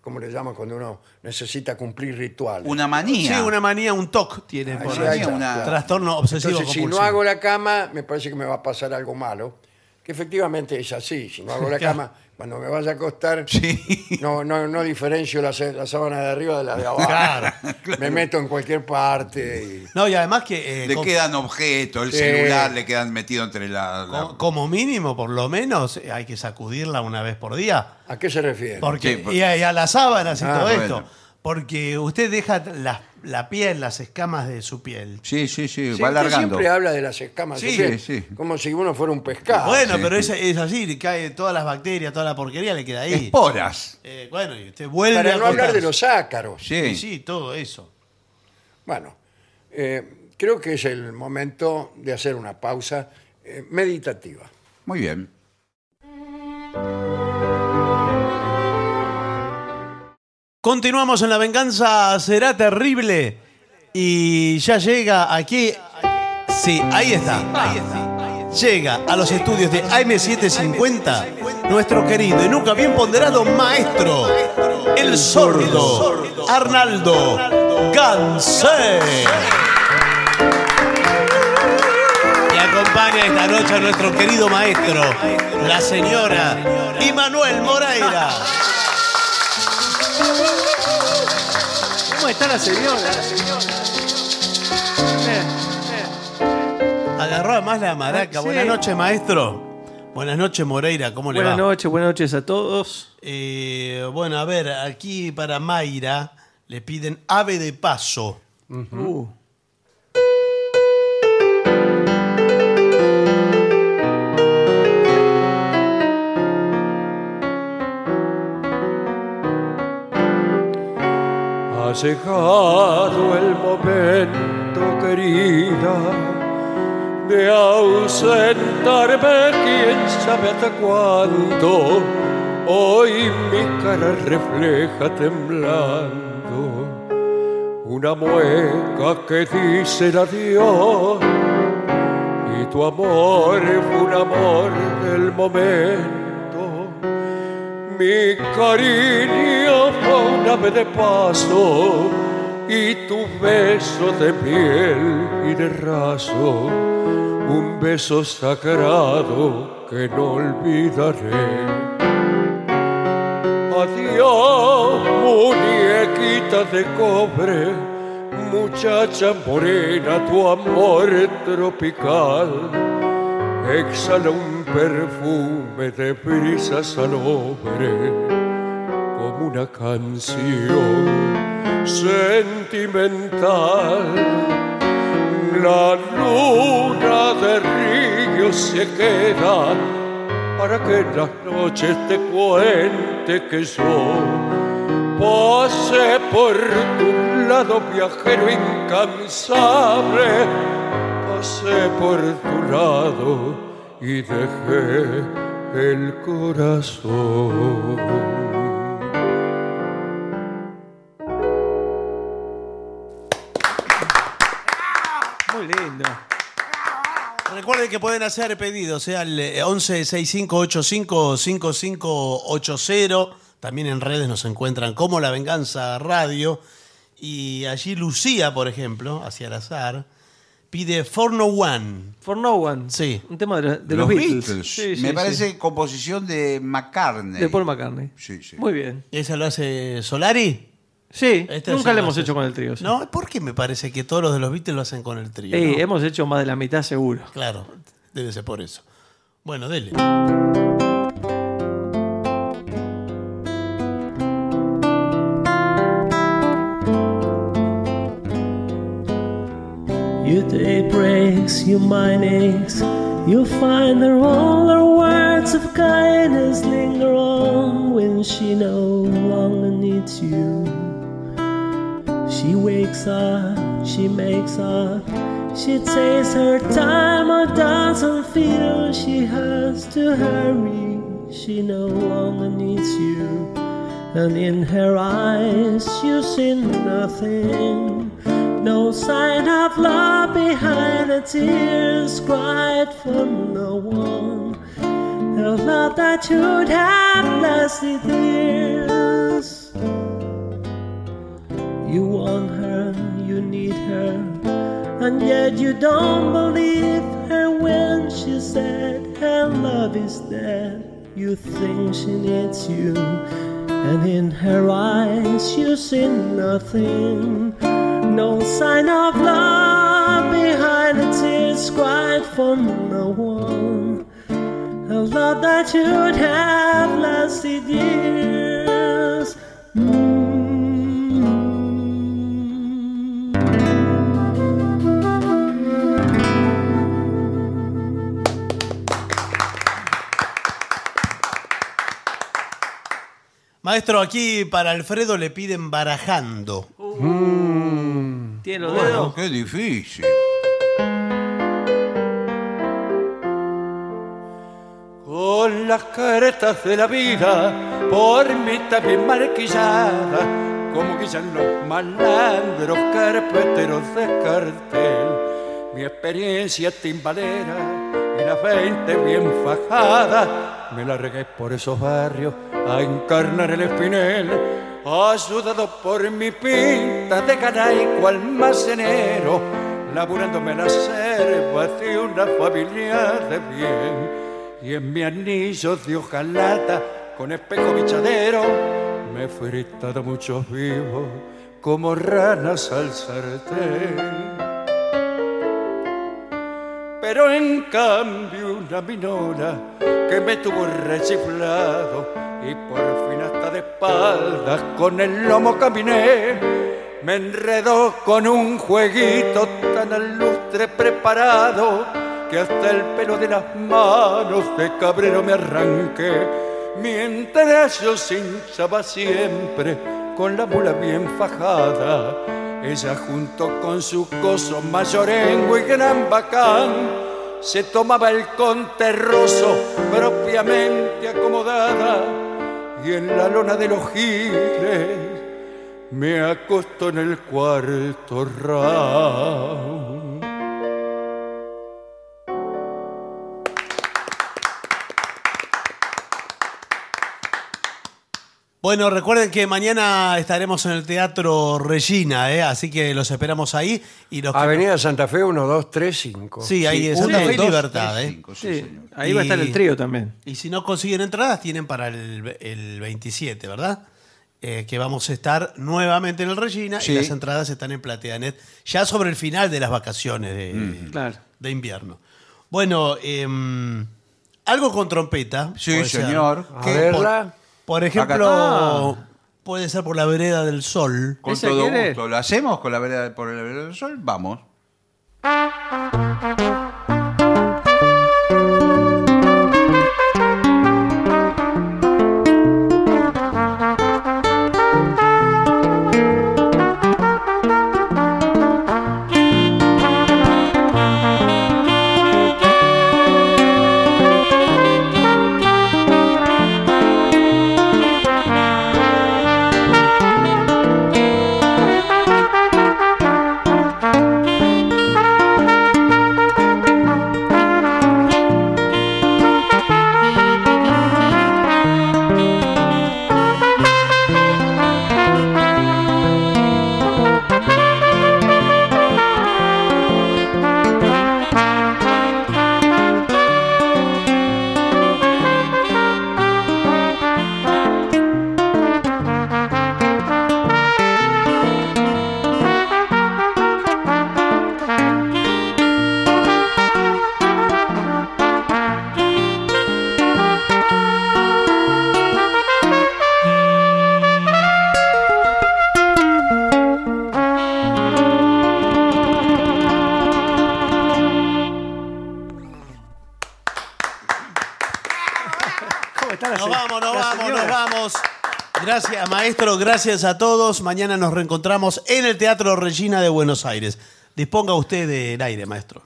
E: ¿Cómo le llaman cuando uno necesita cumplir rituales?
C: Una
B: Sí,
C: manía.
B: una manía, un TOC tiene.
E: Ah,
B: por
E: sí,
B: ahí.
E: ahí está,
C: una-
E: claro.
B: Trastorno obsesivo
E: Entonces, si
B: compulsivo.
E: no hago la cama, me parece que me va a pasar algo malo. Que efectivamente es así. Si no hago
B: <laughs>
E: la
B: Claro.
E: cama, cuando me vaya a acostar,
C: Sí.
E: <laughs> no, no, no diferencio la, sa- la sábana de arriba de la de abajo.
B: Claro,
E: <laughs> Me meto en cualquier parte. y-
B: No, y además que. eh,
C: Le
B: con-
C: quedan objetos, el
E: Sí.
C: celular le quedan metido entre la. la-
B: co- como mínimo, por lo menos, eh, hay que sacudirla una vez por día.
E: ¿A qué se refiere?
B: Porque,
C: Sí, por-
B: y, a, y a las sábanas y
E: Ah,
B: todo
C: bueno.
B: esto. Porque usted deja la, la piel, las escamas de su piel.
C: Sí, sí, sí,
E: Sí,
C: va
E: usted
C: alargando.
E: siempre habla de las escamas.
C: Sí,
E: usted,
C: sí.
E: Como si uno fuera un
A: Ah,
E: pescado.
B: bueno,
C: sí,
B: pero
C: sí.
B: Es, es así, cae todas las bacterias, toda la porquería le queda ahí.
C: Esporas.
B: Eh, bueno, y usted vuelve
E: para
B: a
E: no hablar de
B: acostarse.
E: los ácaros.
C: Sí.
B: Y sí, todo eso.
E: Bueno, eh, creo que es el momento de hacer una pausa eh, meditativa.
C: Muy bien.
B: Continuamos en La Venganza Será Terrible. Y ya llega aquí. Sí, ahí está. Llega a los estudios de AM750 nuestro querido y nunca bien ponderado maestro, el sordo Arnaldo Gansé. Y acompaña esta noche a nuestro querido maestro, la señora Immanuel Moreira.
F: ¿Cómo está la señora?
B: Agarró además la maraca.
F: Sí.
B: Buenas noches, maestro. Buenas noches, Moreira. ¿Cómo le
F: Buenas
B: va?
F: noches, buenas noches a todos.
B: Eh, bueno, a ver, aquí para Mayra le piden ave de paso.
F: Uh,
E: Ha llegado el momento, querida, de ausentarme, quién sabe hasta cuándo. Hoy mi cara refleja temblando una mueca que dice el adiós. Y tu amor fue un amor del momento. Mi cariño fue un ave de paso y tu beso de piel y de raso, un beso sagrado que no olvidaré. Adiós, muñequita de cobre, muchacha morena, tu amor tropical exhala un perfume de brisa salobre como una canción sentimental. La luna de río se queda para que en las noches te cuente que yo Pase por tu lado, viajero incansable. Pasé por tu lado y dejé el corazón.
F: muy lindo.
B: Recuerden que pueden hacer pedidos eh, al eh, 11 6585 5580. También en redes nos encuentran como La Venganza Radio. Y allí Lucía, por ejemplo, hacia el azar, pide Forno One.
F: For No One.
B: Sí.
F: Un tema de, los- de los, Beatles. Sí, sí,
C: Me
F: sí.
C: parece composición de McCartney.
F: De Paul McCartney.
C: Sí, sí.
F: Muy bien.
B: ¿Esa lo hace Solari?
F: Sí, nunca
B: Este es
F: lo
B: el
F: hemos
B: más-
F: hecho con el trío. sí.
B: No, ¿por qué me parece que todos los de los Beatles lo hacen con el trío?
F: Eh,
B: no?
F: Hemos hecho más de la mitad seguro.
B: Claro, debe ser por eso. Bueno, dele.
G: Your day breaks, your mind aches. You'll find that all our words of kindness linger on when
H: she no longer needs you. She wakes up, she makes up, she takes her time or doesn't feel she has to hurry. She no longer needs you, and in her eyes you see nothing. No sign of love behind the tears cried from no one. The love that should have lasted years. You want her, you need her, and yet you don't believe her when she said her love is dead. You think she needs you, and in her eyes you see nothing. No sign of love behind the tears cried from no one. A love that should have lasted years. Mm.
B: Maestro, aquí para Alfredo le piden barajando.
G: ¿Tiene los
C: Bueno,
G: dedos?
C: qué difícil.
E: Con las caretas de la vida, por mí también marquillada, como guillan los malandros carpeteros de cartel. Mi experiencia timbalera y la veinte bien fajada, me largué por esos barrios a encarnar el espinel, ayudado por mi pinta de canaico almacenero, laburándome la selva de una familia de bien y en mi anillo de hojalata con espejo bichadero me he fritado muchos vivos como ranas al sartén. Pero en cambio una minora que me tuvo rechiflado y por fin hasta de espaldas con el lomo caminé, me enredó con un jueguito tan alustre preparado que hasta el pelo de las manos de cabrero me arranqué, mientras yo se hinchaba siempre con la mula bien fajada. Ella junto con su coso mayorengo y gran bacán se tomaba el conterroso propiamente acomodada y en la lona de los giles me acostó en el cuarto round.
B: Bueno, recuerden que mañana estaremos en el Teatro Regina, ¿eh? así que los esperamos ahí. Y los que-
A: Avenida Santa Fe 1235.
B: Sí, ahí es
C: Ah, Uno,
B: Santa Fe y
C: dos,
B: Libertad.
C: tres,
B: ¿eh?
C: cinco, sí,
G: Sí,
C: señor.
G: ahí va a estar
B: Y-
G: el trío también.
B: Y si no consiguen entradas, tienen para el, el 27, ¿verdad? Eh, que vamos a estar nuevamente en el Regina
C: Sí.
B: y las entradas están en Plateanet ya sobre el final de las vacaciones de,
C: Mm.
G: Claro.
B: de invierno. Bueno, em, algo con trompeta.
C: Sí,
B: puede ser.
C: señor.
A: A
B: Que
A: verla.
B: Por, por ejemplo, puede ser por la vereda del sol.
C: Con
G: ¿Ese
C: todo
G: quiere?
C: gusto. ¿Lo hacemos con la vereda, por la vereda del sol? Vamos.
G: ¿Cómo está la
B: Nos
G: se-
B: vamos, nos
G: la
B: vamos,
G: señora?
B: nos vamos. Gracias, maestro. Gracias a todos. Mañana nos reencontramos en el Teatro Regina de Buenos Aires. Disponga usted del aire, maestro.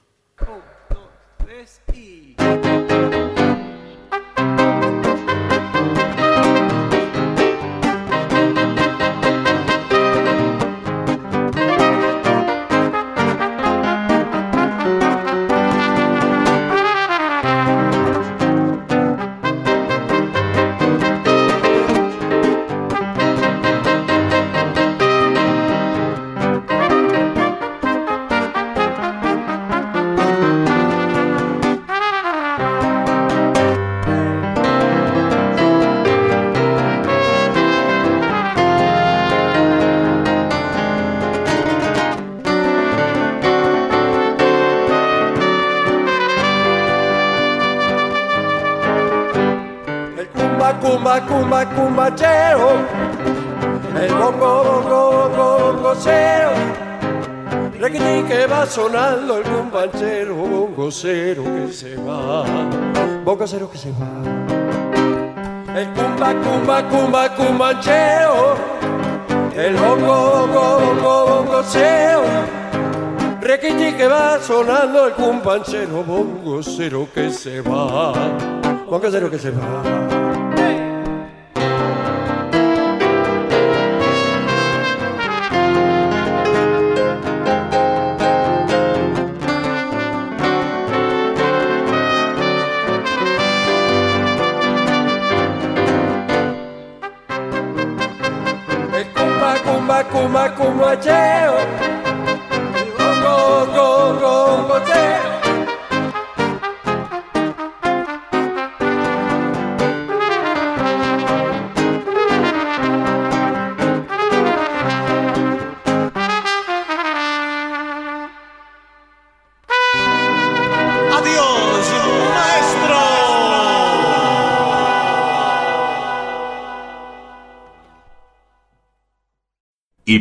E: El cumba, cumba, cumba, cumbacheo. El bongo, bongo, bongo, bongocero. Requitín que va sonando el cumbachero, bongocero que se va. Bongocero que se va. El cumba, cumba, cumba, cumbacheo. El bongo, bongo, bongo, bongocero. Requitín que va sonando el cumbachero, bongocero que se va. Bongocero que se va. El cumba, cumba, cumba, cumbacheo. El bongo, bongo, bongocero.
B: Adiós, maestro.
I: Y